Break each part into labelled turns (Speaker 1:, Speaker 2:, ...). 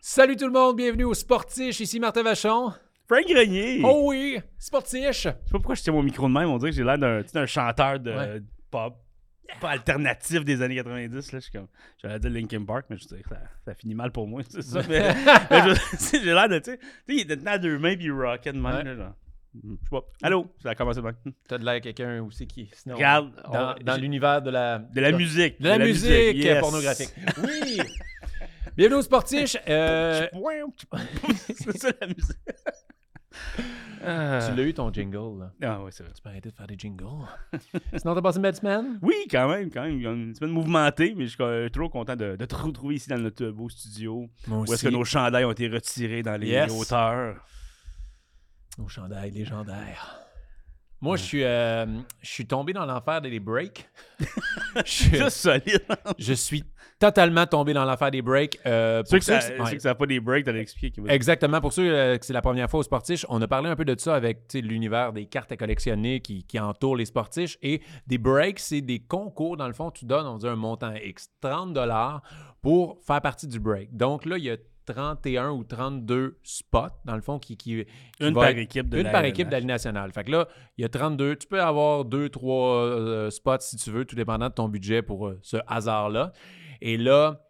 Speaker 1: Salut tout le monde, bienvenue au Sportiche, ici Martin Vachon.
Speaker 2: Frank Grenier!
Speaker 1: Oh oui, Sportiche!
Speaker 2: Je sais pas pourquoi je tiens mon micro de même, on dirait que j'ai l'air d'un, tu sais, d'un chanteur de
Speaker 1: Ouais.
Speaker 2: de pop, pas alternatif des années 90. Là, je suis comme, j'allais dire Linkin Park, mais je sais que ça, ça finit mal pour moi, c'est ça. Mais, mais je- j'ai l'air de, tu sais, tu sais, il était tenu à deux mains puis il rockait de même,
Speaker 1: Ouais.
Speaker 2: là, genre. Je sais pas. Allô, ça a commencé bien.
Speaker 1: T'as de l'air quelqu'un aussi qui, sinon,
Speaker 2: Regarde, on-
Speaker 1: dans, dans
Speaker 2: j'ai-
Speaker 1: l'univers de la...
Speaker 2: de la musique.
Speaker 1: Oh, De la, musique,
Speaker 2: yes.
Speaker 1: pornographique. Oui! bienvenue au Sportiche. Euh,
Speaker 2: c'est ça la musique.
Speaker 1: tu l'as eu ton jingle, là.
Speaker 2: Ah oui, c'est vrai.
Speaker 1: Tu peux arrêter de faire des jingles. sinon, t'as passé une belle semaine?
Speaker 2: Oui, quand même, quand même. Il y a Une semaine mouvementée, mais je suis euh, trop content de, de te retrouver ici dans notre beau studio.
Speaker 1: Moi
Speaker 2: Où est-ce que nos chandails ont été retirés dans les
Speaker 1: Yes.
Speaker 2: hauteurs?
Speaker 1: Nos chandails légendaires. Moi, je suis, euh, je suis tombé dans l'enfer des breaks. je, suis-
Speaker 2: Juste solide.
Speaker 1: je suis totalement tombé dans l'enfer des breaks. euh, pour
Speaker 2: Ceux que
Speaker 1: ceux
Speaker 2: ça
Speaker 1: qui- ouais.
Speaker 2: ceux que ça a pas des breaks, t'allais expliquer.
Speaker 1: Exactement. Pour ceux euh, que c'est la première fois aux sportiches, on a parlé un peu de ça avec tu sais, l'univers des cartes à collectionner qui, qui entoure les sportiches. Et des breaks, c'est des concours. Dans le fond, tu donnes, on dit, un montant X, 30 pour faire partie du break. Donc là, il y a 31 ou 32 spots, dans le fond, qui, qui, qui
Speaker 2: Une
Speaker 1: va
Speaker 2: par
Speaker 1: être-
Speaker 2: équipe de
Speaker 1: une
Speaker 2: la
Speaker 1: par équipe de la
Speaker 2: LNH.
Speaker 1: Ligue nationale. Fait que là, il y a 32. Tu peux avoir 2, 3 spots si tu veux, tout dépendant de ton budget pour euh, ce hasard-là. Et là,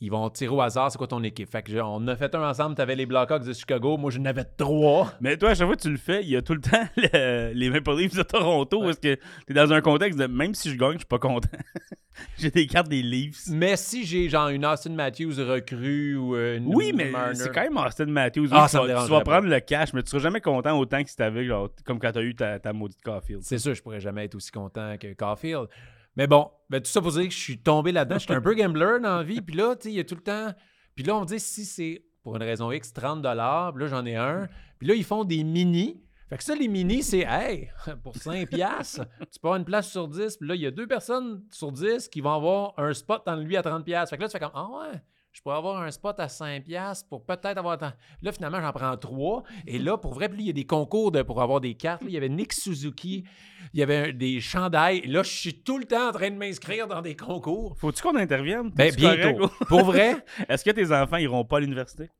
Speaker 1: ils vont tirer au hasard, c'est quoi ton équipe. Fait que j'ai- on a fait un ensemble, t'avais les Blackhawks de Chicago, moi j'en avais trois.
Speaker 2: Mais toi, à chaque fois que tu le fais, il y a tout le temps le- les Maple Leafs de Toronto. Est-ce que t'es dans un contexte de même si je gagne, je suis pas content? J'ai des cartes des Leafs.
Speaker 1: Mais si j'ai genre une Austin Matthews recrue ou euh, une
Speaker 2: Oui, mais
Speaker 1: Marner-
Speaker 2: c'est quand même Austin Matthews. Oui,
Speaker 1: Ah,
Speaker 2: tu
Speaker 1: ça me
Speaker 2: vas, tu
Speaker 1: dérangerait
Speaker 2: vas prendre le cash, mais tu seras jamais content autant que si t'avais, genre, comme quand t'as eu ta, ta maudite Caulfield.
Speaker 1: C'est sûr, je pourrais jamais être aussi content que Caulfield. Mais bon, ben, tout ça pour dire que je suis tombé là-dedans. Je suis un peu gambler dans la vie. Puis là, tu sais, il y a tout le temps. Puis là, on me dit si c'est pour une raison X, 30 Puis là, j'en ai un. Puis là, ils font des mini. Fait que ça, les mini, c'est hey, pour 5 piastres, tu peux avoir une place sur 10. Puis là, il y a deux personnes sur 10 qui vont avoir un spot dans lui à 30 piastres. Fait que là, tu fais comme Ah ouais, je pourrais avoir un spot à 5 piastres pour peut-être avoir. tant. Là, finalement, j'en prends trois. Et là, pour vrai, puis là, il y a des concours de- pour avoir des cartes. Là, il y avait Nick Suzuki, il y avait un- des chandails. Là, je suis tout le temps en train de m'inscrire dans des concours.
Speaker 2: Faut-tu qu'on intervienne?
Speaker 1: Ben,
Speaker 2: T'es-tu
Speaker 1: bientôt.
Speaker 2: correct?
Speaker 1: pour vrai?
Speaker 2: Est-ce que tes enfants iront pas à l'université?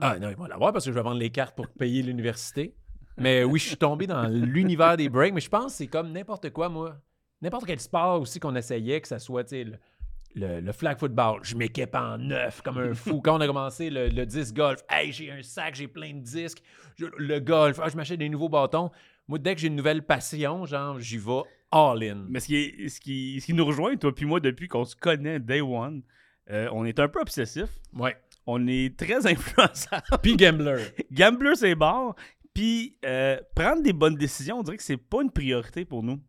Speaker 1: Ah non, ils vont l'avoir parce que je vais vendre les cartes pour payer l'université. Mais oui, je suis tombé dans l'univers des breaks. Mais je pense que c'est comme n'importe quoi, moi. N'importe quel sport aussi qu'on essayait, que ça soit, tu sais, le, le- le flag football. Je m'équipe en neuf comme un fou. Quand on a commencé le, le disc golf, hey, j'ai un sac, j'ai plein de disques. Je- le golf, ah, je m'achète des nouveaux bâtons. Moi, dès que j'ai une nouvelle passion, genre, j'y vais all-in.
Speaker 2: Mais ce qui, est- ce qui, ce qui nous rejoint, toi puis moi, depuis qu'on se connaît day one, euh, on est un peu obsessif.
Speaker 1: Ouais.
Speaker 2: On est très influençable.
Speaker 1: Puis gambler.
Speaker 2: Gambler, c'est barre. Puis euh, prendre des bonnes décisions, on dirait que c'est pas une priorité pour nous.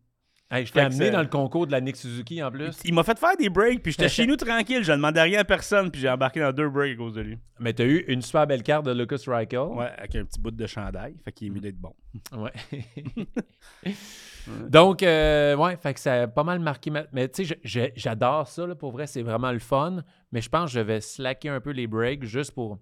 Speaker 1: Hey, je t'ai
Speaker 2: Fait que
Speaker 1: amené
Speaker 2: c'est-
Speaker 1: dans le concours de la Nick Suzuki en plus.
Speaker 2: Il m'a fait faire des breaks, puis j'étais chez nous tranquille. Je ne demandais rien à personne, puis j'ai embarqué dans deux breaks à cause de lui.
Speaker 1: Mais t'as eu une super belle carte de Lucas Reichel.
Speaker 2: Ouais, avec un petit bout de chandail. Fait qu'il est mieux d'être bon.
Speaker 1: Ouais. Donc, euh, ouais, fait que ça a pas mal marqué. ma- Mais tu sais, je- je- j'adore ça, là, pour vrai, c'est vraiment le fun. Mais je pense que je vais slacker un peu les breaks juste pour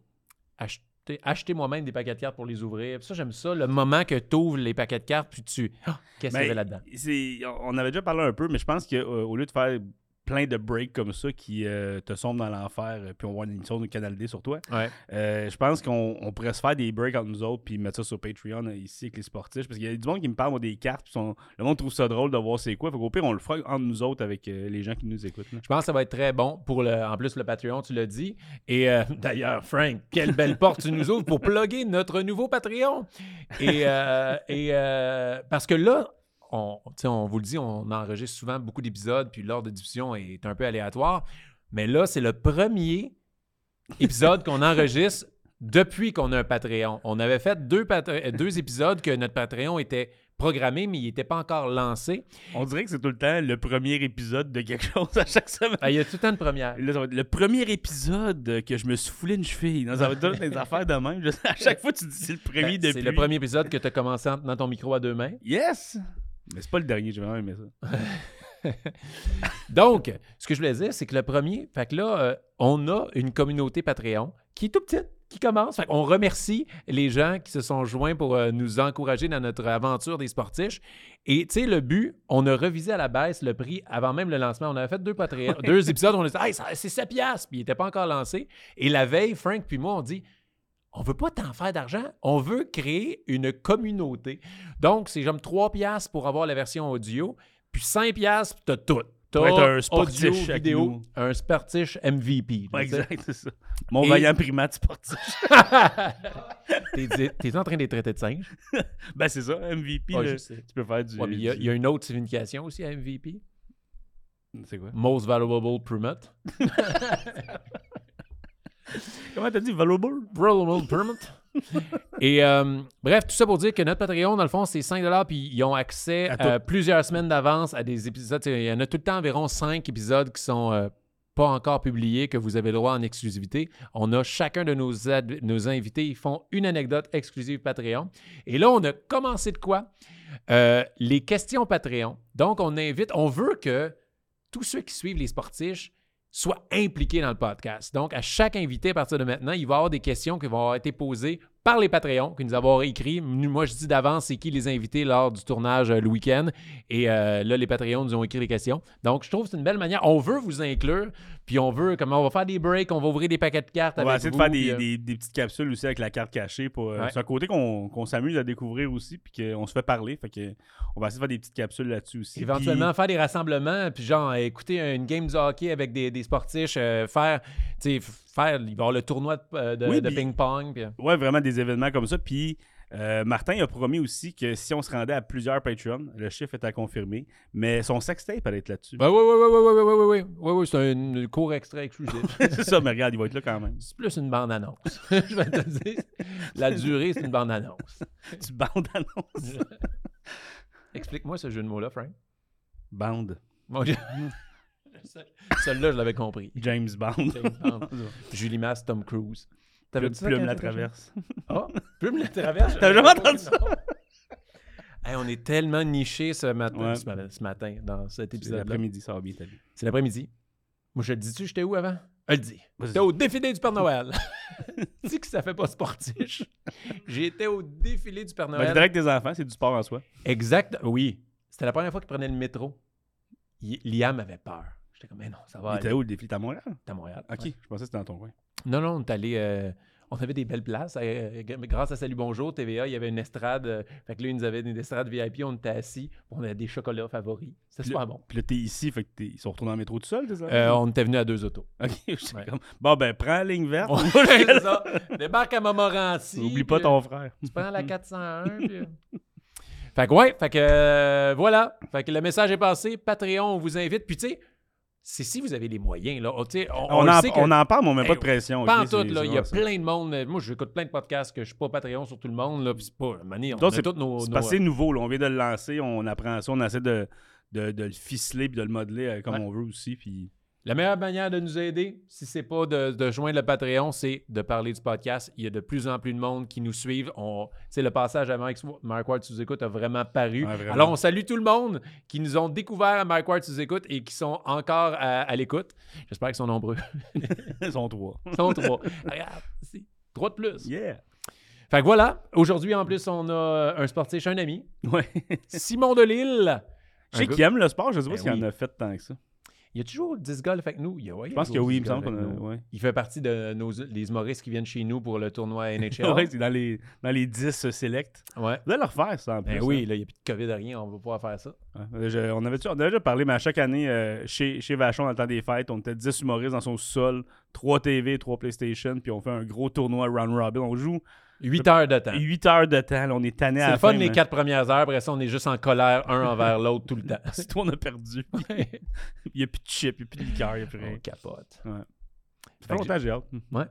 Speaker 1: acheter, acheter moi-même des paquets de cartes pour les ouvrir. Puis ça, j'aime ça, le moment que tu ouvres les paquets de cartes, puis tu. Ah, Qu'est-ce qu'il y
Speaker 2: Mais
Speaker 1: avait là-dedans?
Speaker 2: c'est- On avait déjà parlé un peu, mais je pense qu'au lieu de faire plein de breaks comme ça qui euh, te sombrent dans l'enfer, euh, puis on voit une émission de Canal D sur toi,
Speaker 1: Ouais.
Speaker 2: Euh, je pense qu'on on pourrait se faire des breaks entre nous autres puis mettre ça sur Patreon euh, ici avec les sportifs. Parce qu'il y a du monde qui me parle moi, des cartes. Puis sont- le monde trouve ça drôle de voir c'est quoi. Fait qu'au pire, on le fera entre nous autres avec euh, les gens qui nous écoutent. là.
Speaker 1: Je pense que ça va être très bon pour le, en plus le Patreon, tu l'as dit. Et euh, d'ailleurs, Frank, quelle belle porte tu nous ouvres pour plugger notre nouveau Patreon. Et, euh, et, euh, parce que là, on, tu sais, on vous le dit, on enregistre souvent beaucoup d'épisodes, puis l'ordre de diffusion est un peu aléatoire. Mais là, c'est le premier épisode qu'on enregistre depuis qu'on a un Patreon. On avait fait deux, Patre- euh, deux épisodes que notre Patreon était programmé, mais il n'était pas encore lancé.
Speaker 2: On dirait que c'est tout le temps le premier épisode de quelque chose à chaque semaine.
Speaker 1: Ah, Il y a tout le temps une première.
Speaker 2: Là, ça va être le premier épisode que je me suis foulé une cheville. Non, ça va être toutes les affaires de même. Je- à chaque fois, tu dis c'est le
Speaker 1: Ben,
Speaker 2: premier
Speaker 1: C'est
Speaker 2: depuis.
Speaker 1: le premier épisode que tu as commencé en tenant ton micro à deux mains.
Speaker 2: Yes! Mais c'est pas le dernier, j'ai vraiment aimé ça.
Speaker 1: Donc, ce que je voulais dire, c'est que le premier, fait que là, euh, on a une communauté Patreon qui est tout petite. qui commence. Fait on remercie les gens qui se sont joints pour euh, nous encourager dans notre aventure des sportiches. Et tu sais, le but, on a revisé à la baisse le prix avant même le lancement. On avait fait deux Patreon, deux épisodes, on a dit Hey, ça- c'est 7 piastres, puis il n'était pas encore lancé. Et la veille, Frank puis moi, on dit on veut pas tant faire d'argent, on veut créer une communauté. Donc, c'est comme 3 piastres pour avoir la version audio, puis 5 piastres, tu as tout. Tu
Speaker 2: Pour être un sportif
Speaker 1: audio,
Speaker 2: avec
Speaker 1: vidéo,
Speaker 2: nous.
Speaker 1: un sportif MVP. là,
Speaker 2: Ouais,
Speaker 1: tu sais.
Speaker 2: exact, c'est ça. Mon
Speaker 1: Et-
Speaker 2: vaillant primate sportif.
Speaker 1: T'es t'es en train de les traiter de singes.
Speaker 2: ben, c'est ça, MVP.
Speaker 1: Ouais,
Speaker 2: là.
Speaker 1: je sais.
Speaker 2: Tu peux faire du.
Speaker 1: Ouais, mais il y, a-
Speaker 2: du-
Speaker 1: il y a une autre signification aussi à MVP.
Speaker 2: C'est quoi
Speaker 1: Most Valuable Permit.
Speaker 2: Comment t'as dit Valuable
Speaker 1: Valuable Permit. Et euh, bref, tout ça pour dire que notre Patreon, dans le fond, c'est 5 puis ils ont accès
Speaker 2: À tout.
Speaker 1: euh, plusieurs semaines d'avance à des épisodes. Tu sais, Il y en a tout le temps environ 5 épisodes qui sont euh, pas encore publiés, que vous avez le droit en exclusivité. On a chacun de nos, ad- nos invités, ils font une anecdote exclusive Patreon. Et là, on a commencé de quoi? Euh, les questions Patreon. Donc, on invite, on veut que tous ceux qui suivent les sportiches soient impliqués dans le podcast. Donc, à chaque invité, à partir de maintenant, il va y avoir des questions qui vont avoir été posées par les Patreons, qui nous avoir écrit. Nous, Moi, je dis d'avance, c'est qui les invités lors du tournage euh, le week-end. Et euh, là, les Patreons nous ont écrit les questions. Donc, je trouve que c'est une belle manière. On veut vous inclure, puis on veut, comment on va faire des breaks, on va ouvrir des paquets de cartes
Speaker 2: On
Speaker 1: avec
Speaker 2: va essayer
Speaker 1: vous,
Speaker 2: de faire
Speaker 1: puis,
Speaker 2: des,
Speaker 1: euh,
Speaker 2: des- des petites capsules aussi avec la carte cachée. Pour, euh,
Speaker 1: Ouais.
Speaker 2: C'est un côté qu'on qu'on s'amuse à découvrir aussi, puis qu'on se fait parler. Fait que on va essayer de faire des petites capsules là-dessus aussi.
Speaker 1: Éventuellement, faire des rassemblements, puis genre euh, écouter une game du hockey avec des, des sportifs, euh, faire, tu sais, f- faire, il va y avoir le tournoi de, euh, de-
Speaker 2: Oui,
Speaker 1: de
Speaker 2: puis-
Speaker 1: ping-pong. puis- euh,
Speaker 2: Puis, ouais, vraiment des événements comme ça. Puis euh, Martin il a promis aussi que si on se rendait à plusieurs Patreons, le chiffre est à confirmer, mais son sextape allait être là-dessus.
Speaker 1: Ben oui, oui, oui, oui, oui, oui, oui, oui, oui, oui, c'est un cours extra exclusif.
Speaker 2: c'est ça, mais regarde, il va être là quand même.
Speaker 1: c'est plus une bande-annonce. Je vais te dire, la durée, c'est une bande-annonce.
Speaker 2: Tu bandes annonce.
Speaker 1: Explique-moi ce jeu de mots-là, Frank.
Speaker 2: Bande.
Speaker 1: Mon Dieu. Ce- Celui-là, je l'avais compris.
Speaker 2: James Bond.
Speaker 1: Julie Masse, Tom Cruise.
Speaker 2: Plume,
Speaker 1: T'avais-tu ça
Speaker 2: Plume
Speaker 1: quand
Speaker 2: la
Speaker 1: t'étais jeune?
Speaker 2: traverse.
Speaker 1: Ah, Plume la traverse.
Speaker 2: T'as jamais entendu ça?
Speaker 1: Hey, on est tellement niché ce matin,
Speaker 2: Ouais.
Speaker 1: ce, matin ce matin, dans cet
Speaker 2: C'est
Speaker 1: épisode.
Speaker 2: L'après-midi, ça va bien, t'as vu.
Speaker 1: C'est l'après-midi. Moi, je le dis-tu, j'étais où avant? Je le dis.
Speaker 2: Vas-y.
Speaker 1: J'étais au défilé du Père Noël. dis que ça fait pas sportif. J'étais au défilé du Père
Speaker 2: Ben, t'es
Speaker 1: Noël.
Speaker 2: avec tes enfants, c'est du sport en soi.
Speaker 1: exact. Oui. C'était la première fois qu'il prenait le métro. Il- Liam avait peur. J'étais comme, mais non, ça va.
Speaker 2: Il était
Speaker 1: aller.
Speaker 2: où le défi? T'es à Montréal?
Speaker 1: T'es à Montréal.
Speaker 2: Ok,
Speaker 1: Ouais.
Speaker 2: je pensais que c'était dans ton coin.
Speaker 1: Non, non, on est allé. euh, on avait des belles places. Euh, g- grâce à Salut Bonjour, TVA, il y avait une estrade. euh, fait que là, ils nous avaient une estrade VIP. On était assis. On avait des chocolats favoris. C'était
Speaker 2: Puis
Speaker 1: super bon.
Speaker 2: Puis là, t'es ici, fait que t'es- ils sont retournés en métro tout seul, c'est ça?
Speaker 1: Euh, on était venus à deux autos.
Speaker 2: Ok, j'étais
Speaker 1: ouais.
Speaker 2: comme. Bon, ben, prends la ligne verte.
Speaker 1: On- c'est ça. Débarque à Montmorency.
Speaker 2: Oublie pas
Speaker 1: puis,
Speaker 2: ton frère.
Speaker 1: Tu prends la 401. puis, euh. Fait que ouais, fait que euh, voilà. Fait que le message est passé. Patreon, on vous invite. Puis tu sais, c'est si vous avez les moyens. Là. Oh, tu sais, on,
Speaker 2: On,
Speaker 1: on le
Speaker 2: en,
Speaker 1: sait que-
Speaker 2: on en parle, mais on met
Speaker 1: Hey,
Speaker 2: pas de pression.
Speaker 1: Pas en
Speaker 2: ok,
Speaker 1: tout,
Speaker 2: c'est-
Speaker 1: là.
Speaker 2: c'est
Speaker 1: Il y a
Speaker 2: vrai, ça.
Speaker 1: plein de monde. euh, Moi, j'écoute plein de podcasts que je suis pas Patreon sur tout le monde, là. Puis c'est pas. Mané, on
Speaker 2: Donc,
Speaker 1: a tous nos.
Speaker 2: C'est
Speaker 1: nos,
Speaker 2: passé
Speaker 1: euh,
Speaker 2: nouveau, là. On vient de le lancer, on apprend ça, on essaie de, de, de le ficeler puis de le modeler euh, comme
Speaker 1: Ouais.
Speaker 2: on veut aussi. Puis
Speaker 1: La meilleure manière de nous aider, si c'est pas de, de joindre le Patreon, c'est de parler du podcast. Il y a de plus en plus de monde qui nous suivent. On, tu sais, le passage à Mike, Mark Ward sous écoute a vraiment paru.
Speaker 2: Ouais, vraiment.
Speaker 1: Alors, on salue tout le monde qui nous ont découvert à Mike Ward sous écoute et qui sont encore à, à l'écoute. J'espère qu'ils sont nombreux.
Speaker 2: ils sont trois.
Speaker 1: Ils sont trois. Regarde, c'est trois de plus.
Speaker 2: Yeah!
Speaker 1: Fait que voilà. Aujourd'hui, en plus, on a euh, un sportif, un ami.
Speaker 2: Ouais.
Speaker 1: Simon Delille.
Speaker 2: Je sais
Speaker 1: gars-
Speaker 2: qu'il aime le sport, je sais pas
Speaker 1: Ben
Speaker 2: s'il
Speaker 1: oui.
Speaker 2: en a fait tant que ça.
Speaker 1: Il y a toujours 10 golf avec nous. Il y a- ouais, il y
Speaker 2: Je
Speaker 1: a
Speaker 2: pense que
Speaker 1: toujours
Speaker 2: oui, il me
Speaker 1: 10 golf
Speaker 2: semble qu'on
Speaker 1: avec
Speaker 2: a.
Speaker 1: nous.
Speaker 2: Ouais.
Speaker 1: Il fait partie de nos, les humoristes qui viennent chez nous pour le tournoi NHL.
Speaker 2: Ouais, c'est dans les, dans les euh, 10 select.
Speaker 1: Ouais.
Speaker 2: Vous allez le refaire, ça, en plus.
Speaker 1: Ben
Speaker 2: hein.
Speaker 1: oui, là, il n'y a plus de COVID à rien, on va pouvoir faire ça.
Speaker 2: Ouais. Je- on, avait, on avait déjà parlé, mais à chaque année, euh, chez, chez Vachon, dans le temps des fêtes, on était 10 humoristes dans son sol, 3 TV, 3 PlayStation, puis on fait un gros tournoi round robin. On joue
Speaker 1: 8 heures de temps.
Speaker 2: 8 heures de temps, là, on est tanné à
Speaker 1: C'est
Speaker 2: la
Speaker 1: le fun
Speaker 2: fin, hein.
Speaker 1: les
Speaker 2: mais-
Speaker 1: quatre premières heures, après ça, on est juste en colère un envers l'autre tout le temps.
Speaker 2: Si toi, on a perdu. il n'y a plus de chips, il n'y a plus de liqueur, il n'y a plus rien.
Speaker 1: on capote. Fait
Speaker 2: Ça fait
Speaker 1: que
Speaker 2: longtemps, j'ai hâte.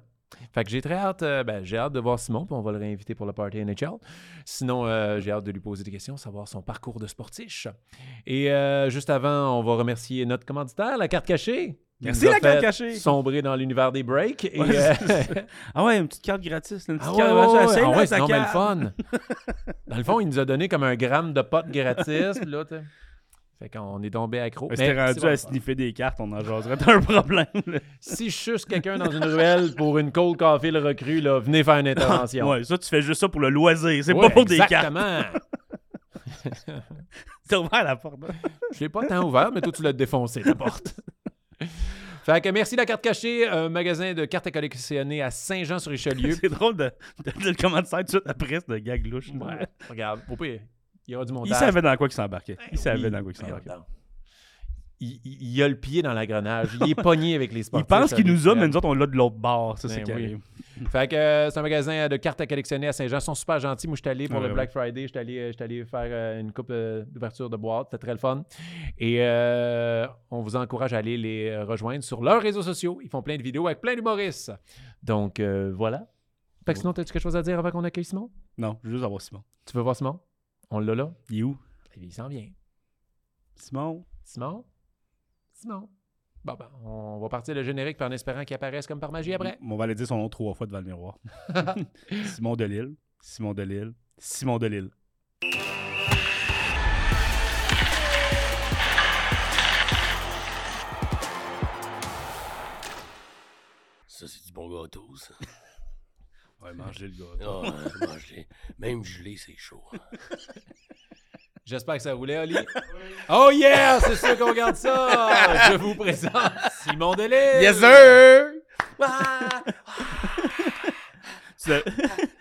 Speaker 1: Fait que j'ai très hâte, euh, ben, j'ai hâte de voir Simon, puis on va le réinviter pour le party NHL. Sinon, euh, j'ai hâte de lui poser des questions, savoir son parcours de sportiche. Et euh, juste avant, on va remercier notre commanditaire, la carte cachée. qui
Speaker 2: Merci,
Speaker 1: nous a
Speaker 2: la carte
Speaker 1: fait
Speaker 2: cachée.
Speaker 1: Sombrer dans l'univers des breaks. Et,
Speaker 2: Ouais,
Speaker 1: euh,
Speaker 2: c'est ça. Ah ouais, une petite carte gratis. là, Une petite
Speaker 1: Ah ouais,
Speaker 2: carte
Speaker 1: ouais, ouais,
Speaker 2: Essaye,
Speaker 1: ah
Speaker 2: là,
Speaker 1: ouais,
Speaker 2: ta
Speaker 1: sinon, ben, le
Speaker 2: carte.
Speaker 1: fun. Dans le fond, il nous a donné comme un gramme de potes gratis. puis là, tu sais. Fait qu'on est tombé accro.
Speaker 2: Mais C'était
Speaker 1: Mais
Speaker 2: rendu
Speaker 1: c'est bon.
Speaker 2: à sniffer des cartes, on en jaserait t'as un problème. là.
Speaker 1: Si je suce quelqu'un dans une ruelle pour une cold coffee le recrue, là, venez faire une intervention.
Speaker 2: Ouais, ça, tu fais juste ça pour le loisir. C'est
Speaker 1: Ouais,
Speaker 2: pas pour des cartes.
Speaker 1: Exactement.
Speaker 2: T'as ouvert la porte. hein.
Speaker 1: Je l'ai pas tant ouvert, mais toi, tu l'as défoncé, la porte. fait que merci, la carte cachée, un magasin de cartes à collectionner à Saint-Jean-sur-Richelieu.
Speaker 2: C'est drôle de, de dire le commentaire tout de suite après, c'est de gag louche. là.
Speaker 1: Ouais, regarde, au pire, il y aura du montage.
Speaker 2: Il savait dans quoi qu'il s'embarquait.
Speaker 1: Ben
Speaker 2: Il savait
Speaker 1: oui,
Speaker 2: dans quoi qu'il
Speaker 1: voyons
Speaker 2: s'embarquait.
Speaker 1: donc. Il, il- il a le pied dans l'agrenage. Il est pogné avec les
Speaker 2: Il
Speaker 1: sportifs.
Speaker 2: pense qu'il nous a, mais
Speaker 1: habituels.
Speaker 2: nous autres, on l'a de l'autre bord. Ça,
Speaker 1: Ben
Speaker 2: c'est
Speaker 1: oui.
Speaker 2: carré.
Speaker 1: Fait que euh, c'est un magasin de cartes à collectionner à Saint-Jean. Ils sont super gentils. Moi, je suis allé pour
Speaker 2: Ouais,
Speaker 1: le Black Friday. Je suis allé, euh, je suis allé faire euh, une coupe euh, d'ouverture de boîte. C'était très le fun. Et euh, on vous encourage à aller les euh, rejoindre sur leurs réseaux sociaux. Ils font plein de vidéos avec plein d'humoristes. Donc, euh, voilà. Fait que sinon, t'as-tu quelque chose à dire avant qu'on accueille Simon?
Speaker 2: Non, je veux juste avoir Simon.
Speaker 1: Tu veux voir Simon? On l'a là?
Speaker 2: Il est où?
Speaker 1: Il s'en vient.
Speaker 2: Simon?
Speaker 1: Simon? Simon? Bon, ben, on va partir le générique puis en espérant qu'il apparaisse comme par magie après.
Speaker 2: On va aller dire son nom trois fois devant le miroir. Simon Delille, Simon Delille, Simon Delille.
Speaker 3: Ça, c'est du bon gâteau, ça.
Speaker 2: Ouais, manger le gars.
Speaker 3: Ah, hein, manger. Même gelé, c'est chaud. hein.
Speaker 1: J'espère que ça roulait, Oli. Oh yeah! C'est sûr qu'on regarde ça! Je vous présente Simon Ah! Delille!
Speaker 2: sir! Tu t'es-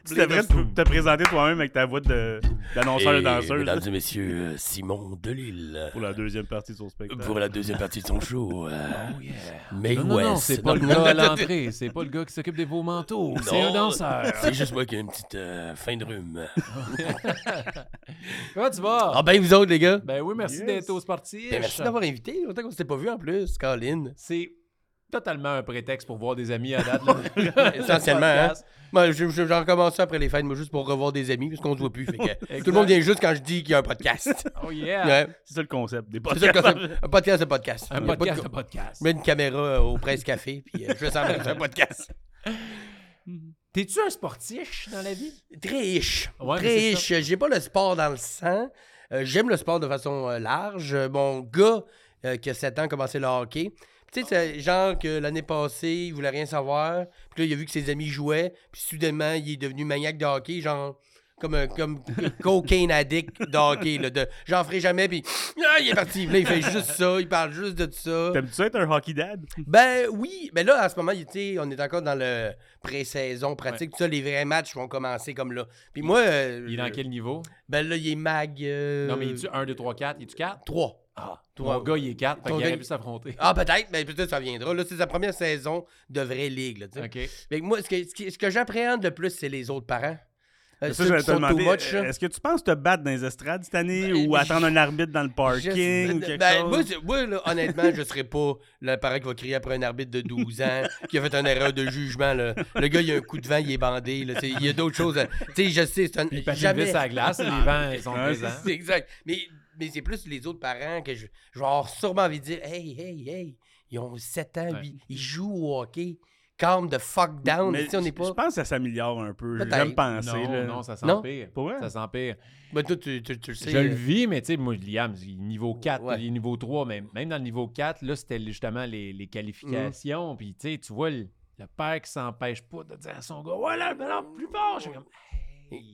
Speaker 2: tu devrais te te présenter toi-même avec ta voix de- d'annonceur de,
Speaker 3: Et,
Speaker 2: danseuse
Speaker 3: Mesdames et messieurs, euh, Simon Delille.
Speaker 2: pour la deuxième partie de son spectacle.
Speaker 3: Pour la deuxième partie de son show. euh,
Speaker 1: Euh, Oh yeah!
Speaker 3: Mae
Speaker 1: Non, non, non,
Speaker 3: West.
Speaker 1: c'est pas le gars à l'entrée, c'est pas le gars qui s'occupe des beaux manteaux, c'est un
Speaker 3: Non.
Speaker 1: danseur.
Speaker 3: C'est juste moi qui ai une petite euh, fin de rhume.
Speaker 1: Comment tu vas?
Speaker 3: Ah ben, vous autres, les gars.
Speaker 1: Ben oui, merci
Speaker 2: Yes.
Speaker 1: d'être au sportif.
Speaker 3: Ben, merci d'avoir invité. Autant qu'on s'était pas vu en plus, Colin.
Speaker 1: C'est totalement un prétexte pour voir des amis à date. là.
Speaker 3: Essentiellement,
Speaker 1: Le
Speaker 3: hein.
Speaker 1: podcast.
Speaker 3: Moi, je- je- j'en recommence ça après les fêtes, moi, juste pour revoir des amis, parce qu'on se voit plus. Fait que tout
Speaker 1: Exact.
Speaker 3: le monde vient juste quand je dis qu'il y a un podcast.
Speaker 1: Oh yeah!
Speaker 3: Ouais.
Speaker 2: C'est ça le concept des
Speaker 3: C'est ça le
Speaker 2: podcasts.
Speaker 3: concept. Un podcast, c'est un podcast.
Speaker 1: Un
Speaker 3: Il y a pas de
Speaker 1: podcast
Speaker 3: co-
Speaker 1: de podcast.
Speaker 3: Je mets une caméra euh, au Prince Café, puis euh, je fais semblant que c'est un podcast.
Speaker 1: T'es-tu un sportif dans la vie?
Speaker 3: Très riche.
Speaker 1: Ouais,
Speaker 3: très
Speaker 1: mais c'est
Speaker 3: riche. J'ai pas le sport dans le sang. Euh, J'aime le sport de façon euh, large. Euh, Mon gars, euh, qui a 7 ans, a commencé le hockey. Tu
Speaker 1: Ah.
Speaker 3: sais, c'est genre que l'année passée, il voulait rien savoir. Puis là, il a vu que ses amis jouaient. Puis soudainement, il est devenu maniaque de hockey, genre comme un comme cocaine addict de hockey. Là, de, J'en ferai jamais. Puis ah, il est parti. Puis là, il fait juste ça. Il parle juste de ça.
Speaker 2: T'aimes-tu ça être un hockey dad?
Speaker 3: Ben oui, ben là, en ce moment, tu sais, on est encore dans le pré-saison pratique. Tout ça, les vrais matchs vont commencer comme là. Puis moi. euh,
Speaker 1: Il est dans
Speaker 3: je-
Speaker 1: quel niveau?
Speaker 3: Ben là, il est mag. euh,
Speaker 1: Non, mais es-tu 1, 2, 3, 4? Es-tu 4?
Speaker 3: 3.
Speaker 1: Ah,
Speaker 3: toi,
Speaker 1: ton gars, il est 4, fait
Speaker 3: ton
Speaker 1: qu'il
Speaker 3: gars,
Speaker 1: aurait
Speaker 3: il-
Speaker 1: pu s'affronter.
Speaker 3: Ah, peut-être, mais peut-être ça viendra. Là, c'est sa première saison de vraie ligue. Là, tu sais.
Speaker 1: OK.
Speaker 3: Fait que moi, ce que, ce que- ce que j'appréhende le plus, c'est les autres parents. Euh,
Speaker 2: Ça,
Speaker 3: ceux
Speaker 2: j'allais
Speaker 3: qui
Speaker 2: te
Speaker 3: sont too
Speaker 2: demander,
Speaker 3: much. là.
Speaker 2: euh, Est-ce que tu penses te battre dans les estrades cette année
Speaker 3: Ben,
Speaker 2: ou
Speaker 3: je-
Speaker 2: attendre un arbitre dans le
Speaker 3: Je-
Speaker 2: parking ou
Speaker 3: ben,
Speaker 2: quelque
Speaker 3: ben,
Speaker 2: chose?
Speaker 3: Moi, c'est- moi, là, honnêtement, je serais pas le parent qui va crier après un arbitre de 12 ans qui a fait une erreur de jugement. là. Le gars, il a un coup de vent, il est bandé. là. C'est- Il y a d'autres choses. à- Tu sais, je sais, c'est un.
Speaker 1: Puis il patine
Speaker 3: jamais-
Speaker 1: vite à la glace, les vents ils sont
Speaker 2: Ouais,
Speaker 1: présents.
Speaker 3: C'est exact. Mais, mais c'est plus les autres parents que je, je vais avoir sûrement envie de dire Hey, hey, hey, ils ont 7 ans,
Speaker 1: Ouais.
Speaker 3: huit- ils jouent au hockey. Calm the fuck down.
Speaker 2: Mais
Speaker 3: tu sais, on n'est
Speaker 2: Je
Speaker 3: pas.
Speaker 2: pense que ça s'améliore un peu.
Speaker 3: Peut-être.
Speaker 2: J'aime penser.
Speaker 1: Non,
Speaker 2: là.
Speaker 1: non, ça
Speaker 3: Non?
Speaker 1: s'empire.
Speaker 2: Pour vrai?
Speaker 1: Ça s'empire.
Speaker 3: Ben, toi, tu, tu- tu le sais.
Speaker 1: Je le
Speaker 3: euh,
Speaker 1: vis, mais tu sais, moi, Liam, il est niveau 4,
Speaker 3: Ouais.
Speaker 1: il est niveau 3, mais même dans le niveau 4, là, c'était justement les, les qualifications.
Speaker 3: Mhm.
Speaker 1: Puis tu sais, tu vois le, le père qui s'empêche pas de dire à son gars, ouais, là, mais non, plus fort. Je suis comme, Hey.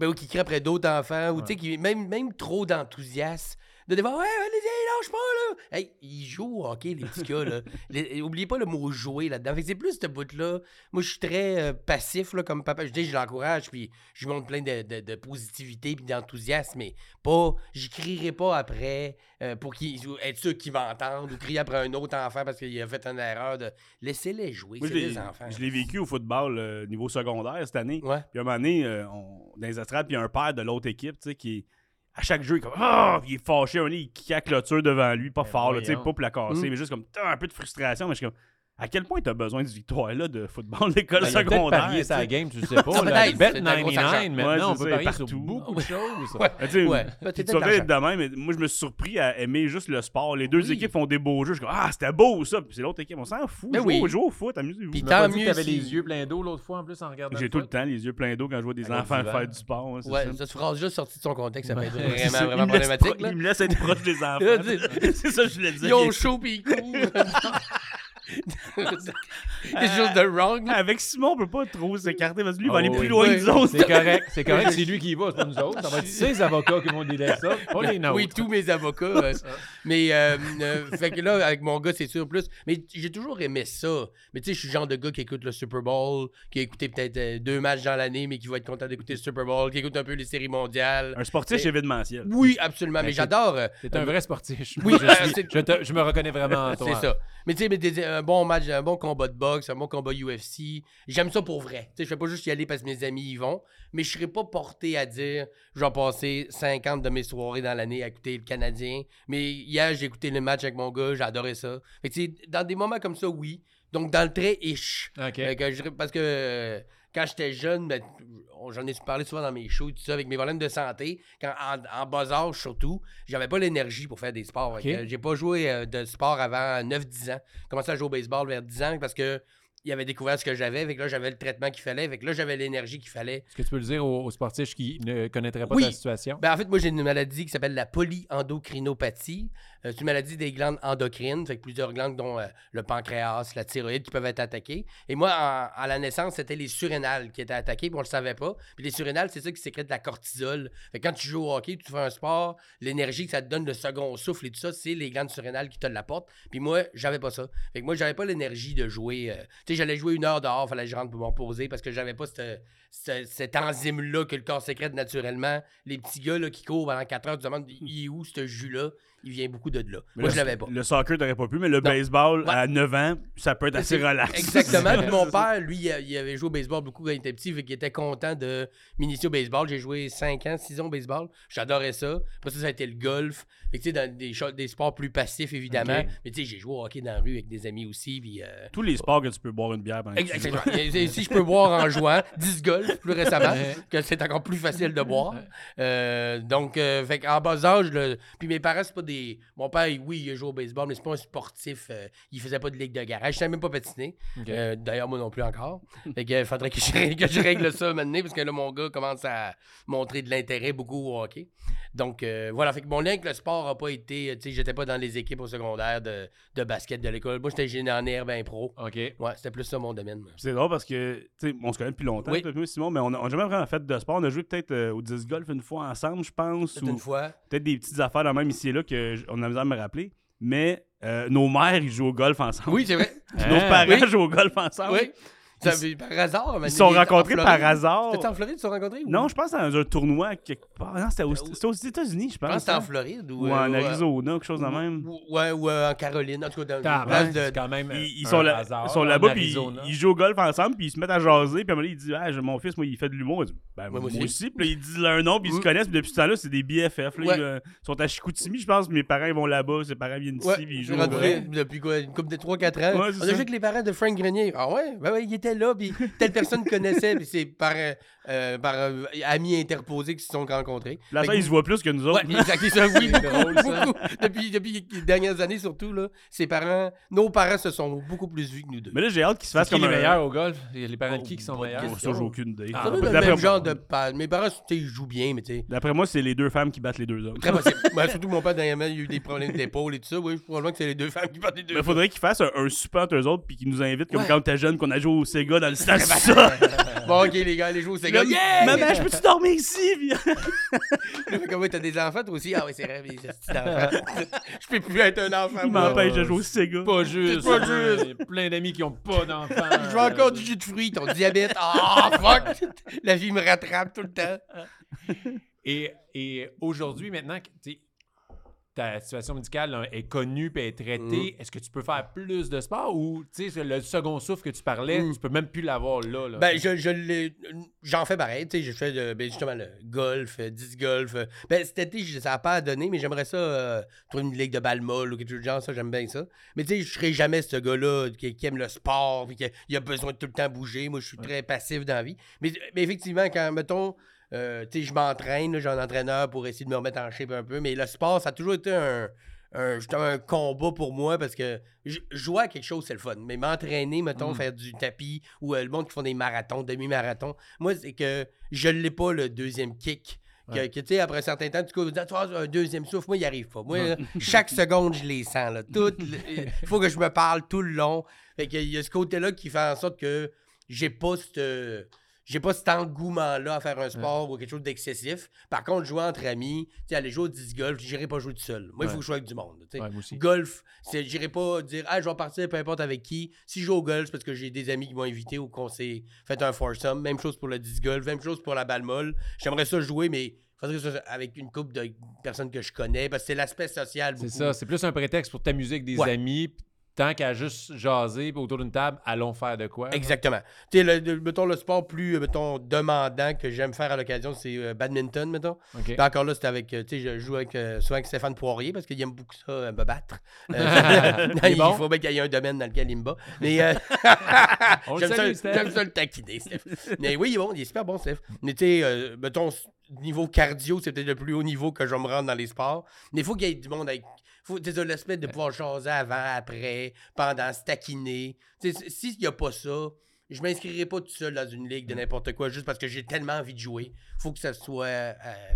Speaker 3: Ben oui, qui crée après d'autres enfants, ou tu sais, qui même, même trop d'enthousiasme. De devoir, ouais, allez-y, lâche pas, là. Hey, ils jouent au hockey, les petits gars, là. Les- oubliez pas le mot jouer là-dedans. Fait que c'est plus ce bout-là. Moi, je suis très euh, passif, là, comme papa. Je dis, je l'encourage, puis je lui montre plein de, de- de positivité, puis d'enthousiasme, mais pas, je crierai pas après euh, pour qu'ils, ou être sûr qu'ils m'entendent, ou crier après un autre enfant parce qu'il a fait une erreur de. Laissez-les jouer,
Speaker 2: Moi,
Speaker 3: c'est
Speaker 2: je l'ai-
Speaker 3: des enfants.
Speaker 2: je l'ai vécu au football euh, niveau secondaire cette année.
Speaker 3: Ouais.
Speaker 2: Puis à un moment donné, euh, on, dans les estrades, puis il y a un père de l'autre équipe, tu sais, qui est- à chaque jeu, il est comme Ah! il est fâché, un moment donné, il kick la clôture devant lui, pas
Speaker 1: Ben
Speaker 2: fort, là, tu sais,
Speaker 1: voyons.
Speaker 2: pas pour la casser,
Speaker 3: Mm.
Speaker 2: mais juste comme T'as un peu de frustration, mais je suis comme à quel point tu as besoin de victoire-là de football d'école
Speaker 1: Ben, il a peut-être
Speaker 2: secondaire?
Speaker 1: parié
Speaker 2: tu sais.
Speaker 1: sa game, tu le sais pas.
Speaker 3: peut-être,
Speaker 1: là,
Speaker 3: c'est
Speaker 1: Bet
Speaker 3: un gros
Speaker 1: 99,
Speaker 3: argent.
Speaker 2: Ouais,
Speaker 1: maintenant, on
Speaker 2: c'est
Speaker 1: peut
Speaker 2: ça,
Speaker 1: parier sur
Speaker 2: partout.
Speaker 1: beaucoup de choses.
Speaker 3: Ouais.
Speaker 2: Ben, tu sais,
Speaker 3: Ouais,
Speaker 2: puis
Speaker 3: peut-être
Speaker 2: tu vas peut-être
Speaker 3: de
Speaker 2: être de même, mais moi, je me suis surpris à aimer juste le sport. Les deux
Speaker 1: Oui.
Speaker 2: équipes font des beaux jeux. Je dis, ah, c'était beau ça. Puis c'est l'autre équipe, on s'en fout.
Speaker 3: Ben
Speaker 2: jouez,
Speaker 3: oui.
Speaker 2: au- jouez au foot, amusez-vous.
Speaker 3: Puis
Speaker 1: Tu as
Speaker 3: tant
Speaker 1: dit que
Speaker 3: mieux.
Speaker 1: t'avais
Speaker 3: si-
Speaker 1: les yeux pleins d'eau l'autre fois en plus en regardant.
Speaker 2: J'ai tout le temps les yeux pleins d'eau quand je vois des
Speaker 1: À
Speaker 2: enfants
Speaker 1: l'autre
Speaker 2: faire
Speaker 1: divan.
Speaker 2: du sport. hein, c'est
Speaker 3: Ah, Ouais,
Speaker 2: ça. Ben,
Speaker 3: cette phrase juste sortie de son contexte, ça peut être
Speaker 1: Ouais.
Speaker 2: C'est ça,
Speaker 3: vraiment,
Speaker 2: il
Speaker 3: vraiment
Speaker 2: me laisse
Speaker 3: problématique.
Speaker 2: pro-
Speaker 3: là.
Speaker 2: Il me laisse être proche des enfants.
Speaker 3: Là, dis-
Speaker 2: c'est ça, je voulais dire.
Speaker 3: Ils ont chaud pis ils courent. It's just the wrong. là.
Speaker 2: Avec Simon, on peut pas trop s'écarter parce que lui, il va
Speaker 1: Ah
Speaker 2: aller
Speaker 1: oui.
Speaker 2: plus loin que
Speaker 3: Oui.
Speaker 2: nous autres.
Speaker 1: C'est correct, c'est correct, c'est lui qui y va, c'est pas nous autres. Ça va être ses avocats qui vont délai ça, pas les nôtres.
Speaker 3: Oui, tous mes avocats. euh, mais euh, euh, fait que là, avec mon gars, c'est sûr plus. Mais j'ai toujours aimé ça. Mais tu sais, je suis le genre de gars qui écoute le Super Bowl, qui a écouté peut-être euh, deux matchs dans l'année, mais qui va être content d'écouter le Super Bowl, qui écoute un peu les séries mondiales.
Speaker 2: Un sportif événementiel.
Speaker 3: Oui, absolument. Mais
Speaker 1: Ben, c'est-
Speaker 3: j'adore. euh,
Speaker 1: T'es un vrai sportif.
Speaker 3: Oui,
Speaker 1: je,
Speaker 3: euh,
Speaker 1: suis-
Speaker 3: c'est-
Speaker 1: je te- je me reconnais vraiment en toi.
Speaker 3: C'est ça. Mais tu sais, mais des- un bon match, un bon combat de boxe, un bon combat UFC, j'aime ça pour vrai. Tu sais, je vais pas juste y aller parce que mes amis y vont, mais je serais pas porté à dire je vais passer 50 de mes soirées dans l'année à écouter le Canadien. Mais hier, j'ai écouté le match avec mon gars, j'adorais ça. Fait que tu sais, dans des moments comme ça, oui. Donc dans le trait ish.
Speaker 1: OK.
Speaker 3: Fait que Ben, je dirais- parce que euh, quand j'étais jeune, ben, on- j'en ai parlé souvent dans mes shows, tout ça, avec mes problèmes de santé, quand, en, en bas âge surtout, j'avais pas l'énergie pour faire des sports. Fait que J'ai pas joué euh, de sport avant 9-10 ans. J'ai commencé à jouer au baseball vers 10 ans parce que il avait découvert ce que j'avais, avec là j'avais le traitement qu'il fallait, avec là j'avais l'énergie qu'il fallait.
Speaker 1: Est-ce que tu peux le dire aux, aux sportifs qui ne connaîtraient pas
Speaker 3: Oui.
Speaker 1: ta situation?
Speaker 3: Ben, en fait, moi, j'ai une maladie qui s'appelle la polyendocrinopathie. Euh, c'est une maladie des glandes endocrines, fait que plusieurs glandes, dont euh, le pancréas, la thyroïde, qui peuvent être attaquées. Et moi, en- à la naissance, c'était les surrénales qui étaient attaquées, puis on le savait pas. Puis les surrénales, c'est ça qui sécrète de la cortisol. Fait que quand tu joues au hockey, tu fais un sport, l'énergie que ça te donne, le second souffle et tout ça, c'est les glandes surrénales qui te l'apportent. Puis moi, j'avais pas ça. Fait que moi, j'avais pas l'énergie de jouer. euh, Tu sais, j'allais jouer une heure dehors, fallait que je rentre pour me reposer parce que j'avais pas cette, ce- cette enzyme-là que le corps sécrète naturellement. Les petits gars là, qui courent pendant 4 heures, tu te demandes il est où ce jus-là Il vient beaucoup de là.
Speaker 2: Mais
Speaker 3: Moi,
Speaker 2: le-
Speaker 3: je l'avais pas.
Speaker 2: Le soccer, t'aurais pas pu, mais le baseball,
Speaker 3: Ouais.
Speaker 2: à 9 ans, ça peut être assez
Speaker 3: C'est-
Speaker 2: relax.
Speaker 3: Exactement. Puis mon père, lui, il a- il avait joué au baseball beaucoup quand il était petit, fait qu'il était content de m'initier au baseball. J'ai joué 5 ans, 6 ans au baseball. J'adorais ça. Après ça, ça a été le golf. Fait que, tu sais, dans des, cho- des sports plus passifs, évidemment.
Speaker 1: Ok.
Speaker 3: Mais tu sais, j'ai joué au hockey dans la rue avec des amis aussi. Puis, euh,
Speaker 2: Tous les sports que tu peux boire une bière pendant que tu joues.
Speaker 3: Exactement. Et- et si je peux boire en jouant, 10 golf plus récemment, que c'est encore plus facile de boire. Euh, donc, euh, fait en bas âge, le- puis mes parents, c'est pas des. Mon père, il- oui, il a joué au baseball, mais c'est pas un sportif. euh, il faisait pas de ligue de garage. Je savais même pas patiner.
Speaker 1: OK.
Speaker 3: Euh, D'ailleurs, moi non plus encore. Fait que, euh, faudrait que je, règle- que je règle ça maintenant, parce que là, mon gars commence à montrer de l'intérêt beaucoup au hockey. Donc, euh, voilà. Fait que mon lien avec le sport n'a pas été. euh, Tu sais, j'étais pas dans les équipes au secondaire de, de basket de l'école. Moi, j'étais ben, gêné en herbe impro.
Speaker 1: OK.
Speaker 3: Ouais, c'était plus ça mon domaine. moi.
Speaker 2: C'est drôle parce que, tu sais, on se connaît depuis longtemps,
Speaker 3: Oui.
Speaker 2: toi et moi, Simon, mais on n'a jamais vraiment fait de sport. On a joué peut-être euh, au disc golf une fois ensemble, je pense,
Speaker 3: Peut-être
Speaker 2: ou
Speaker 3: une fois.
Speaker 2: peut-être des petites affaires là même ici et là que j- on a besoin de me rappeler. Mais euh, nos mères, ils jouent au golf ensemble.
Speaker 3: Oui, c'est vrai.
Speaker 2: Puis Nos
Speaker 1: Hein?
Speaker 2: parents
Speaker 3: Oui.
Speaker 2: jouent au golf ensemble.
Speaker 3: Ah oui. Ça, mais par hasard.
Speaker 2: Ils se sont rencontrés par hasard.
Speaker 3: C'était en Floride, ils se sont rencontrés? ou-
Speaker 2: Non, je pense dans un tournoi quelque part. Non, c'était aux, c'était aux États-Unis, je
Speaker 3: Je
Speaker 2: pense.
Speaker 3: pense que c'était en
Speaker 2: hein?
Speaker 3: Floride ou,
Speaker 2: Ou
Speaker 3: euh,
Speaker 2: en
Speaker 3: ou, euh,
Speaker 2: Arizona, quelque chose de même.
Speaker 3: Ou, ouais, ou euh, en Caroline. En tout cas, dans une place
Speaker 1: Tabarnak,
Speaker 3: de.
Speaker 1: C'est quand même
Speaker 3: Ben,
Speaker 2: Ils, ils
Speaker 1: un
Speaker 2: sont, là-
Speaker 1: hasard,
Speaker 2: ils sont
Speaker 1: en
Speaker 2: là-bas, puis ils,
Speaker 1: Arizona.
Speaker 2: ils jouent au golf ensemble, puis ils se mettent à jaser. Puis à un moment donné, il dit ah, j'ai- Mon fils, moi, il fait de l'humour. Il dit, Ben, moi,
Speaker 3: moi
Speaker 2: aussi.
Speaker 3: aussi.
Speaker 2: Puis là, il dit leur nom, puis ils se
Speaker 3: Mm.
Speaker 2: connaissent. Puis depuis ce temps-là, c'est des BFF. là.
Speaker 3: Ouais.
Speaker 2: Ils euh, sont à Chicoutimi, je pense. Mes parents, ils vont là-bas. Ses parents viennent ici,
Speaker 3: Ouais,
Speaker 2: puis ils
Speaker 3: je
Speaker 2: jouent. au
Speaker 3: rentre
Speaker 2: golf.
Speaker 1: vrai.
Speaker 3: depuis quoi, une couple de 3-4 ans.
Speaker 2: Ouais, c'est
Speaker 3: on
Speaker 2: ça.
Speaker 3: a joué avec les parents de Frank Grenier. Ah ouais, ben ouais, il était là, puis telle personne connaissait, puis c'est par, euh, euh, par euh, amis interposés qui se sont rencontrés.
Speaker 2: Là,
Speaker 3: Fait
Speaker 2: ça,
Speaker 3: que-
Speaker 2: ils se voient plus que nous autres.
Speaker 3: Ouais, exact, c'est ça, oui,
Speaker 1: C'est
Speaker 3: beaucoup,
Speaker 1: drôle, ça.
Speaker 3: beaucoup. Depuis, depuis les dernières années, surtout, là, ses parents, nos parents se sont beaucoup plus vus que nous deux.
Speaker 2: Mais là, j'ai hâte qu'ils se
Speaker 1: C'est
Speaker 2: fassent
Speaker 1: qui
Speaker 2: comme
Speaker 1: les
Speaker 2: un-
Speaker 1: meilleurs au golf? Les parents de qui qui sont
Speaker 3: bonne
Speaker 1: meilleurs?
Speaker 2: Oh, ça, j'ai aucune idée.
Speaker 1: Ah,
Speaker 3: Ça doit être le
Speaker 2: D'après-
Speaker 3: même genre de pa- Mes parents, tu sais, ils jouent bien, mais tu sais.
Speaker 2: D'après moi, c'est les deux femmes qui battent les deux hommes.
Speaker 3: Très possible. Ouais, surtout que mon père, dernièrement, il a eu des problèmes d'épaule et tout ça. Oui, probablement que c'est les deux femmes qui partent des deux.
Speaker 2: Mais faudrait qu'ils fassent un, un super entre eux autres puis qu'ils nous invitent comme
Speaker 3: Ouais.
Speaker 2: quand on était jeune qu'on a joué au Sega dans le stade. ça.
Speaker 3: Bon, ok, les gars, allez jouer au Sega.
Speaker 2: Là,
Speaker 3: Yeah!
Speaker 2: Maman, je peux-tu dormir ici? Puis-
Speaker 3: Là, fait comme, ouais, t'as des enfants, toi aussi? Ah oui, c'est vrai, mais j'ai un petit enfant. Je peux plus être un enfant,
Speaker 2: Il
Speaker 3: moi.
Speaker 2: m'empêche de jouer au Sega.
Speaker 1: Pas juste.
Speaker 3: pas
Speaker 1: hein.
Speaker 3: juste.
Speaker 1: Il y a plein d'amis qui n'ont pas d'enfants.
Speaker 3: Je veux encore du jus de fruits, ton diabète. Ah, fuck! La vie me rattrape tout le temps.
Speaker 1: Et, et aujourd'hui, maintenant, tu ta situation médicale là, est connue et est traitée,
Speaker 3: Mm.
Speaker 1: est-ce que tu peux faire plus de sport ou tu sais, le second souffle que tu parlais,
Speaker 3: Mm.
Speaker 1: tu peux même plus l'avoir là? là.
Speaker 3: Ben, je, je l'ai- j'en fais pareil. Tu sais, je fais euh, ben, justement le golf, euh, 10 golf. euh. Ben, cet été, je- ça n'a pas donné, mais j'aimerais ça euh, trouver une ligue de balle molle ou quelque chose du genre. Ça, j'aime bien ça. Mais tu sais, je serai jamais ce gars-là qui, qui aime le sport puis qui a- il a besoin de tout le temps bouger. Moi, je suis très passif dans la vie. Mais, mais effectivement, quand, mettons, euh, tu sais, je m'entraîne, là, j'ai un entraîneur pour essayer de me remettre en shape un peu. Mais le sport, ça a toujours été un. un- justement, un combat pour moi parce que j- jouer à quelque chose, c'est le fun. Mais m'entraîner, mettons,
Speaker 1: Mm.
Speaker 3: faire du tapis ou euh, le monde qui font des marathons, demi-marathons, moi, c'est que je l'ai pas le deuxième kick. Que,
Speaker 1: Ouais.
Speaker 3: que, tu sais, après un certain temps, tu cours, tu dis, Ah, tu vas avoir un deuxième souffle. Moi, il arrive pas. Moi, là, chaque seconde, je les sens. Là. Tout le- euh, il faut que je me parle tout le long. Fait que, il y a ce côté-là qui fait en sorte que j'ai pas cette. J'ai pas cet engouement-là à faire un sport ou quelque chose d'excessif. Par contre, jouer entre amis, tu sais, aller jouer au 10 golf, j'irai pas jouer tout seul. Moi, il
Speaker 1: Ouais.
Speaker 3: faut que je joue avec du monde. tu sais.
Speaker 1: Ouais, moi aussi.
Speaker 3: Golf, c'est j'irai pas dire ah je vais partir peu importe avec qui. Si je joue au golf c'est parce que j'ai des amis qui m'ont invité ou qu'on s'est fait un foursome, même chose pour le disc golf, même chose pour la balle molle. J'aimerais ça jouer mais faudrait que ce soit avec une couple de personnes que je connais parce que c'est l'aspect social
Speaker 1: C'est
Speaker 3: beaucoup.
Speaker 1: ça, c'est plus un prétexte pour t'amuser avec des
Speaker 3: Ouais.
Speaker 1: amis. pis Tant qu'à juste jaser pis autour d'une table, allons faire de quoi. là.
Speaker 3: Exactement. Tu sais, le, le- mettons le sport plus euh, mettons demandant que j'aime faire à l'occasion, c'est euh, badminton mettons.
Speaker 1: OK.
Speaker 3: Puis encore là, c'était avec, euh, tu sais, je joue avec, euh, souvent avec Stéphane Poirier parce qu'il aime beaucoup ça, euh, me battre. Euh,
Speaker 1: Il est
Speaker 3: il
Speaker 1: bon?
Speaker 3: faut bien qu'il y ait un domaine dans lequel il me bat. Mais euh,
Speaker 1: On le
Speaker 3: j'aime,
Speaker 1: salue,
Speaker 3: ça,
Speaker 1: Steph.
Speaker 3: j'aime ça le taquiner, Steph. Mais oui, il est bon, il est super bon, Steph. Mais tu sais, euh, mettons, s- niveau cardio, c'est peut-être le plus haut niveau que je vais me rendre dans les sports. Mais il faut qu'il y ait du monde avec. Faut, tu sais, l'aspect de pouvoir jaser avant, après, pendant, se taquiner. Tu sais, s'il n'y a pas ça. Je m'inscrirai pas tout seul dans une ligue
Speaker 1: Mm.
Speaker 3: de n'importe quoi juste parce que j'ai tellement envie de jouer faut que ça soit. euh,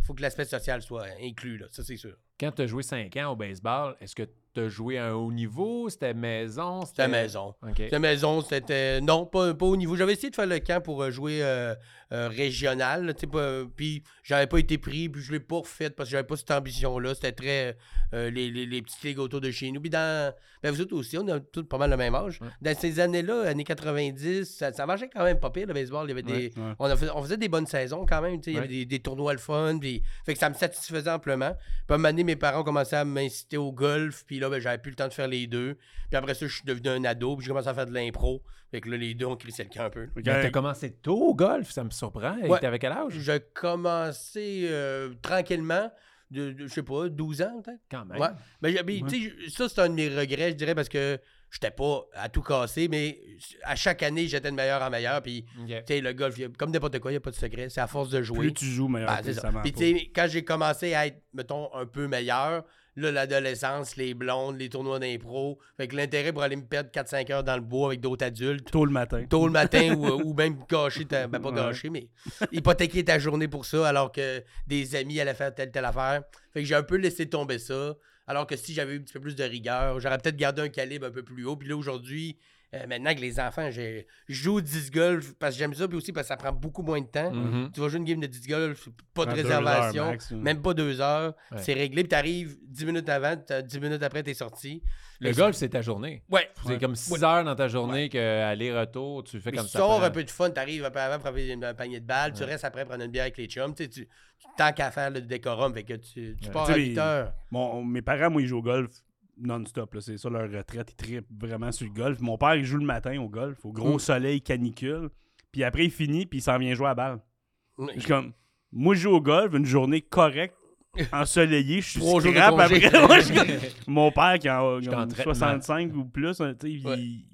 Speaker 3: faut que l'aspect social soit inclus, là. Ça, c'est sûr.
Speaker 1: Quand tu as joué 5 ans au baseball, est-ce que tu as joué à un haut niveau? C'était maison?
Speaker 3: C'était la maison.
Speaker 1: OK.
Speaker 3: C'était la maison, c'était. Non, pas, pas au niveau. J'avais essayé de faire le camp pour euh, jouer euh, euh, régional, là, tu sais, pas- euh, puis j'avais pas été pris, puis je l'ai pas refait parce que j'avais pas cette ambition-là. C'était très. euh, les, les- les petites ligues autour de chez nous. Puis dans. ben, vous autres aussi, on a tous pas mal le même âge.
Speaker 1: Ouais.
Speaker 3: Dans ces années-là, années 90, ça, ça marchait quand même pas pire, le baseball. Il y avait des.
Speaker 2: Ouais.
Speaker 3: On, a fait- on faisait des bonnes saisons quand même. tu sais, Il y
Speaker 1: Ouais.
Speaker 3: avait des, des tournois le fun. Puis, fait que ça me satisfaisait amplement. Puis à un moment donné, mes parents commençaient à m'inciter au golf. Puis là, ben, j'avais plus le temps de faire les deux. Puis après ça, je suis devenu un ado. Puis j'ai commencé à faire de l'impro. Fait que là, les deux, on crissait le camp un peu. là.
Speaker 2: Fait que,
Speaker 1: Tu as commencé tôt au golf, ça me surprend. Et
Speaker 3: Ouais.
Speaker 1: T'avais quel âge?
Speaker 3: J'ai commencé euh, tranquillement. De, de- je sais pas, 12 ans peut-être.
Speaker 1: Quand même.
Speaker 3: Ouais. Mais, j'ai- mais, tu sais, ça, c'est un de mes regrets, je dirais, parce que j'étais pas à tout casser, mais à chaque année, j'étais de meilleur en meilleur. Puis,
Speaker 1: OK.
Speaker 3: tu sais, le golf, il y a- comme n'importe quoi, il n'y a pas de secret. C'est à force de jouer.
Speaker 2: Plus tu joues, meilleur
Speaker 3: Ah,
Speaker 2: tu
Speaker 3: c'est
Speaker 2: sais, Ben,
Speaker 3: ça.
Speaker 2: ça marche
Speaker 3: Puis,
Speaker 2: pas.
Speaker 3: tu sais, quand j'ai commencé à être, mettons, un peu meilleur, là, l'adolescence, les blondes, les tournois d'impro, fait que l'intérêt pour aller me perdre 4-5 heures dans le bois avec d'autres adultes,
Speaker 2: Tôt le matin.
Speaker 3: tôt le matin ou, euh, ou même gâcher, ta, ben, pas
Speaker 2: Ouais.
Speaker 3: gâcher, mais hypothéquer ta journée pour ça, alors que des amis allaient faire telle, telle affaire. Fait que j'ai un peu laissé tomber ça. Alors que si j'avais eu un petit peu plus de rigueur, j'aurais peut-être gardé un calibre un peu plus haut. Puis là, aujourd'hui, euh, maintenant que les enfants, j'ai- je joue au disc golf parce que j'aime ça, puis aussi parce que ça prend beaucoup moins de temps.
Speaker 1: Mhm.
Speaker 3: Tu vas jouer une game de disc golf, pas de
Speaker 2: Prends deux
Speaker 3: réservation,
Speaker 2: heures max, ou-
Speaker 3: même pas deux heures,
Speaker 1: Ouais.
Speaker 3: c'est réglé, puis t'arrives dix minutes avant, t'as- dix minutes après, t'es sorti.
Speaker 1: Le golf, c'est ta journée.
Speaker 3: Ouais.
Speaker 1: C'est comme 6 heures dans ta journée qu'aller-retour, tu fais
Speaker 3: Mais
Speaker 1: comme
Speaker 3: tu
Speaker 1: ça.
Speaker 3: sors
Speaker 1: prend.
Speaker 3: un peu de fun, t'arrives un peu avant pour prendre un panier de balles, tu restes après prendre une bière avec les chums, tu sais, tu- tu- tant qu'à faire le décorum, fait que tu, tu
Speaker 1: Ouais.
Speaker 3: pars
Speaker 2: Tu
Speaker 3: à
Speaker 2: sais,
Speaker 3: 8
Speaker 2: les-
Speaker 3: heures.
Speaker 2: Mon- on- mes parents, moi, ils jouent au golf non-stop. là. C'est ça leur retraite. Ils trippent vraiment sur le golf. Mon père, il joue le matin au golf, au gros
Speaker 3: Mm.
Speaker 2: soleil, canicule. Puis après, il finit, puis il s'en vient jouer à la balle. Je suis
Speaker 3: Ouais,
Speaker 2: comme, moi, je joue au golf, une journée correcte, ensoleillée. Je suis
Speaker 3: Trois jours de
Speaker 2: scrap
Speaker 3: congé.
Speaker 2: après. Ouais, je suis comme- Mon père, qui en
Speaker 1: J'étais en
Speaker 2: a
Speaker 1: traitement.
Speaker 2: 65 ou plus, hein, tu sais, il-
Speaker 3: Ouais.
Speaker 2: il,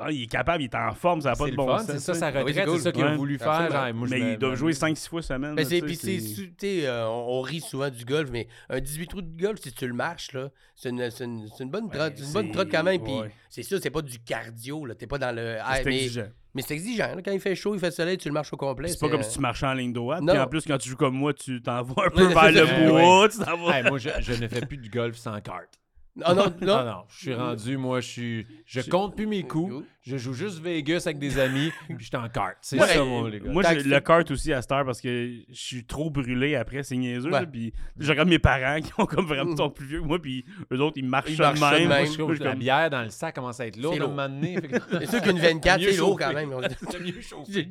Speaker 2: ah, il est capable, il est en forme, ça n'a pas
Speaker 1: C'est le
Speaker 2: de bon
Speaker 1: fun,
Speaker 2: sens.
Speaker 1: c'est ça
Speaker 2: tu sais.
Speaker 1: sa retraite,
Speaker 3: oui, c'est
Speaker 1: c'est
Speaker 3: cool.
Speaker 1: ça qu'il a
Speaker 2: Ouais.
Speaker 1: voulu faire.
Speaker 3: Absolument.
Speaker 1: genre, moi, je
Speaker 2: mais
Speaker 1: me-
Speaker 2: ils doivent jouer 5-6 fois semaine.
Speaker 3: Mais
Speaker 2: là,
Speaker 3: Ben, c'est,
Speaker 2: tu
Speaker 3: puis
Speaker 2: sais,
Speaker 3: c'est, sou- tu sais, euh, on, on rit souvent du golf, mais un 18 trous de golf, si tu le marches, là, c'est une, c'est une- c'est une bonne trotte, c'est une bonne
Speaker 2: c'est-
Speaker 3: trotte quand même, puis
Speaker 2: ouais.
Speaker 3: c'est sûr, c'est pas du cardio, là, t'es pas dans le... Ah,
Speaker 2: c'est
Speaker 3: mais-
Speaker 2: exigeant.
Speaker 3: Mais c'est exigeant, là. quand il fait chaud, il fait soleil, tu le marches au complet. euh,
Speaker 2: C'est pas comme si tu marchais en ligne droite.
Speaker 3: Non.
Speaker 2: Puis en plus, quand tu joues comme moi, tu t'en vas un peu vers
Speaker 1: Ouais,
Speaker 2: le bois. Tu t'en vas.
Speaker 1: Hey, moi, je, je ne fais plus du golf sans carte.
Speaker 3: Ah non,
Speaker 1: Non,
Speaker 3: non. Oh,
Speaker 1: non, je suis rendu, moi, je suis. Je compte plus mes coups. Je joue juste Vegas avec des amis, puis je suis en carte. C'est
Speaker 3: Ouais,
Speaker 1: ça,
Speaker 2: et-
Speaker 1: mon les gars.
Speaker 2: Moi,
Speaker 3: T'as
Speaker 2: j'ai
Speaker 3: accès-
Speaker 2: le cart aussi à cette heure parce que je suis trop brûlé après, c'est niaiseux.
Speaker 3: Ouais.
Speaker 2: là, Puis je regarde mes parents qui ont comme vraiment
Speaker 3: Mm.
Speaker 2: sont plus vieux que moi, puis eux autres, ils marchent
Speaker 3: Ils
Speaker 2: de
Speaker 3: marchent de
Speaker 2: même.
Speaker 3: même.
Speaker 1: Moi, je trouve
Speaker 2: Moi, je
Speaker 1: que la
Speaker 2: comme-
Speaker 1: bière dans le sac commence à être lourde
Speaker 3: C'est
Speaker 1: à un
Speaker 3: lourd.
Speaker 1: moment donné. fait que-
Speaker 3: C'est sûr qu'une 24,
Speaker 1: Mieux
Speaker 3: c'est lourd
Speaker 1: chauffé.
Speaker 3: quand même.
Speaker 1: C'est mieux chauffé.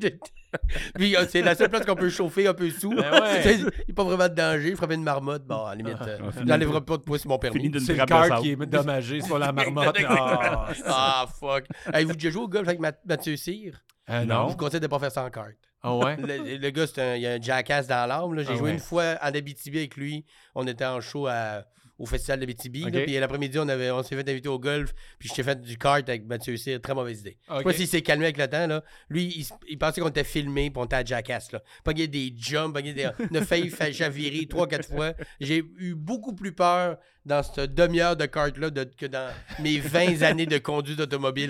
Speaker 3: Puis euh, c'est la seule place qu'on peut chauffer un peu sous.
Speaker 1: Ben ouais.
Speaker 3: Tu sais, Il n'y a pas vraiment de danger. Frapper une marmotte, bon, à la limite, euh,
Speaker 2: fini
Speaker 3: j'enlèverai pas de poids sur mon permis.
Speaker 2: Fini d'une
Speaker 1: C'est le
Speaker 2: trappe
Speaker 1: cart
Speaker 2: de
Speaker 1: qui est dommagé, c'est pas la marmotte. Ah,
Speaker 3: Exactement. Ah, fuck. Avez-vous déjà joué au golf avec Ma- Mathieu Cyr?
Speaker 1: euh,
Speaker 3: Je
Speaker 1: non.
Speaker 3: vous conseille de ne pas faire ça en carte.
Speaker 1: Ah ouais?
Speaker 3: Le, le gars, c'est un, il a un jackass dans l'âme. là. J'ai
Speaker 1: Ah
Speaker 3: joué
Speaker 1: ouais.
Speaker 3: une fois en Abitibi avec lui. On était en show à- au festival d'Abitibi. là.
Speaker 1: Ok.
Speaker 3: Puis l'après-midi, on, avait- on s'est fait inviter au golf. Puis je t'ai fait du kart avec Mathieu Cyr. Très mauvaise idée. Je sais
Speaker 1: Ok.
Speaker 3: pas s'il s'est calmé avec le temps. Là. Lui, il, s- il pensait qu'on était filmé puis on était à jackass. Là. Pognait des jumps, pognait des. On a failli faire chavirer trois, quatre fois. J'ai eu beaucoup plus peur dans cette demi-heure de kart-là de- que dans mes 20 années de conduite automobile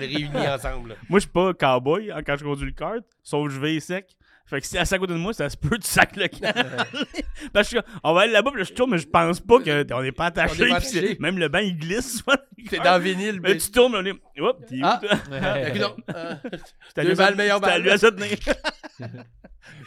Speaker 3: réunies ensemble.
Speaker 1: Ah.
Speaker 3: là.
Speaker 2: Moi, je suis pas cowboy hein, quand je conduis le kart, sauf que je vais sec. Fait que si à ça à côté de moi, ça se peut, tu sacs le camp. Parce que je suis comme, on va aller là-bas, puis là, je tourne, mais je pense pas qu'on n'est pas attaché.
Speaker 3: On est pas
Speaker 2: puis c'est-
Speaker 3: attaché.
Speaker 2: Même le banc, il glisse. souvent.
Speaker 3: C'est dans vinyle.
Speaker 2: Mais
Speaker 3: mais-
Speaker 2: tu tournes, on est. Hop, t'es
Speaker 3: Ah.
Speaker 2: où, toi?
Speaker 3: Ah, coudonc. Ah.
Speaker 2: T'as
Speaker 3: Deux
Speaker 2: lu ça-
Speaker 3: balles, meilleure
Speaker 2: t'as
Speaker 3: balle.
Speaker 2: lu à ça tenir.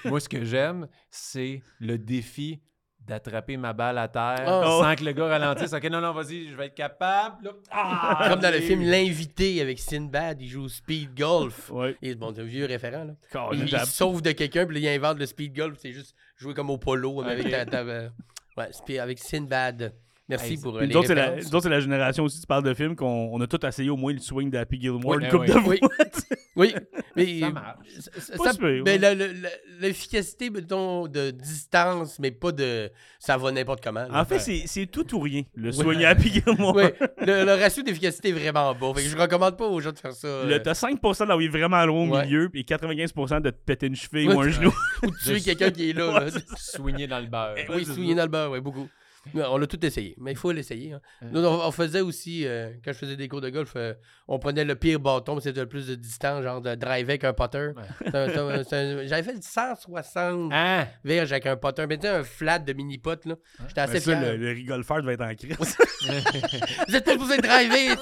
Speaker 1: Moi, ce que j'aime, c'est le défi d'attraper ma balle à terre
Speaker 3: Oh.
Speaker 1: sans que le gars ralentisse. OK, non, non, vas-y, je vais être capable. là. Ah,
Speaker 3: Comme dans le
Speaker 1: j'ai-
Speaker 3: film L'invité avec Sinbad, il joue au speed golf.
Speaker 2: Ouais.
Speaker 3: Et, bon, c'est un vieux référent. Là.
Speaker 2: Quand
Speaker 3: il,
Speaker 2: on
Speaker 3: il
Speaker 2: est à-
Speaker 3: se sauve de quelqu'un, puis là, il invente le speed golf. C'est juste jouer comme au polo, mais avec,
Speaker 1: Ok.
Speaker 3: ta, ta- euh, ouais, spe- avec Sinbad. Merci
Speaker 1: Hey,
Speaker 3: pour euh,
Speaker 2: Puis
Speaker 3: les
Speaker 2: nous autres, c'est la,
Speaker 3: références.
Speaker 2: nous autres, c'est la génération aussi, tu parles de films qu'on on a tous essayé au moins le swing d'Happy Gilmore
Speaker 1: Oui,
Speaker 3: ben
Speaker 2: une
Speaker 1: eh
Speaker 2: couple
Speaker 1: oui.
Speaker 2: de fois.
Speaker 3: Oui. Oui, mais
Speaker 1: Ça marche.
Speaker 3: ça-
Speaker 2: Pas
Speaker 3: ça-
Speaker 2: si pire,
Speaker 3: mais
Speaker 2: ouais.
Speaker 3: la- la- la- l'efficacité mettons, de distance, mais pas de ça va n'importe comment. là.
Speaker 2: En fait, c'est- c'est tout ou rien, le swing à Happy Gilmore.
Speaker 3: Ouais, le, le ratio d'efficacité est vraiment bas. Fait que je recommande pas aux gens de faire ça.
Speaker 2: Le-
Speaker 3: euh,
Speaker 2: T'as 5% d'envoyer vraiment loin au
Speaker 3: Ouais.
Speaker 2: milieu, puis 95% de te péter une cheville
Speaker 3: Ouais,
Speaker 2: ou un
Speaker 3: c'est-
Speaker 2: genou.
Speaker 3: ou de tuer quelqu'un qui est là. là.
Speaker 1: Soigner dans le beurre.
Speaker 2: Eh, Ouais,
Speaker 3: Oui,
Speaker 2: c'est
Speaker 3: souligner Albert, oui, beaucoup. Ouais, On l'a tout essayé, mais il faut l'essayer. hein.
Speaker 1: Ouais.
Speaker 3: Nous, on, on faisait aussi, euh, quand je faisais des cours de golf, euh, on prenait le pire bâton, mais c'était le plus de distance, genre de drive avec un putter.
Speaker 1: Ouais.
Speaker 3: C'est un- c'est un- c'est un- J'avais fait le 160
Speaker 1: Hein?
Speaker 3: verges avec un putter, mais tu sais, un flat de mini-pot, là. J'étais assez
Speaker 2: Mais ça,
Speaker 3: fier.
Speaker 2: le, le rigolfeur devait être en crise.
Speaker 3: Vous êtes pas supposé driver!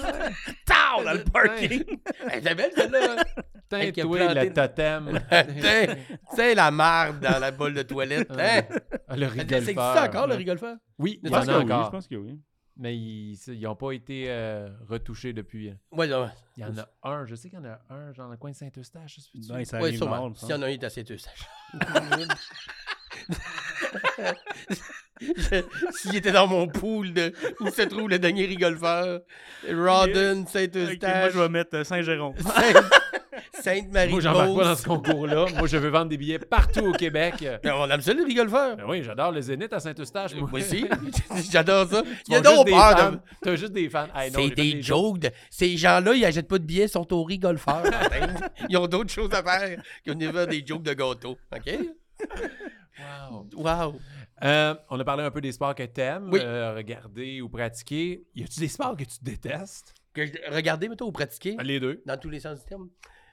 Speaker 2: Tao dans le parking.
Speaker 3: hey, c'est belle, celle-là! hein.
Speaker 1: Putain,
Speaker 3: Elle qui a
Speaker 1: toi,
Speaker 3: planté
Speaker 1: le totem.
Speaker 3: Tiens, tiens, la marde dans la bolle de toilette, hein?
Speaker 1: Ah, le
Speaker 3: C'est
Speaker 1: rigolfeur.
Speaker 3: ça encore, le rigolfeur?
Speaker 1: Oui, il
Speaker 3: Je
Speaker 1: y en
Speaker 3: pense
Speaker 1: a
Speaker 3: que
Speaker 2: je
Speaker 1: encore.
Speaker 2: pense que oui.
Speaker 1: Mais ils n'ont pas été euh, retouchés depuis.
Speaker 3: Ouais, non,
Speaker 1: Il y en a un, je sais qu'il y en a un, genre dans le coin de Saint-Eustache. je sais plus.
Speaker 2: Non, il s'en
Speaker 3: ouais,
Speaker 2: Ben, arrive
Speaker 3: sûrement.
Speaker 2: mal,
Speaker 3: S'il y en a un, il est assez teux, sage. Je- S'il était dans mon pool de où se trouve le dernier rigolfeur,
Speaker 2: Ok,
Speaker 3: Rodden,
Speaker 2: moi,
Speaker 3: Saint-Eustache,
Speaker 2: je vais mettre euh, Saint-Jérôme.
Speaker 3: Sainte- Sainte-Marie.
Speaker 1: Moi,
Speaker 3: de
Speaker 1: j'embarque pas dans
Speaker 3: Beauce.
Speaker 1: ce concours-là. Moi, je veux vendre des billets partout au Québec.
Speaker 3: Mais On aime ça, le rigolfeur.
Speaker 1: Ben oui, j'adore le Zénith à Saint-Eustache. Moi,
Speaker 3: Moi aussi. J'adore ça. Il y
Speaker 1: Ils
Speaker 3: a
Speaker 1: font juste
Speaker 3: donc
Speaker 1: des
Speaker 3: peur
Speaker 1: fans.
Speaker 3: de.
Speaker 1: T'as juste des fans. Hey, non,
Speaker 3: C'est
Speaker 1: j'ai fait
Speaker 3: des jokes. de- Ces gens-là, ils achètent pas de billets, ils sont au rigolfeur. Martin. ils ont d'autres choses à faire que de venir faire des jokes de gâteau. OK?
Speaker 1: Wow.
Speaker 3: Wow.
Speaker 1: Euh, on a parlé un peu des sports que t'aimes,
Speaker 3: Oui.
Speaker 1: euh, regarder ou pratiquer. Y a-tu des sports que tu détestes?
Speaker 3: Que je- Regardez, mettons, ou pratiquer.
Speaker 1: Les deux.
Speaker 3: dans tous Ben, les sens du terme.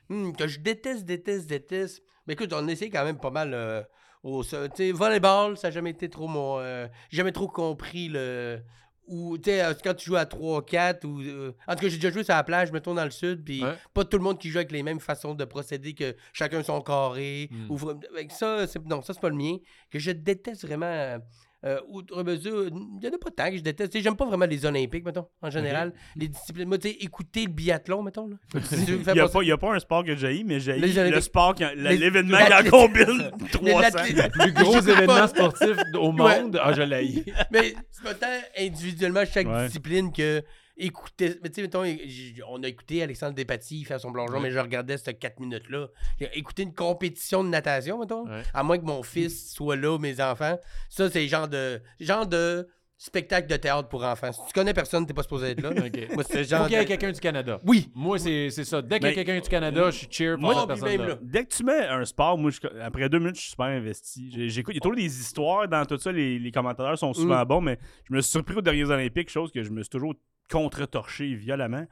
Speaker 3: Hmm, que je déteste, déteste, déteste. Mais écoute, on essaie quand même pas mal. euh, au, tu sais, volleyball, ça n'a jamais été trop mon. euh, j'ai jamais trop compris le. Ou, tu sais, euh, quand tu joues à 3, 4, ou. euh, en tout cas, j'ai déjà joué sur la plage, mettons, dans le sud, puis
Speaker 1: Ouais.
Speaker 3: pas tout le monde qui joue avec les mêmes façons de procéder, que chacun son carré.
Speaker 1: Hmm.
Speaker 3: ou vra- avec ça, c'est, non, ça, c'est pas le mien. Que je déteste vraiment. euh, euh, outre mesure, il n'y en a pas tant que je déteste. Tu sais, J'aime pas vraiment les Olympiques, mettons, en général. Les disciplines. Moi, tu sais, écouter le biathlon, mettons, là. Tu fais
Speaker 2: Il n'y a,
Speaker 3: pas ça.
Speaker 2: pas- il y a pas un sport que j'ai, mais j'ai
Speaker 3: Les
Speaker 2: le
Speaker 3: Olympiques.
Speaker 2: sport, qui en- la-
Speaker 3: Les-
Speaker 2: l'événement qui en
Speaker 3: l'athlé-
Speaker 2: combine
Speaker 3: Mais
Speaker 2: 300.
Speaker 3: l'athlé-
Speaker 1: Plus gros
Speaker 3: Je sais
Speaker 1: événement
Speaker 3: pas.
Speaker 1: sportif au monde. Ah, je l'ai.
Speaker 3: Mais c'est pas tant individuellement chaque
Speaker 2: Ouais.
Speaker 3: discipline que écouter. Mais tu sais, mettons, j- on a écouté Alexandre Despatie faire son plongeon, mais je regardais cette 4 minutes-là. J'ai écouté une compétition de natation, mettons.
Speaker 1: Ouais.
Speaker 3: À moins que mon fils soit là, mes enfants. Ça, c'est genre de. genre de spectacle de théâtre pour enfants. Si tu connais personne, t'es pas supposé être là.
Speaker 1: OK.
Speaker 3: Moi, c'est
Speaker 1: Faut
Speaker 3: genre.
Speaker 1: qu'il y ait
Speaker 3: de-
Speaker 1: quelqu'un du Canada.
Speaker 3: Oui! Ben,
Speaker 1: Moi, c'est c'est ça. Dès qu'il y a
Speaker 2: Mais-
Speaker 1: quelqu'un du Canada, je suis cheer pour
Speaker 3: Moi,
Speaker 1: cette
Speaker 3: puis même
Speaker 1: personne-là.
Speaker 3: là.
Speaker 2: Dès que tu mets un sport, moi, je- après deux minutes, je suis super investi. J'ai- J'écoute, il y a toujours des histoires dans tout ça. Les, les commentateurs sont
Speaker 3: Mm.
Speaker 2: souvent bons, mais je me suis surpris aux derniers Olympiques, chose que je me suis toujours contre-torché violemment.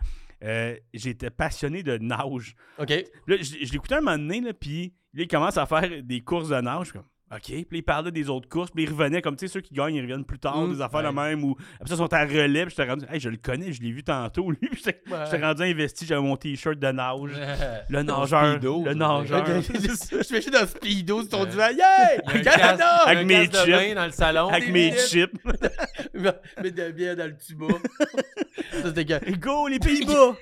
Speaker 2: Euh, J'étais passionné de nage.
Speaker 3: OK.
Speaker 2: Puis Là, je, je l'écoutais un moment donné, là, puis là, il commence à faire des courses de nage. Je suis comme, OK. Puis ils parlaient des autres courses. Puis ils revenaient comme, tu sais, ceux qui gagnent, ils reviennent plus tard,
Speaker 3: Mm.
Speaker 2: des affaires de même. Ou après ça, ils sont à relais. Puis j'étais rendu, hey, je le connais, je l'ai vu tantôt, lui. Puis J'étais
Speaker 3: Ouais.
Speaker 2: j'étais rendu investi, j'avais mon t-shirt de nage.
Speaker 1: Le
Speaker 2: Le
Speaker 1: Ton
Speaker 2: nageur.
Speaker 1: speedo,
Speaker 2: le
Speaker 1: tu
Speaker 2: nageur.
Speaker 1: sais.
Speaker 3: Je me suis dans Speedo sur ton
Speaker 1: Ouais.
Speaker 3: divan. Yeah! Canada!
Speaker 2: Avec
Speaker 1: Avec
Speaker 2: mes
Speaker 1: mes
Speaker 2: chips.
Speaker 1: chips. dans le salon.
Speaker 2: Avec
Speaker 3: des
Speaker 2: mes
Speaker 3: minutes.
Speaker 2: chips.
Speaker 3: Mais de bien dans le tuba. Ça, c'était que-
Speaker 2: Go, les Pays-Bas!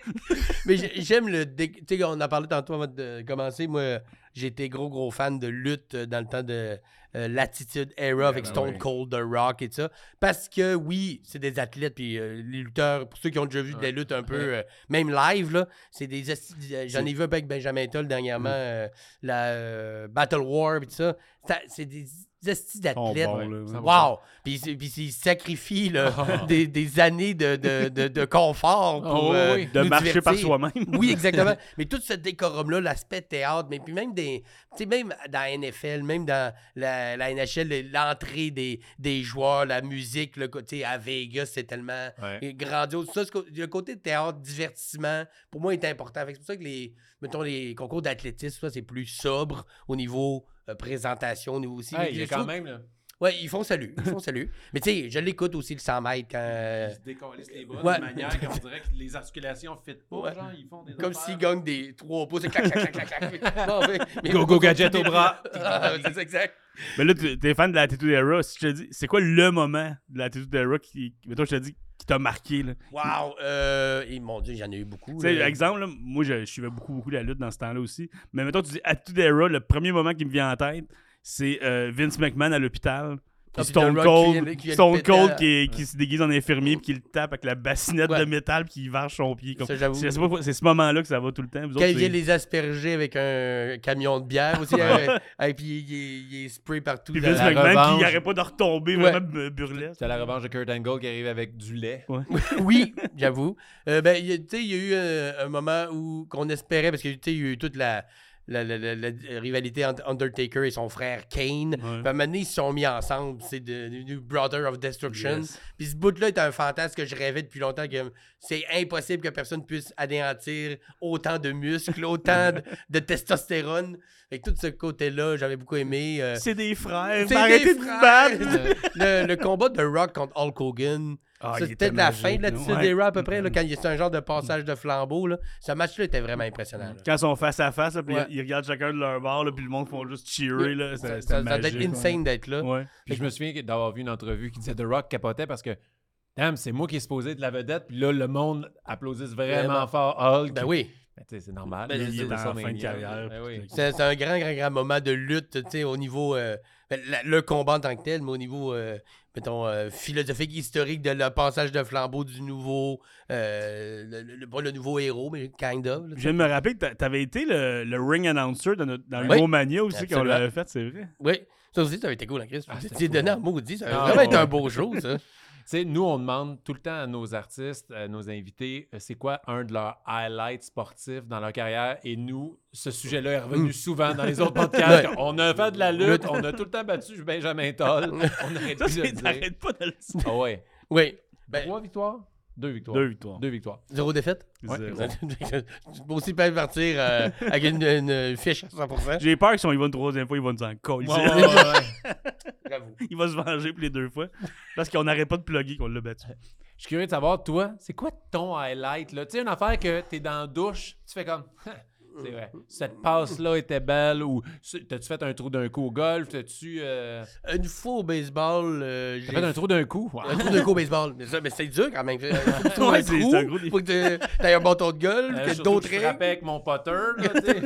Speaker 3: Mais j'ai- j'aime le. dé- Tu sais, on en parlait tantôt avant de commencer. Moi, j'étais gros, gros fan de lutte euh, dans le temps de euh, l'Attitude Era avec
Speaker 1: ben
Speaker 3: Stone
Speaker 1: oui.
Speaker 3: Cold, The Rock et tout ça. Parce que, oui, c'est des athlètes, puis euh, les lutteurs, pour ceux qui ont déjà vu de la
Speaker 1: Ouais.
Speaker 3: lutte un peu,
Speaker 1: Ouais.
Speaker 3: euh, même live, là, c'est des. esti- euh, J'en ai vu avec Benjamin Toll dernièrement, euh, la euh, Battle War, puis tout ça. Ça- C'est des estis d'athlètes.
Speaker 2: bons, là, oui.
Speaker 3: Wow! Puis c'est- puis ils sacrifient là, des, des années de, de- de- de confort pour
Speaker 1: Oh,
Speaker 3: euh,
Speaker 1: oui.
Speaker 2: De
Speaker 3: nous
Speaker 2: marcher par
Speaker 3: divertir.
Speaker 2: soi-même.
Speaker 3: Oui, exactement. mais tout ce décorum-là, l'aspect théâtre, mais puis même des. Tu sais, même dans la NFL, même dans la, la NHL, le- l'entrée des, des joueurs, la musique, le côté à Vegas, c'est tellement
Speaker 1: Ouais.
Speaker 3: euh, grandiose. Ça, ce co- le côté théâtre, divertissement, pour moi, est important. Fait que C'est pour ça que les. Mettons, les concours d'athlétisme, ça, c'est plus sobre au niveau. euh, présentation au niveau aussi.
Speaker 1: Hey,
Speaker 3: Mais
Speaker 1: il y a
Speaker 3: je
Speaker 1: quand
Speaker 3: trouve-
Speaker 1: même, là,
Speaker 3: Ouais, ils font salut. Ils font salut. Mais tu sais, je l'écoute aussi le 100 mètres quand. euh,
Speaker 1: ils se décollissent les bras
Speaker 3: ouais.
Speaker 1: d'une manière qu'on dirait que les articulations ne fit pas.
Speaker 3: Ouais.
Speaker 1: Genre, ils font des
Speaker 3: Comme
Speaker 1: affaires.
Speaker 3: s'il gagne des trois pouces. Clac, clac, clac, clac, clac. Non, mais- mais-
Speaker 1: Go, go, gadget au bras.
Speaker 3: Ah, c'est ça, exact.
Speaker 2: Mais là, tu- t'es fan de l'attitude era. Si je te dis, c'est quoi le moment de l'attitude era qui, mettons, je te dis, qui t'a marqué, là?
Speaker 3: Wow. Euh, et mon Dieu, j'en ai eu beaucoup.
Speaker 2: Tu sais,
Speaker 3: là.
Speaker 2: exemple, là, moi, je, je suivais beaucoup, beaucoup la lutte dans ce temps-là aussi. Mais mettons, tu dis Attitude Era, le premier moment qui me vient en tête, c'est euh, Vince McMahon à l'hôpital.
Speaker 3: Ah,
Speaker 2: Puis
Speaker 3: puis
Speaker 2: Stone
Speaker 3: The Rock qui vient-
Speaker 2: Cold,
Speaker 3: qui vient le
Speaker 2: Stone
Speaker 3: péter à-
Speaker 2: Cold qui, est- qui se déguise en infirmier puis qui le tape avec la bassinette
Speaker 3: Ouais.
Speaker 2: de métal puis il varge son pied. comme-
Speaker 3: Ça, j'avoue.
Speaker 2: C'est c'est pas- c'est ce moment-là que ça va tout le temps. Vous
Speaker 3: Quand
Speaker 2: autres,
Speaker 3: il vient
Speaker 2: c'est-
Speaker 3: les asperger avec un camion de bière aussi. hein, et puis il est, il est spray partout.
Speaker 2: Puis
Speaker 3: dans
Speaker 2: Vince
Speaker 3: la-
Speaker 1: la
Speaker 2: McMahon
Speaker 1: revanche.
Speaker 2: qui n'arrête pas de retomber
Speaker 3: Ouais.
Speaker 2: vraiment bu- burlesque.
Speaker 1: C'est la revanche de Kurt Angle qui arrive avec du lait.
Speaker 3: oui, j'avoue. Euh, ben, il y a- tu sais, il y a eu euh, un moment où qu'on espérait, parce que tu sais, il y a eu toute la, la- la- la- la rivalité entre Undertaker et son frère Kane. Puis à un moment donné, ils se sont mis ensemble. C'est de- devenu Brother of Destruction.
Speaker 2: Yes.
Speaker 3: Puis ce bout-là est un fantasme que je rêvais depuis longtemps. que C'est impossible que personne puisse anéantir autant de muscles, autant de, de testostérone. Fait que tout ce côté-là, j'avais beaucoup aimé. euh,
Speaker 2: C'est des frères.
Speaker 3: C'est
Speaker 2: Arrêtez
Speaker 3: des
Speaker 2: de vous
Speaker 3: frères.
Speaker 2: battre.
Speaker 1: Euh,
Speaker 3: le, le combat de Rock contre Hulk Hogan.
Speaker 2: Ah, il
Speaker 3: Ça, c'était
Speaker 2: était
Speaker 3: peut-être la
Speaker 2: magique,
Speaker 3: fin de
Speaker 2: là.
Speaker 3: l'attitude
Speaker 2: Ouais. Mm-hmm.
Speaker 3: era à peu près, là, quand il c'est un genre de passage de flambeau. Là. Ce match-là était vraiment impressionnant. là.
Speaker 2: Quand ils sont face à face, là, puis
Speaker 3: Ouais.
Speaker 2: ils regardent chacun de leur bord, là, puis le monde font juste cheerer. Là,
Speaker 3: Ça,
Speaker 2: ça,
Speaker 3: ça- ça
Speaker 2: c'était
Speaker 3: doit être
Speaker 2: magique.
Speaker 3: insane d'être là.
Speaker 2: Ouais.
Speaker 1: Puis je me souviens que- d'avoir vu une entrevue qui disait The Rock capotait parce que Damn, c'est moi qui est supposé être la vedette, puis là, le monde applaudisse vraiment,
Speaker 3: Vraiment.
Speaker 1: fort Hulk.
Speaker 3: Ben oui,
Speaker 1: Ben, tu sais, c'est normal.
Speaker 3: Ben,
Speaker 1: là,
Speaker 3: il
Speaker 1: c'est
Speaker 3: est
Speaker 1: sur
Speaker 2: en fin de
Speaker 1: WrestleMania,
Speaker 2: carrière,
Speaker 1: ben
Speaker 2: puis
Speaker 1: oui.
Speaker 3: c'est c'est un grand, grand, grand moment de lutte tu sais, au niveau. euh, ben, la- le combat en tant que tel, mais au niveau, euh, mettons, euh, philosophique, historique de le passage de flambeau du nouveau. euh, le, le- le- pas le nouveau héros, mais kind of. là,
Speaker 2: Je
Speaker 3: tu sais.
Speaker 2: viens de me rappeler que t'a- t'avais été le, le ring announcer dans, notre, dans
Speaker 3: Oui.
Speaker 2: Mania aussi, qu'on
Speaker 3: Absolument.
Speaker 2: l'avait fait, c'est vrai.
Speaker 3: Oui, ça aussi, ça avait été cool, la crise.
Speaker 1: Ah, c'était
Speaker 3: c'est
Speaker 1: cool.
Speaker 3: donné en maudit. Ça
Speaker 1: Ah,
Speaker 3: va vraiment
Speaker 1: ouais.
Speaker 3: être un beau show, ça.
Speaker 1: Tu sais, nous, on demande tout le temps à nos artistes, à nos invités, euh, c'est quoi un de leurs highlights sportifs dans leur carrière. Et nous, ce sujet-là est revenu souvent dans les autres podcasts.
Speaker 3: Ouais.
Speaker 1: On a fait de la
Speaker 3: Lutte.
Speaker 1: lutte, on a tout le temps battu Benjamin Toll. On arrête
Speaker 2: Ça,
Speaker 1: plus de le
Speaker 2: c'est
Speaker 1: dire.
Speaker 2: t'arrêtes pas de le dire.
Speaker 1: Ah ouais.
Speaker 3: Oui. Ben,
Speaker 1: Trois victoires? Deux victoires.
Speaker 2: Deux victoires.
Speaker 1: Deux victoires.
Speaker 3: zéro défaite.
Speaker 1: Ouais.
Speaker 2: Zéro.
Speaker 3: tu peux aussi pas partir euh, avec une, une fiche à 100%.
Speaker 2: J'ai peur que si on y va une troisième fois, ils vont nous en coller.
Speaker 1: Ouais, ouais, ouais, ouais.
Speaker 3: J'avoue.
Speaker 2: Il va se venger pour les deux fois. Parce qu'on n'arrête pas de plugger qu'on l'a battu.
Speaker 1: Je suis curieux de savoir, toi, c'est quoi ton highlight? là? Tu sais, une affaire que t'es dans la douche, tu fais comme. Ha! C'est vrai. Cette passe-là était belle ou ce- t'as-tu fait un trou d'un coup au golf? T'as-tu. euh,
Speaker 3: Une fois au baseball, euh, j'ai
Speaker 1: T'as fait un trou d'un coup? Wow. Euh,
Speaker 3: un trou de coup au baseball. Mais, ça, mais c'est dur quand même. Faut que tu
Speaker 2: Ouais,
Speaker 3: trouves
Speaker 2: c'est-
Speaker 3: un trou,
Speaker 2: c'est un gros dé-
Speaker 3: faut que tu- t'aies un bâton de gueule,
Speaker 1: Euh,
Speaker 3: que
Speaker 1: surtout
Speaker 3: d'autres
Speaker 1: que je frappais
Speaker 3: règles.
Speaker 1: avec mon potter, là, tu sais.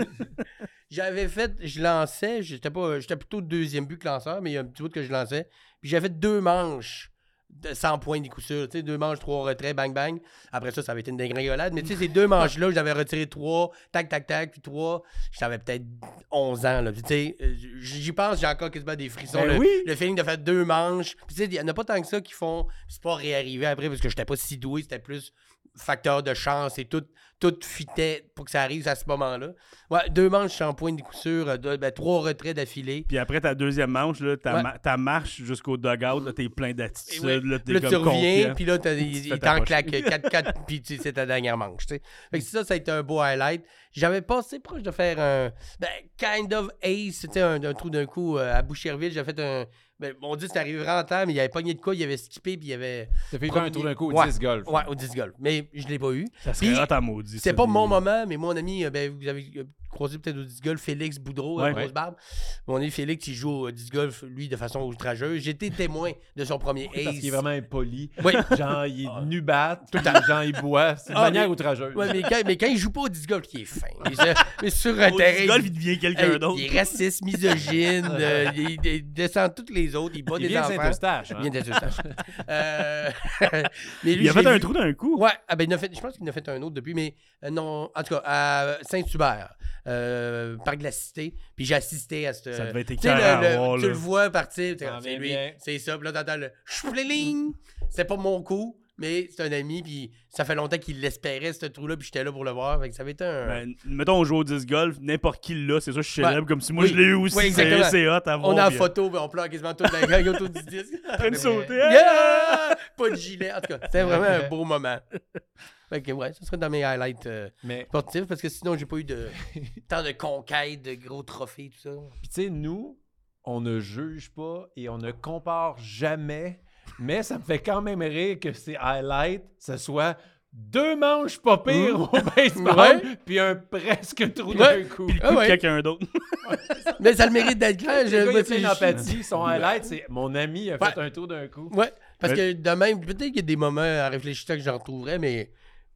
Speaker 3: J'avais fait, je lançais, j'étais pas, j'étais plutôt deuxième but que lanceur, mais il y a un petit bout que je lançais. Puis j'avais deux manches de 100 points des coups sûrs, tu sais, deux manches, trois retraits, bang bang. Après ça, ça avait été une dégringolade, mais tu sais, ces deux manches-là, j'avais retiré trois, tac tac tac, puis trois. J'avais peut-être 11 ans, là. Puis tu sais, euh, j'y pense, j'ai encore quasiment des frissons.
Speaker 2: Ben
Speaker 3: le,
Speaker 2: oui.
Speaker 3: le feeling de faire deux manches. Puis tu sais, il y en a pas tant que ça qui font. C'est pas réarrivé après parce que j'étais pas si doué, c'était plus facteur de chance et tout tout fitait pour que ça arrive à ce moment-là. Ouais, deux manches shampoing de coup sûr, euh, deux- ben, trois retraits d'affilée.
Speaker 2: Puis après ta deuxième manche, là, ta,
Speaker 3: Ouais.
Speaker 2: ma- ta marche jusqu'au dugout, là, t'es plein d'attitude,
Speaker 3: Ouais.
Speaker 2: là, t'es
Speaker 3: Là,
Speaker 2: comme
Speaker 3: tu reviens,
Speaker 2: confiant.
Speaker 3: puis là, t'as- il
Speaker 2: fais
Speaker 3: il t'en
Speaker 2: t'approcher.
Speaker 3: claque 4-4, puis tu- c'est ta dernière manche. tu sais. Fait que ça, ça a été un beau highlight. J'avais passé proche de faire un ben, kind of ace, c'était un, un trou d'un coup euh, à Boucherville. J'ai fait un. Ben, mon Dieu, c'est arrivé vraiment en temps, mais il avait pogné de quoi, il avait skippé, puis il avait.
Speaker 1: T'as fait faire
Speaker 3: Premier-
Speaker 1: un tour d'un coup,
Speaker 3: Ouais.
Speaker 1: 10 golf.
Speaker 3: Ouais, au 10 golf. Mais je l'ai pas eu.
Speaker 2: Ça serait
Speaker 3: Puis,
Speaker 2: hot à maudit.
Speaker 3: C'était
Speaker 2: ça,
Speaker 3: pas
Speaker 2: des-
Speaker 3: mon moment, mais mon ami, euh, ben, vous avez euh, croisé peut-être au disc golf Félix Boudreau, la
Speaker 2: Ouais.
Speaker 3: grosse barbe. Mon ami Félix, il joue au disc golf, lui, de façon outrageuse. J'étais témoin de son premier ace.
Speaker 1: Parce qu'il est vraiment impoli.
Speaker 3: Oui.
Speaker 1: Genre, il est nubat, Ah. tout le genre, il boit. C'est une
Speaker 3: Ah,
Speaker 1: manière
Speaker 3: mais-
Speaker 1: outrageuse.
Speaker 3: Ouais, mais, quand, mais quand il joue pas au disc golf, il est fin. Il se- mais sur un
Speaker 2: Au
Speaker 3: terrain.
Speaker 2: disc golf, il devient quelqu'un
Speaker 3: hey,
Speaker 2: d'autre.
Speaker 3: il est raciste, misogyne, euh, il, il descend toutes les autres, il bat
Speaker 1: il
Speaker 3: des
Speaker 1: vient de
Speaker 3: enfants.
Speaker 1: Saint-Eustache. hein.
Speaker 3: Il vient de Saint-Eustache. Euh, mais lui,
Speaker 2: Il a fait
Speaker 3: j'ai
Speaker 2: un
Speaker 3: vu-
Speaker 2: trou d'un coup.
Speaker 3: Ouais, ah ben, il en a fait, je pense qu'il en a fait un autre depuis, mais euh, non, en tout cas, à Saint-Hubert, euh, Parc de la Cité, puis j'ai assisté à ce.
Speaker 2: Ça devait être
Speaker 3: Tu sais,
Speaker 2: écœurant
Speaker 3: le-
Speaker 2: à voir,
Speaker 3: le, tu
Speaker 2: là.
Speaker 3: le vois partir, t'es
Speaker 1: Ah,
Speaker 3: comme, c'est
Speaker 1: bien,
Speaker 3: lui,
Speaker 1: bien.
Speaker 3: c'est ça, puis là, t'entends le chpléling. C'était pas mon coup, mais c'est un ami, puis ça fait longtemps qu'il l'espérait, ce trou-là, puis j'étais là pour le voir, fait que ça avait été un.
Speaker 2: Ben, mettons, on joue au disc golf, n'importe qui l'a, c'est ça, je suis
Speaker 3: Ouais.
Speaker 2: célèbre comme si moi
Speaker 3: Oui.
Speaker 2: je l'ai eu aussi.
Speaker 3: Oui, exactement.
Speaker 2: c'est- c'est hot à voir.
Speaker 3: on est en
Speaker 2: puis,
Speaker 3: photo, puis on pleure quasiment toute la gang autour du disque.
Speaker 2: euh, En train de
Speaker 3: Mais-
Speaker 2: sauter.
Speaker 3: Yeah! Pas de gilet, en tout cas, c'était vraiment un beau moment. Fait que, ouais, ce serait dans mes highlights. euh,
Speaker 1: Mais,
Speaker 3: sportif parce que sinon j'ai pas eu de tant de conquêtes, de gros trophées, tout ça.
Speaker 1: puis tu sais, nous, on ne juge pas et on ne compare jamais. Mais ça me fait quand même rire que ces highlights, ce soit deux manches pas pires au baseball, puis un presque trou
Speaker 3: Mmh. Ouais.
Speaker 1: d'un coup.
Speaker 2: Puis le
Speaker 3: Ah
Speaker 2: coup de
Speaker 3: ouais.
Speaker 2: hein, quelqu'un d'autre.
Speaker 3: Mais ça le mérite d'être clair.
Speaker 1: Le gars, il a
Speaker 3: moi,
Speaker 1: plein
Speaker 3: je-
Speaker 1: d'empathie. Son highlight, c'est mon ami a fait un tour d'un coup.
Speaker 3: Ouais, parce
Speaker 2: Mais-
Speaker 3: que de même, peut-être qu'il y a des moments à réfléchir que j'en retrouverais, mais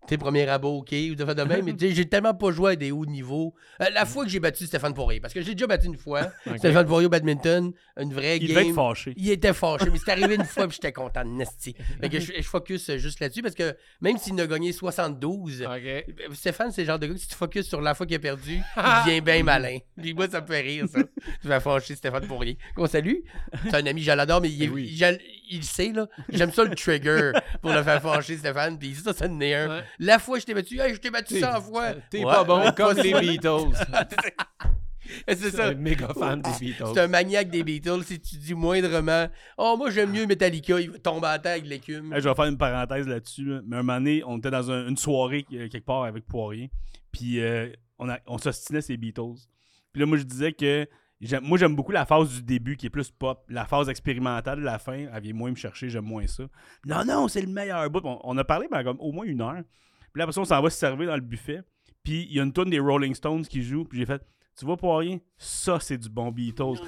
Speaker 3: tes premiers rabots, ok, ou de faire de même, mais tu sais, j'ai tellement pas joué à des hauts niveaux. Euh, la fois que j'ai battu Stéphane Poirier, parce que j'ai déjà battu une fois, Stéphane Poirier au badminton, une vraie
Speaker 2: Il
Speaker 3: game.
Speaker 2: devait être fâché.
Speaker 3: Il était fâché, mais c'est arrivé une fois, puis j'étais content, Nasty. Fait que je, je focus euh, juste là-dessus, parce que même s'il n'a gagné 72,
Speaker 1: OK.
Speaker 3: Stéphane, c'est le genre de gars que si tu focuses sur la fois qu'il a perdu, il devient bien malin. Puis moi, ça me fait rire, ça. Tu vas fâcher Stéphane Pourrier. Qu'on salue. C'est un ami, je l'adore, mais il, est-
Speaker 1: Eh oui.
Speaker 3: je l- il le sait, là. J'aime ça le trigger pour le faire fâcher Stéphane. Puis ça, ça en est un.
Speaker 1: Ouais.
Speaker 3: La fois, je t'ai battu, Hey, je t'ai battu 100 fois.
Speaker 1: T'es
Speaker 3: Ouais.
Speaker 1: pas bon
Speaker 3: Ouais,
Speaker 1: comme
Speaker 3: pas
Speaker 1: les
Speaker 3: ça.
Speaker 1: Beatles.
Speaker 3: C'est
Speaker 1: C'est
Speaker 3: ça.
Speaker 1: un méga fan des Beatles.
Speaker 3: C'est un maniaque des Beatles. Si tu dis moindrement, oh, moi, j'aime mieux Metallica, il va tomber à terre avec l'écume.
Speaker 1: Ah
Speaker 2: Hey, je vais faire une parenthèse là-dessus. là. Mais un moment donné, on était dans un- une soirée euh, quelque part avec Poirier. Puis euh, on, a- on s'ostinait ces Beatles. Puis là, moi, je disais que. j'aime- Moi, j'aime beaucoup la phase du début qui est plus pop. La phase expérimentale de la fin, elle vient moins me chercher, j'aime moins ça. Non, non, c'est le meilleur bout. On, on a parlé pendant comme au moins une heure. Puis là, après ça, on s'en va se servir dans le buffet. Puis il y a une tonne des Rolling Stones qui joue. Puis j'ai fait, tu vois, Poirier, ça, c'est du bon Beatles.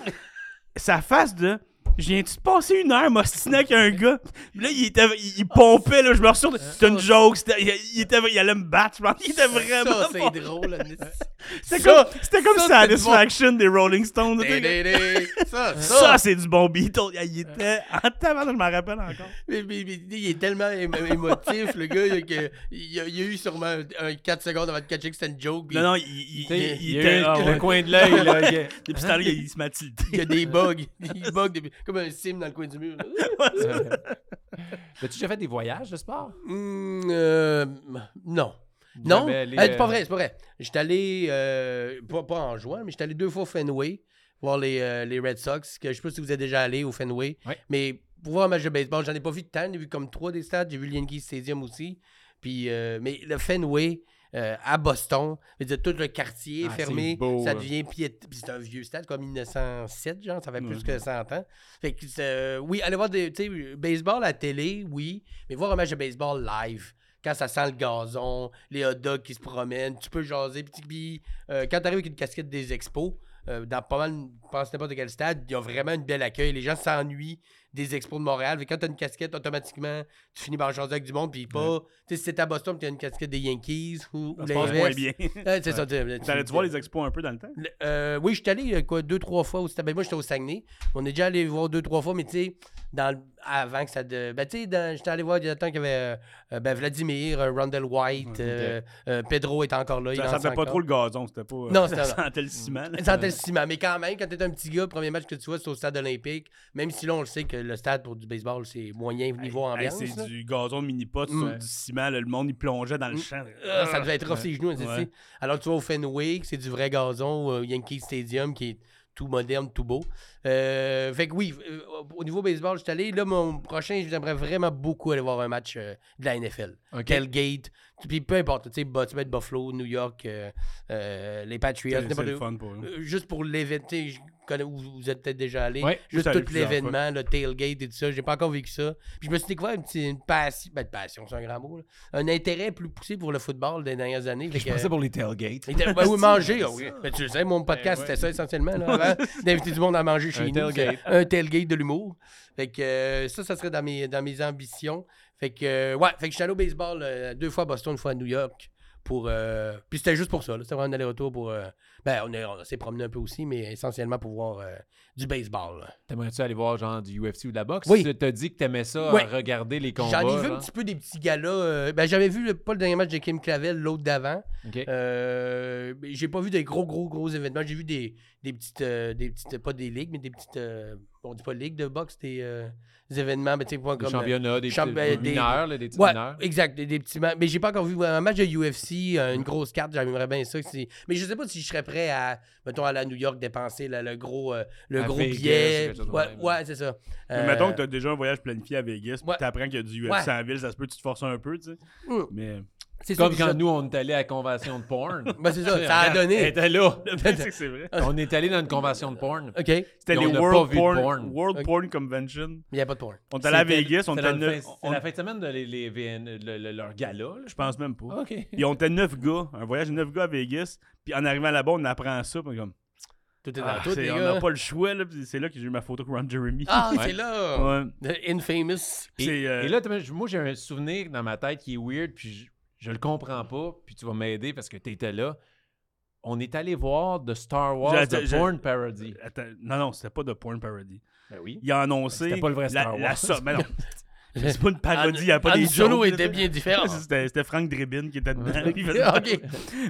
Speaker 2: Sa face de. Je viens-tu de passer une heure m'ostinant avec un gars? Puis Là, il, était, il, il pompait, là, je me ressors. C'était une joke. c'était- il, il était, il allait me battre. je pense. Il était vraiment.
Speaker 3: Ça,
Speaker 2: fort.
Speaker 3: c'est drôle. là.
Speaker 2: C'était
Speaker 3: ça,
Speaker 2: comme, c'était comme
Speaker 3: ça, c'est du bon.
Speaker 2: Satisfaction des Rolling Stones. tu sais.
Speaker 3: Ça, ça,
Speaker 2: Ça, c'est du bon Beatles. Il était. En tabarnak, je m'en rappelle encore.
Speaker 3: Mais, mais- mais il est tellement émo- émotif, le gars, que, il, a, il a eu sûrement un, un 4 secondes avant de catcher que c'était une joke. puis
Speaker 2: Non, non, il, il,
Speaker 1: Tu sais,
Speaker 2: il-
Speaker 1: Il,
Speaker 2: il
Speaker 1: y a
Speaker 2: était.
Speaker 1: eu
Speaker 2: ah
Speaker 1: le
Speaker 2: ouais.
Speaker 1: coin de l'œil. là, il-
Speaker 2: Depuis ce temps-là, il il se matilde.
Speaker 3: Il y a des bugs. Il bug depuis- comme un sim dans le coin du mur. là.
Speaker 1: As-tu déjà fait des voyages de sport?
Speaker 3: Hum, euh, non. Non,
Speaker 1: Jamais allé,
Speaker 3: euh, c'est pas
Speaker 1: euh,
Speaker 3: vrai, c'est pas vrai. J'étais allé, euh, pas, pas en juin, mais j'étais allé deux fois au Fenway voir les, euh, les Red Sox. Que je sais pas si vous êtes déjà allé au Fenway,
Speaker 1: Ouais.
Speaker 3: mais pour voir un match de baseball, j'en ai pas vu de tant. J'ai vu comme trois des stades. J'ai vu le Yankee Stadium aussi. Puis, euh, mais le Fenway euh, à Boston, je veux dire, tout le quartier
Speaker 1: Ah,
Speaker 3: est fermé.
Speaker 1: c'est beau,
Speaker 2: euh,
Speaker 3: ça
Speaker 1: là.
Speaker 3: devient piét- Puis c'est un vieux stade, comme 1907, genre, ça fait plus
Speaker 2: Ouais.
Speaker 3: que 100 ans. Fait que, euh, oui, aller voir des, tu sais, baseball à la télé, oui, mais voir un match de baseball live, quand ça sent le gazon, les hot dogs qui se promènent, tu peux jaser. Puis, puis, euh, quand t'arrives avec une casquette des expos, euh, dans pas mal, je pense n'importe quel stade, il y a vraiment une belle accueil. Les gens s'ennuient des expos de Montréal. Fait que quand t'as une casquette, automatiquement, tu finis par jaser avec du monde. Puis pas, tu sais, si t'es à Boston, puis t'as une casquette des Yankees ou, ou
Speaker 2: Ça se passe moins
Speaker 3: l'inverse.
Speaker 2: bien.
Speaker 3: Ouais, c'est ça, tu-
Speaker 2: T'allais-tu voir les expos un peu dans le temps?
Speaker 3: le- euh, oui, je suis allé euh, quoi, deux, trois fois au stade. Ben, moi, j'étais au Saguenay. On est déjà allé voir deux, trois fois, mais tu sais, dans le- avant que ça. De... Ben, tu sais, dans- j'étais allé voir il y a temps qu'il y avait euh, euh, ben, Vladimir, euh, Rondell White, euh, euh, Pedro est encore là. il
Speaker 2: Ça
Speaker 3: lance
Speaker 2: sentait pas
Speaker 3: encore.
Speaker 2: trop le gazon, c'était pas. euh,
Speaker 3: Non, c'était-
Speaker 2: ça sentait le ciment. là.
Speaker 3: Ça sentait le ciment. Mais quand même, quand t'es un petit gars, le premier match que tu vois, c'est au stade olympique. Même si là, on le sait que le stade pour du baseball, c'est moyen niveau
Speaker 2: Hey,
Speaker 3: ambiance. là.
Speaker 2: C'est du gazon mini-pot
Speaker 3: Mm.
Speaker 2: sur du ciment, là, le monde il plongeait dans le champ.
Speaker 3: Ah, ça devait être rough ses genoux. tu sais.
Speaker 2: Euh, Ouais.
Speaker 3: Alors, tu vois, au Fenway, c'est du vrai gazon, au Yankee Stadium qui est tout moderne, tout beau. Euh, fait que oui, euh, au niveau baseball, je suis allé. Là, mon prochain, j'aimerais vraiment beaucoup aller voir un match euh, de la NFL.
Speaker 1: OK.
Speaker 3: Tailgate, puis peu importe, tu sais, Bo- tu peux être Buffalo, New York, euh, euh, les Patriots,
Speaker 2: C'est c'est
Speaker 3: n'importe
Speaker 2: le
Speaker 3: où.
Speaker 2: fun pour eux.
Speaker 3: Euh, Juste pour l'événement, tu sais, je connais où vous êtes peut-être déjà allé.
Speaker 1: Ouais.
Speaker 3: Juste
Speaker 2: Vous allez
Speaker 3: tout
Speaker 2: plusieurs
Speaker 3: l'événement, le tailgate et tout ça, j'ai pas encore vécu ça. Puis je me suis découvert une, petite- une passion, ben, passion, c'est un grand mot, là. un intérêt plus poussé pour le football des dernières années. Fait
Speaker 1: Je
Speaker 3: que-
Speaker 1: pensais pour les tailgates.
Speaker 3: Il était- ben oui, manger, ah oui. Ben, tu le sais, mon podcast, c'était ça essentiellement, là, avant d'inviter du monde à manger chez
Speaker 1: Un
Speaker 3: nous.
Speaker 1: tailgate.
Speaker 3: c'est Un tailgate de l'humour. Fait que euh, ça, ça serait dans mes, dans mes ambitions. Fait que, euh, ouais, fait que je suis allé au baseball euh, deux fois à Boston, une fois à New York. Pour, euh, Puis c'était juste pour ça, là. c'était vraiment un aller-retour pour. euh, Ben, on, est- on s'est promené un peu aussi, mais essentiellement pour voir euh, du baseball. là.
Speaker 1: T'aimerais-tu aller voir genre du UFC ou de la boxe?
Speaker 3: Oui.
Speaker 1: Tu t'as dit que t'aimais ça,
Speaker 3: Ouais.
Speaker 1: euh, regarder les combats.
Speaker 3: J'en ai vu un
Speaker 1: genre.
Speaker 3: petit peu des petits gars-là. ben, j'avais vu le- pas le dernier match de Kim Clavel, l'autre d'avant.
Speaker 1: OK.
Speaker 3: Euh, mais j'ai pas vu des gros, gros, gros événements. J'ai vu des, des petites, euh, des petites, pas des ligues, mais des petites, euh, on dit pas ligues de boxe, des, euh, des événements, mais tu sais, pas
Speaker 1: Des
Speaker 3: comme. euh,
Speaker 1: championnats, des,
Speaker 3: champ-
Speaker 1: petits-
Speaker 3: euh,
Speaker 1: des
Speaker 3: des-
Speaker 1: mineurs, là, des petits
Speaker 3: Ouais,
Speaker 1: mineurs.
Speaker 3: exact, des, des petits matchs. Mais j'ai pas encore vu un match de UFC, euh, une grosse carte, j'aimerais bien ça. que c'est- Mais je sais pas si je serais prêt à, mettons, aller à New York dépenser là, le gros, euh, le
Speaker 1: À
Speaker 3: gros
Speaker 1: Vegas,
Speaker 3: billet.
Speaker 1: quelque chose de
Speaker 3: Ouais,
Speaker 1: même.
Speaker 3: ouais, c'est ça.
Speaker 2: Mais
Speaker 3: Euh,
Speaker 2: mettons que t'as déjà un voyage planifié à Vegas, puis
Speaker 3: ouais.
Speaker 2: t'apprends qu'il y a du UFC
Speaker 3: Ouais.
Speaker 2: en ville, ça se peut que tu te forces un peu, tu sais.
Speaker 3: Mm.
Speaker 2: Mais.
Speaker 3: c'est ça,
Speaker 1: Comme
Speaker 3: puis je-
Speaker 1: quand nous, on est allé à la convention de porn.
Speaker 3: Ben, c'est ça, ça a
Speaker 1: Elle
Speaker 3: donné.
Speaker 1: était là.
Speaker 2: C'est c'est vrai.
Speaker 1: On est allé dans une convention de porn.
Speaker 3: OK. Mais
Speaker 2: C'était
Speaker 1: Et on
Speaker 2: les
Speaker 1: n'a pas
Speaker 2: World
Speaker 1: vu de
Speaker 2: Porn,
Speaker 1: porn.
Speaker 2: World
Speaker 3: Ok.
Speaker 2: Porn Convention.
Speaker 3: il n'y a pas de point.
Speaker 2: On est allé à
Speaker 1: C'était-
Speaker 2: Vegas, on
Speaker 1: c'était
Speaker 2: était
Speaker 1: dans le fin-
Speaker 2: neuf.
Speaker 1: C'était
Speaker 2: on-
Speaker 1: la fin de semaine de les, les VN, le- le- leur gala. là, je
Speaker 2: Je pense même pas.
Speaker 3: Ah,
Speaker 1: pense. OK.
Speaker 2: Puis on était neuf gars, un voyage de neuf gars à Vegas. Puis en arrivant là-bas, on apprend ça. Puis on est comme,
Speaker 3: Tout est dans
Speaker 2: ah,
Speaker 3: tout,
Speaker 2: c'est-
Speaker 3: les
Speaker 2: on
Speaker 3: gars.
Speaker 2: n'a pas le choix. Là, puis c'est là que j'ai eu ma photo avec Ron Jeremy.
Speaker 3: Ah,
Speaker 1: Ouais.
Speaker 3: c'est là.
Speaker 2: Ouais.
Speaker 3: The Infamous.
Speaker 1: Et,
Speaker 2: C'est, euh,
Speaker 1: et là, t'as- moi, j'ai un souvenir dans ma tête qui est weird, puis je, je le comprends pas, puis tu vas m'aider parce que t'étais là. On est allé voir The Star Wars,
Speaker 2: J'ai-
Speaker 1: The
Speaker 2: j'ai-
Speaker 1: Porn Parody.
Speaker 2: Attends, non, non, c'était pas de porn parody.
Speaker 1: Ben oui.
Speaker 2: Il a annoncé.
Speaker 1: C'était pas le vrai
Speaker 2: la,
Speaker 1: Star
Speaker 2: la
Speaker 1: Wars.
Speaker 2: so- mais non. C'est pas une parodie, il n'y a pas
Speaker 3: Han
Speaker 2: des
Speaker 3: Solo
Speaker 2: jokes, là,
Speaker 3: était
Speaker 2: tu sais.
Speaker 3: bien différent.
Speaker 2: C'était c'était Frank Drebin qui était dedans. puis il faisait-
Speaker 3: ok.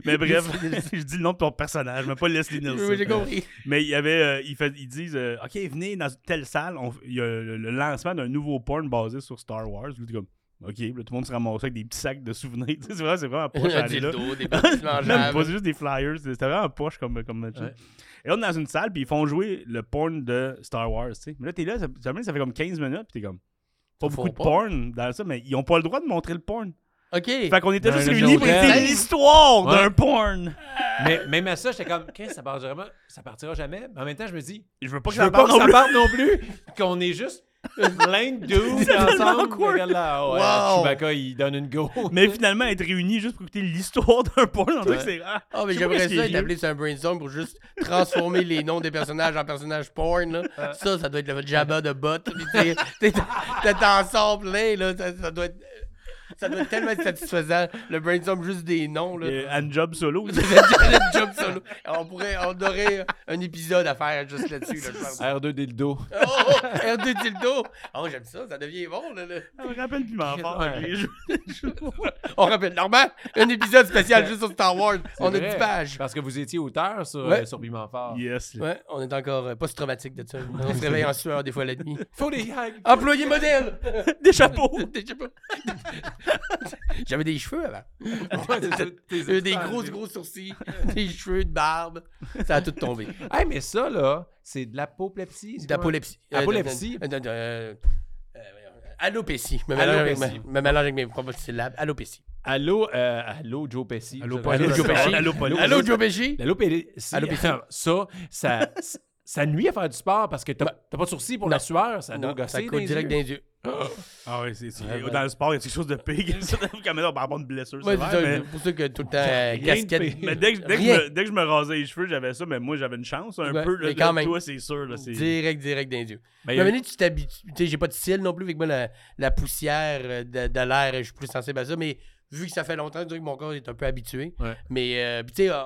Speaker 2: Mais bref, je dis le nom de ton personnage, mais pas Leslie Nielsen.
Speaker 3: Oui, j'ai compris.
Speaker 2: Mais il y avait, euh, ils, fais- ils disent, euh, OK, venez dans telle salle, on f- il y a le, le lancement d'un nouveau porn basé sur Star Wars. Puis là, t'es comme, OK, là, tout le monde se ramassait avec des petits sacs de souvenirs. Tu sais, c'est vraiment, c'est vraiment poche.
Speaker 3: Un
Speaker 2: à aller là.
Speaker 3: dildo, des bâtiments
Speaker 2: Même pas
Speaker 3: mangeables.
Speaker 2: c'est juste des flyers, c'était vraiment poche comme, comme match.
Speaker 1: Ouais.
Speaker 2: Et là, on est dans une salle, puis ils font jouer le porn de Star Wars. tu sais. Mais là, t'es là, ça, ça fait comme 15 minutes, puis t'es comme. Pas
Speaker 3: Ça
Speaker 2: beaucoup de
Speaker 3: faut pas.
Speaker 2: porn dans ça, mais ils ont pas le droit de montrer le porn.
Speaker 3: Ok. Ah,
Speaker 2: Fait qu'on était
Speaker 1: Dans
Speaker 2: juste
Speaker 1: un
Speaker 2: réunis pour
Speaker 1: hôtel.
Speaker 2: écouter l'histoire
Speaker 1: Ouais.
Speaker 2: d'un porn.
Speaker 1: Mais même à ça, j'étais comme, qu'est-ce que ça partira jamais? Ça partira jamais. Mais en même temps, je me dis,
Speaker 2: Je veux pas que
Speaker 1: je
Speaker 2: ça
Speaker 1: veux pas
Speaker 2: parle
Speaker 1: que
Speaker 2: non
Speaker 1: ça
Speaker 2: plus.
Speaker 1: parte non plus, qu'on est juste plein de dudes
Speaker 2: tellement
Speaker 1: ensemble.
Speaker 2: awkward.
Speaker 1: Regarde là, ah ouais,
Speaker 3: Wow.
Speaker 1: Chewbacca, il donne une go.
Speaker 2: Mais finalement, être réunis juste pour écouter l'histoire d'un porn, on dirait que c'est rare.
Speaker 3: Ah, mais
Speaker 2: Je sais pas
Speaker 3: j'aimerais
Speaker 2: qu'est-ce qui est
Speaker 3: ça être
Speaker 2: vieux.
Speaker 3: appelé sur un brainstorm pour juste transformer les noms des personnages en personnages porn.
Speaker 2: Euh.
Speaker 3: Là. Ça, ça doit être le Jabba de bot. Puis t'es- t'es- t'es- T'en sors plein, là. Ça, ça doit être. Ça doit être tellement être satisfaisant. Le brainstorm juste des noms, là.
Speaker 2: Et un job solo.
Speaker 3: C'est le job solo. On pourrait, on aurait un épisode à faire juste là-dessus, là, je pense.
Speaker 1: R2 dildo.
Speaker 3: Oh, oh, R2 dildo. Oh, j'aime ça, ça devient bon, là. là.
Speaker 2: Ça Ah, me rappelle plus ma enfance,
Speaker 1: Ouais.
Speaker 2: les jeux.
Speaker 3: On rappelle, normal, un épisode spécial juste sur Star Wars.
Speaker 1: C'est
Speaker 3: On a
Speaker 1: vrai,
Speaker 3: 10 pages.
Speaker 1: Parce que vous étiez auteur sur,
Speaker 3: Ouais.
Speaker 1: euh, sur Pimentfort.
Speaker 2: Yes.
Speaker 3: Ouais, on est encore euh, pas si traumatique de ça. On se réveille en sueur des fois la nuit.
Speaker 1: Faut des
Speaker 3: Ah.
Speaker 1: gags.
Speaker 3: Employé modèle!
Speaker 2: Des chapeaux.
Speaker 3: Je sais pas. J'avais des cheveux avant.
Speaker 1: Ouais, c'est ça, tes
Speaker 3: Euh, des
Speaker 1: experts,
Speaker 3: gros,
Speaker 1: des-
Speaker 3: gros sourcils, des cheveux, de barbe. Ça a tout tombé.
Speaker 1: Hey, mais ça, là, c'est de l'apoplexie. c'est
Speaker 3: D'apolepsie. Euh,
Speaker 1: Apolepsie.
Speaker 3: de- de- de- de- euh, euh, Alopécie. Me mélange avec ma-
Speaker 1: Alopécie.
Speaker 3: me mélange avec mes propres syllabes. Alopécie.
Speaker 1: quoi? Allô, euh, allô, Joe Pesci.
Speaker 2: Allô,
Speaker 1: Je-
Speaker 2: Paul-
Speaker 3: Allô, Joe Pesci.
Speaker 2: Allô, Paul-
Speaker 3: Allô, Joe Pesci?
Speaker 1: Allô, Pesci.
Speaker 3: Allô, Pesci.
Speaker 1: Ça, ça, ça- ça nuit à faire du sport parce que t'as t'as pas de sourcils pour la
Speaker 3: Non.
Speaker 1: sueur. Ça doit
Speaker 3: Non,
Speaker 1: gosser
Speaker 3: ça
Speaker 1: dans
Speaker 3: coule
Speaker 1: les
Speaker 3: direct
Speaker 1: yeux.
Speaker 3: dans les yeux.
Speaker 2: Ah ouais, c'est, c'est-
Speaker 3: Ouais, ouais.
Speaker 2: Dans le sport, il y a quelque chose de pire. que ça. Quand même, on va avoir une blessure.
Speaker 3: Ouais,
Speaker 2: sévère,
Speaker 3: c'est ça,
Speaker 2: mais...
Speaker 3: pour ça que tout le temps, euh,
Speaker 1: de
Speaker 3: casquette.
Speaker 1: pire.
Speaker 2: mais dès, que, dès, que je
Speaker 3: Rien.
Speaker 2: me, dès que je me rasais les cheveux, j'avais ça, mais moi, j'avais une chance un
Speaker 3: Ouais,
Speaker 2: peu. Là,
Speaker 3: mais quand
Speaker 2: là,
Speaker 3: même.
Speaker 2: Toi, c'est sûr. Là, c'est...
Speaker 3: Direct, direct dans les yeux.
Speaker 1: Ben,
Speaker 3: Mais
Speaker 1: il y a-
Speaker 3: tu t'habitues. Tu sais, j'ai pas de cils non plus, fait que moi, la, la poussière euh, de, de l'air, je suis plus sensible à ça, mais vu que ça fait longtemps, je dirais que mon corps est un peu habitué.
Speaker 1: Ouais.
Speaker 3: Mais, euh, puis tu sais, euh,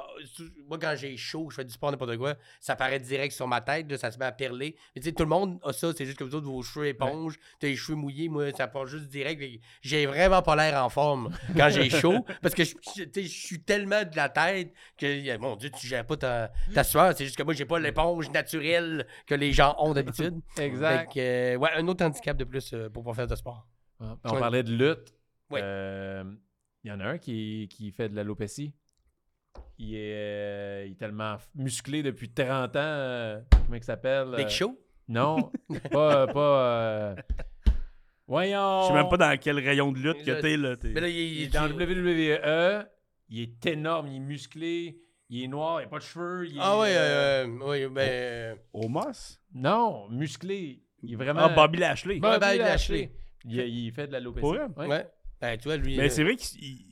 Speaker 3: moi, quand j'ai chaud, je fais du sport, n'importe quoi, ça paraît direct sur ma tête, là, ça se met à perler. Mais tu sais, tout le monde a ça, c'est juste que vous autres, vos cheveux éponges, t'as les cheveux mouillés, moi, ça part juste direct. Fait que J'ai vraiment pas l'air en forme quand j'ai chaud, parce que je je- tu sais, je suis tellement de la tête que, euh, mon Dieu, tu gères pas ta,
Speaker 1: Mm.
Speaker 3: ta sueur. C'est juste que moi, j'ai pas l'éponge naturelle que les gens ont d'habitude.
Speaker 1: Exact.
Speaker 3: Fait que, euh, ouais, un autre handicap de plus euh, pour pouvoir faire de sport.
Speaker 1: Ah, On
Speaker 3: Ouais.
Speaker 1: parlait de lutte.
Speaker 3: Ouais.
Speaker 1: Euh, Il y en a un qui, qui fait de l'alopécie. Il est, euh, il est tellement f- musclé depuis 30 ans. euh, comment il s'appelle?
Speaker 3: Big
Speaker 1: euh,
Speaker 3: Show?
Speaker 1: Non, pas... euh, pas euh, Voyons!
Speaker 2: Je sais même pas dans quel rayon de lutte que
Speaker 3: Là,
Speaker 2: t'es, là. t'es-
Speaker 3: Mais là, il,
Speaker 1: Il est
Speaker 3: il-
Speaker 1: dans
Speaker 3: il-
Speaker 1: WWE. Il est énorme, il est musclé. Il est noir, il n'a pas de cheveux. il est,
Speaker 3: Ah ouais,
Speaker 1: euh,
Speaker 3: euh, ouais, ben.
Speaker 2: Omos?
Speaker 1: Non, musclé. Il est vraiment...
Speaker 2: Ah, Bobby Lashley.
Speaker 1: Bobby
Speaker 3: Bobby
Speaker 1: Lashley.
Speaker 3: Lashley.
Speaker 1: Il, il fait de l'alopécie.
Speaker 2: Pour vrai?
Speaker 1: Ouais.
Speaker 3: Ouais. Ben, tu vois, lui.
Speaker 2: Mais
Speaker 3: euh,
Speaker 2: c'est vrai que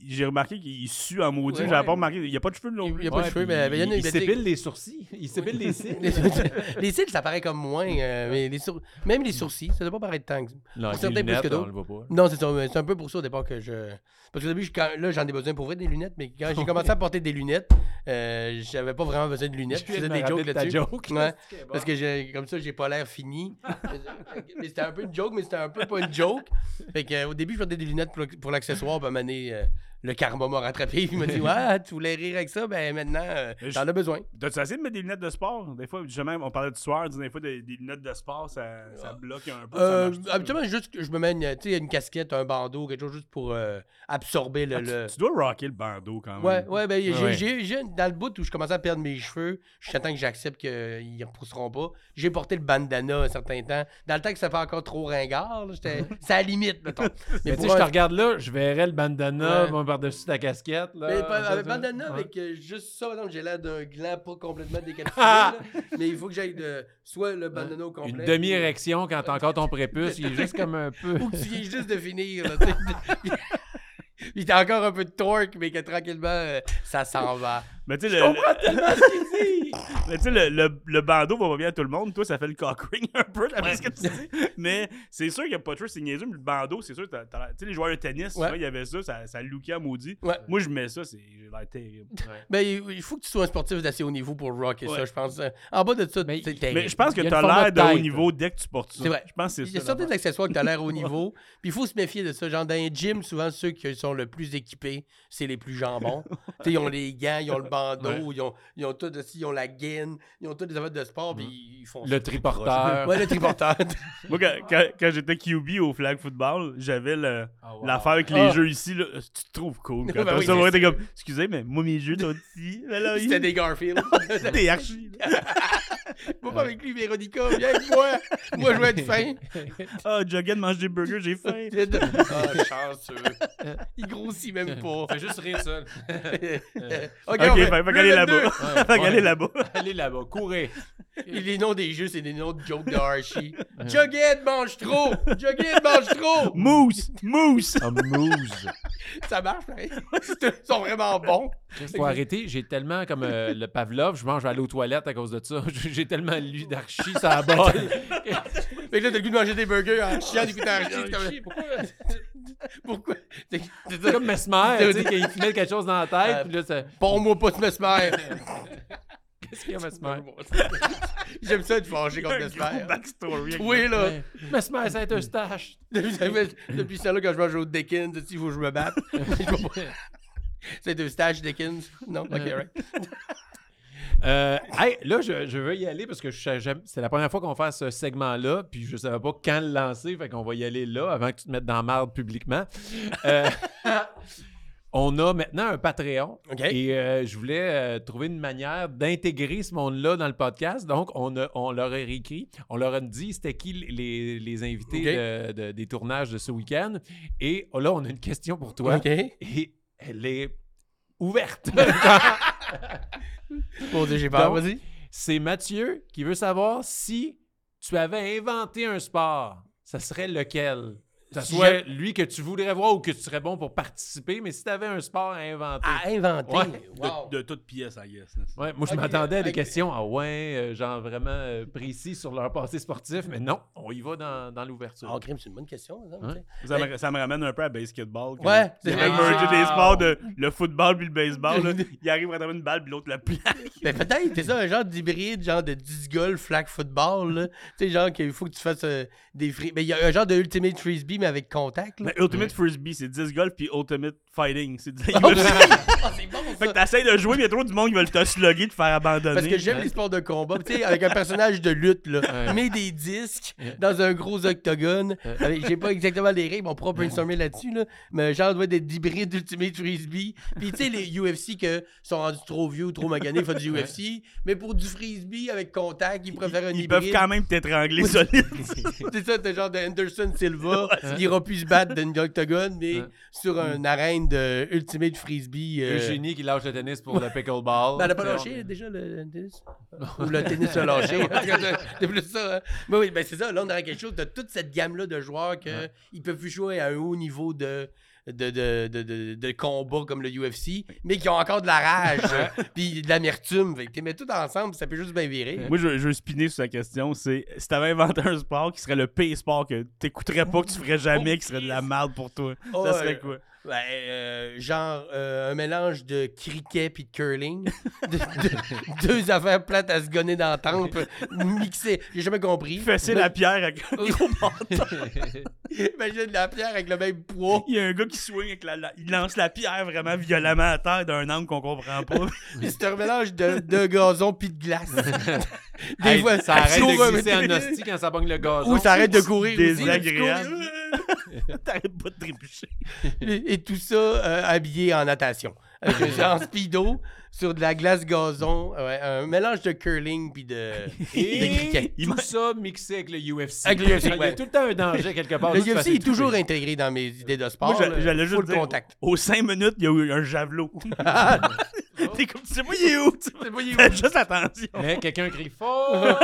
Speaker 2: j'ai remarqué qu'il sue en maudit.
Speaker 3: Ouais.
Speaker 2: J'avais pas remarqué. Il n'y a pas de cheveux de
Speaker 3: Il
Speaker 2: l'autre.
Speaker 3: n'y a pas de
Speaker 1: Ouais,
Speaker 3: cheveux,
Speaker 1: puis
Speaker 3: mais mais il y en a
Speaker 1: il
Speaker 3: mais
Speaker 1: s'épile les sourcils. Il s'épile les cils.
Speaker 3: t'sais, Les cils, ça paraît comme moins. euh, mais les sour- Même les sourcils, ça doit pas paraître tant. que-
Speaker 1: Non, avec
Speaker 3: Certains
Speaker 1: les lunettes,
Speaker 3: plus que
Speaker 1: on
Speaker 3: d'autres.
Speaker 1: le voit pas.
Speaker 3: Non, c'est ça. mais C'est un peu pour ça au départ que je. Parce que au début, je- quand- là, j'en ai besoin pour vrai des lunettes, mais quand j'ai commencé à porter des lunettes, euh, j'avais pas vraiment besoin de lunettes. Je faisais des jokes là-dessus. Ouais. Parce que j'ai- comme ça, j'ai pas l'air fini. mais c'était un peu une joke, mais c'était un peu pas une joke. Fait que, euh, au début, je portais des lunettes pour, pour l'accessoire, puis à un moment donné, euh, le karma m'a rattrapé. Puis il m'a dit Ouais, tu voulais rire avec ça, ben maintenant, euh,
Speaker 2: Mais je-
Speaker 3: t'en as besoin.
Speaker 2: T'as-tu essayé de mettre des lunettes de sport? Des fois, justement, on parlait du soir, des fois, des, des lunettes de sport, ça, ça bloque un peu. ça
Speaker 3: Euh,
Speaker 2: marche-tu?
Speaker 3: habituellement, juste que je me mets une, tu sais, une casquette, un bandeau, quelque chose juste pour euh, absorber le.
Speaker 2: Ah,
Speaker 3: le-
Speaker 2: tu, tu dois rocker le bandeau quand même.
Speaker 3: Ouais, ouais, ben, j'ai-
Speaker 1: Ouais.
Speaker 3: j'ai- j'ai- dans le bout où je commençais à perdre mes cheveux, je suis content que j'accepte qu'ils ne repousseront pas. J'ai porté le bandana un certain temps. Dans le temps que ça fait encore trop ringard, là, j'étais- c'est à la limite, mettons.
Speaker 1: Mais tu sais,
Speaker 3: pour
Speaker 1: je te
Speaker 3: un-
Speaker 1: regarde là, je verrais le bandana
Speaker 3: Ouais.
Speaker 1: moi, par-dessus ta casquette. Là,
Speaker 3: mais pas-
Speaker 1: Ça,
Speaker 3: avec
Speaker 1: tu-
Speaker 3: bandana,
Speaker 1: Ouais.
Speaker 3: avec euh, juste ça, mettons, j'ai l'air d'un gland pas complètement décalculé, là, mais il faut que j'aille de soit le bandana au complet.
Speaker 1: Une demi-érection quand t'as encore ton prépuce, il est juste comme un peu.
Speaker 3: ou que tu viens juste de finir. Là, tu sais. Puis t'as encore un peu de torque, mais que tranquillement, euh, ça s'en va.
Speaker 2: Mais tu sais, le, le- mais tu sais, le, le- le bandeau va pas bien à tout le monde. Toi, ça fait le cock ring un peu, d'après ce que tu dis. Mais c'est sûr qu'il y a pas de c'est niaiseux, mais le bandeau, c'est sûr. t'as- t'as l'air- Tu sais, les joueurs de tennis,
Speaker 3: Ouais.
Speaker 2: souvent, il y avait ça, ça, ça lookait à maudit.
Speaker 3: Ouais.
Speaker 2: Moi, je mets ça, c'est j'ai l'air terrible.
Speaker 3: Mais il il faut que tu sois un sportif d'assez haut niveau pour rock et ça,
Speaker 2: Ouais.
Speaker 3: je pense. Euh, En bas de ça,
Speaker 1: Mais-
Speaker 3: c'est terrible.
Speaker 2: Mais je pense que
Speaker 1: Il y a une
Speaker 2: t'as
Speaker 1: forme de
Speaker 2: l'air de haut
Speaker 1: tête.
Speaker 2: niveau dès que tu portes ça.
Speaker 3: C'est vrai.
Speaker 2: Je pense que
Speaker 3: Il y
Speaker 2: c'est
Speaker 3: a
Speaker 2: ça.
Speaker 3: certains
Speaker 2: l'affaire.
Speaker 3: accessoires que t'as l'air haut niveau. Puis il faut se méfier de ça. Genre dans un gym, souvent ceux qui sont le plus équipés, c'est les plus jambons. Tu sais, ils ont les gants, ils ont le bandeau, ils, ont, ils ont tout aussi, ils ont la gaine, ils ont toutes des affaires de sport, puis ils font
Speaker 1: Le
Speaker 3: ça.
Speaker 1: triporteur.
Speaker 3: Ouais, le triporteur.
Speaker 2: Moi, quand, quand- quand j'étais QB au flag football, j'avais le-
Speaker 1: Ah, wow.
Speaker 2: l'affaire avec les
Speaker 3: Ah.
Speaker 2: jeux ici. Là, Euh, tu te trouves cool. Quand
Speaker 3: Ben
Speaker 2: t'as
Speaker 3: oui,
Speaker 2: ça,
Speaker 3: c'est
Speaker 2: ouais,
Speaker 3: ça.
Speaker 2: t'es comme, excusez, mais moi, mes jeux, t'as dit. Mais là,
Speaker 3: C'était
Speaker 2: il-
Speaker 3: des Garfield.
Speaker 2: des archives.
Speaker 3: Moi, pas avec lui, Véronica, viens avec moi. Moi, je vais être fin.
Speaker 2: Ah, Jughead mange des burgers, j'ai faim.
Speaker 3: Ah, chanceux. Il grossit même pas.
Speaker 1: Fais juste rire seul.
Speaker 3: OK,
Speaker 2: Ok, fait
Speaker 3: on fait
Speaker 2: fait
Speaker 3: le
Speaker 2: qu'aller
Speaker 3: 22.
Speaker 2: là-bas.
Speaker 1: Ouais,
Speaker 2: Fait qu'aller
Speaker 1: ouais.
Speaker 2: là-bas.
Speaker 1: Allez là-bas, courez.
Speaker 3: Et les noms des jeux, c'est des noms de jokes de Archie. Jughead mange trop! Jughead mange trop!
Speaker 2: Mousse! Mousse!
Speaker 1: Un mousse.
Speaker 3: Ça marche, pareil. Ils sont vraiment bons.
Speaker 1: Faut arrêter, j'ai tellement comme euh, le Pavlov, je mange à l'eau toilette à cause de ça. J'ai tellement lu d'archi ça la balle.
Speaker 3: Fait que là, t'as le goût de manger des burgers en chiant d'écouter Archie. c'est comme-
Speaker 1: Pourquoi?
Speaker 3: Pourquoi? C'est- c'est
Speaker 1: C'est
Speaker 3: ça.
Speaker 1: comme Mesmer, tu sais, qu'il filait quelque chose dans la tête, puis là, ça...
Speaker 3: Pends-moi pas ce mesmer.
Speaker 1: Qu'est-ce qu'il y a, Mesmer?
Speaker 3: J'aime ça être fâché contre
Speaker 2: Un gros
Speaker 3: mesmer.
Speaker 2: backstory.
Speaker 3: hein. Oui, là.
Speaker 1: Ouais. Mesmer Saint-Eustache!
Speaker 3: Depuis, depuis ça, là, quand je mange au Dickens, il faut que je me batte. C'est deux stages Dickens. Non, ok,
Speaker 1: Ouais.
Speaker 3: right.
Speaker 1: Euh, hey, là, je, je veux y aller parce que je sais jamais- c'est la première fois qu'on fait ce segment-là, puis je savais pas quand le lancer, fait qu'on va y aller là avant que tu te mettes dans la marde publiquement. Euh, on a maintenant un Patreon
Speaker 3: Ok.
Speaker 1: et euh, je voulais euh, trouver une manière d'intégrer ce monde-là dans le podcast. Donc, on, a- on leur a écrit, on leur a dit c'était qui les, les invités de- de- des tournages de ce week-end. Et oh, là, on a une question pour toi
Speaker 3: Ok.
Speaker 1: et elle est ouverte.
Speaker 3: Bon, Dieu, j'ai peur.
Speaker 1: Donc-
Speaker 3: Vas-y.
Speaker 1: C'est Mathieu qui veut savoir si tu avais inventé un sport, ça serait lequel? Ça
Speaker 3: Si
Speaker 1: soit lui que tu voudrais voir ou que tu serais bon pour participer, mais si tu avais un sport à inventer.
Speaker 3: à inventer.
Speaker 1: Ouais.
Speaker 2: De,
Speaker 3: Wow.
Speaker 2: de toute pièce, I guess. n'est-ce pas?
Speaker 1: Ouais, moi, je
Speaker 3: Ah, Ok,
Speaker 1: m'attendais à des
Speaker 3: ok.
Speaker 1: questions, ah ouais, euh, genre vraiment euh, précis sur leur passé sportif, mais non, on y va dans, dans l'ouverture.
Speaker 3: Ah, crime, c'est une bonne question. ça,
Speaker 1: Hein?
Speaker 3: tu sais.
Speaker 2: Ça, me, ça me ramène un peu à basketball. quand
Speaker 3: Ouais,
Speaker 2: Il
Speaker 3: c'est
Speaker 2: avait
Speaker 3: vrai.
Speaker 2: mergé
Speaker 1: Wow.
Speaker 2: des sports de le football puis le baseball. là. Il arrive à attraper une balle puis l'autre la plaque.
Speaker 3: Mais Ben, peut-être, c'est ça, un genre d'hybride, genre de disc golf, flag football. là. Tu sais, genre qu'il faut que tu fasses euh, des free. Mais il y a un genre de Ultimate Frisbee, mais avec contact. Là.
Speaker 2: Mais Ultimate Frisbee, c'est 10 golf puis Ultimate Fighting. C'est 10
Speaker 3: Oh,
Speaker 2: UFC.
Speaker 3: c'est bon, ça.
Speaker 2: Fait que t'essayes de jouer, mais il y a trop du monde qui veulent te slugger, te faire abandonner.
Speaker 3: Parce que j'aime les sports de combat, tu sais, avec un personnage de lutte,
Speaker 1: Ouais.
Speaker 3: là. Mets des disques
Speaker 1: Ouais.
Speaker 3: dans un gros octogone.
Speaker 1: Ouais.
Speaker 3: Avec- J'ai pas exactement les règles, on pourra brainstormer là-dessus, là. Mais genre, doit être d'hybride d'Ultimate Frisbee. Puis, tu sais, les UFC que sont rendus trop vieux ou trop maganés, ils font du UFC. Mais pour du Frisbee avec contact, ils préfèrent un
Speaker 2: Ils
Speaker 3: hybride.
Speaker 2: peuvent quand même t'étrangler
Speaker 3: Oui.
Speaker 2: solide.
Speaker 3: C'est ça, t'es genre de Anderson Silva. Il ira plus se battre d'un octogone, mais
Speaker 1: Ouais.
Speaker 3: sur une arène de Ultimate Frisbee. euh,
Speaker 1: Eugénie qui lâche le tennis pour le pickleball.
Speaker 3: ben, elle a pas
Speaker 1: tu sais, on-
Speaker 3: lâché déjà le tennis? Ou le tennis a lâché. c'est plus ça. Hein? Mais oui, ben c'est ça. Là, on aurait quelque chose de toute cette gamme-là de joueurs qui
Speaker 1: Ouais.
Speaker 3: ils peuvent plus jouer à un haut niveau de. De, de, de, de, de combat comme le UFC, mais qui ont encore de la rage, euh, puis de l'amertume. Fait que t'es mets tout ensemble, ça peut juste bien virer.
Speaker 2: Moi, je, veux- je veux spinner sur sa question. C'est si t'avais inventé un sport qui serait le pire sport que t'écouterais pas, que tu ferais jamais, qui serait de la merde pour toi,
Speaker 3: Oh,
Speaker 2: ça serait
Speaker 3: euh,
Speaker 2: quoi?
Speaker 3: Ouais, euh, genre euh, un mélange de cricket puis de curling. De- de- deux affaires plates à se gonner dans la tempe, mixées. J'ai jamais compris.
Speaker 2: Fesser la pierre avec un gros bâton.
Speaker 3: Imagine Ben, de la pierre avec le même poids.
Speaker 2: Il y a un gars qui swing avec la, la- Il lance la pierre vraiment violemment à terre d'un angle qu'on comprend pas.
Speaker 3: Puis c'est un mélange de, de gazon puis de glace. Des
Speaker 1: Hey,
Speaker 3: fois,
Speaker 1: ça arrête
Speaker 3: si on
Speaker 1: de
Speaker 3: remet-
Speaker 1: glisser en hostie quand ça bogne le gazon.
Speaker 3: Ou ça arrête de courir. aussi, là, tu
Speaker 2: Désagréable.
Speaker 3: cours,
Speaker 2: T'arrêtes pas de trébucher.
Speaker 3: Et, et tout ça euh, habillé en natation. Avec un genre speedo sur de la glace gazon. Ouais, un mélange de curling puis de, de
Speaker 1: Et
Speaker 3: cricket.
Speaker 1: tout ça mixé avec le UFC.
Speaker 3: Avec le UFC,
Speaker 1: Il y a
Speaker 3: ouais.
Speaker 1: tout le temps un danger quelque part.
Speaker 3: Le
Speaker 1: de se
Speaker 3: UFC
Speaker 1: passer
Speaker 3: est toujours
Speaker 1: toucher.
Speaker 3: intégré dans mes idées de sport.
Speaker 2: Moi, j'a-
Speaker 3: là.
Speaker 2: j'allais juste
Speaker 3: euh, Full
Speaker 2: dire,
Speaker 3: contact.
Speaker 2: aux 5 minutes, il y a eu un javelot. T'es comme, tu sais pas, il est où? Tu sais pas, il est où? Fais juste attention.
Speaker 1: Mais quelqu'un crie fort. Là,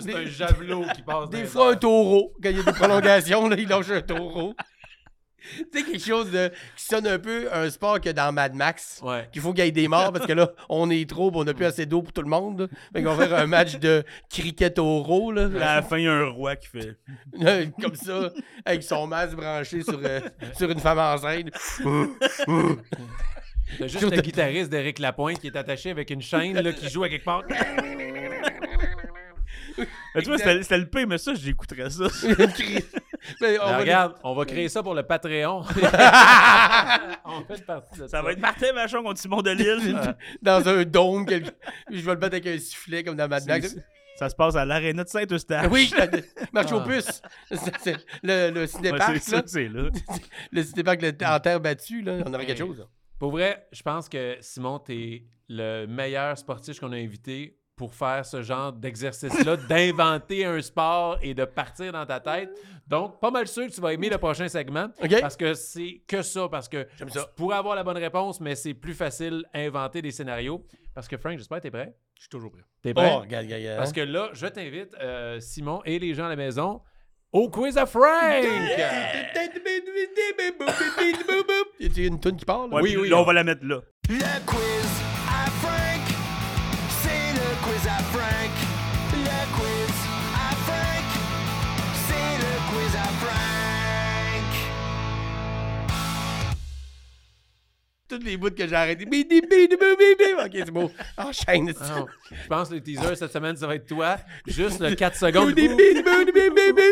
Speaker 1: C'est un javelot qui passe.
Speaker 2: Ben,
Speaker 1: dans
Speaker 3: Des
Speaker 1: les
Speaker 3: fois, un
Speaker 1: airs.
Speaker 3: taureau. Quand il y a des prolongations, là, il lâche un taureau. tu sais, quelque chose de, qui sonne un peu un sport que dans Mad Max.
Speaker 1: Ouais.
Speaker 3: Qu'il faut qu'il y ait des morts parce que là, on est trop, puis on n'a plus assez d'eau pour tout le monde. Fait qu'on va faire un match de cricket taureau, là.
Speaker 2: À la fin, il y a un roi qui fait.
Speaker 3: Euh, comme ça, avec son masque branché sur, euh, sur une femme enceinte.
Speaker 1: T'as juste le guitariste d'Éric Lapointe qui est attaché avec une chaîne là, qui joue à quelque part.
Speaker 2: Mais tu vois,
Speaker 3: Exact.
Speaker 2: c'était c'était le pire, mais ça, j'écouterais ça.
Speaker 3: Mais on
Speaker 1: Mais
Speaker 3: va-
Speaker 1: regarde, on va créer ça pour le Patreon. on fait une partie de ça.
Speaker 2: Ça va être Martin Vachon contre Simon Delille.
Speaker 3: dans un dôme, quelque- je vais le battre avec un sifflet comme dans Mad Max.
Speaker 2: Ça se passe à l'aréna de Saint-Eustache.
Speaker 3: Ah Oui, marche aux
Speaker 1: Ah.
Speaker 3: puces. C'est- c'est Le, le
Speaker 2: Ouais,
Speaker 3: cinéparc,
Speaker 2: c'est ça,
Speaker 3: là.
Speaker 2: c'est là.
Speaker 3: Le cinéparc le- en terre battue, là. On aurait quelque chose. là.
Speaker 1: Pour vrai, je pense que Simon, t'es le meilleur sportif qu'on a invité pour faire ce genre d'exercice-là, d'inventer un sport et de partir dans ta tête. Donc, pas mal sûr que tu vas aimer le prochain segment.
Speaker 3: OK?
Speaker 2: Ah,
Speaker 1: Parce que c'est que ça, parce que
Speaker 3: Eh? J'aime
Speaker 1: tu
Speaker 3: ça.
Speaker 1: pourrais avoir la bonne réponse, mais c'est plus facile inventer des scénarios. Parce que Frank, j'espère que t'es prêt.
Speaker 2: Je suis toujours prêt.
Speaker 1: T'es prêt?
Speaker 3: Oh, regarde, regarde, regarde.
Speaker 1: Parce que là, je t'invite, euh, Simon et les gens à la maison, au quiz à Frank!
Speaker 3: Y a-t-il une toune qui parle?
Speaker 2: Ouais, oui, oui. Là, on va la mettre là.
Speaker 4: Le quiz à Frank. C'est le quiz à Frank. Le quiz à Frank. C'est le quiz à Frank.
Speaker 3: Toutes les bouts que j'ai arrêté. Ok, c'est beau. Enchaîne. c'est
Speaker 1: Ah
Speaker 3: ça.
Speaker 1: non, je pense que le teaser cette semaine, ça va être toi. Juste le 4 secondes.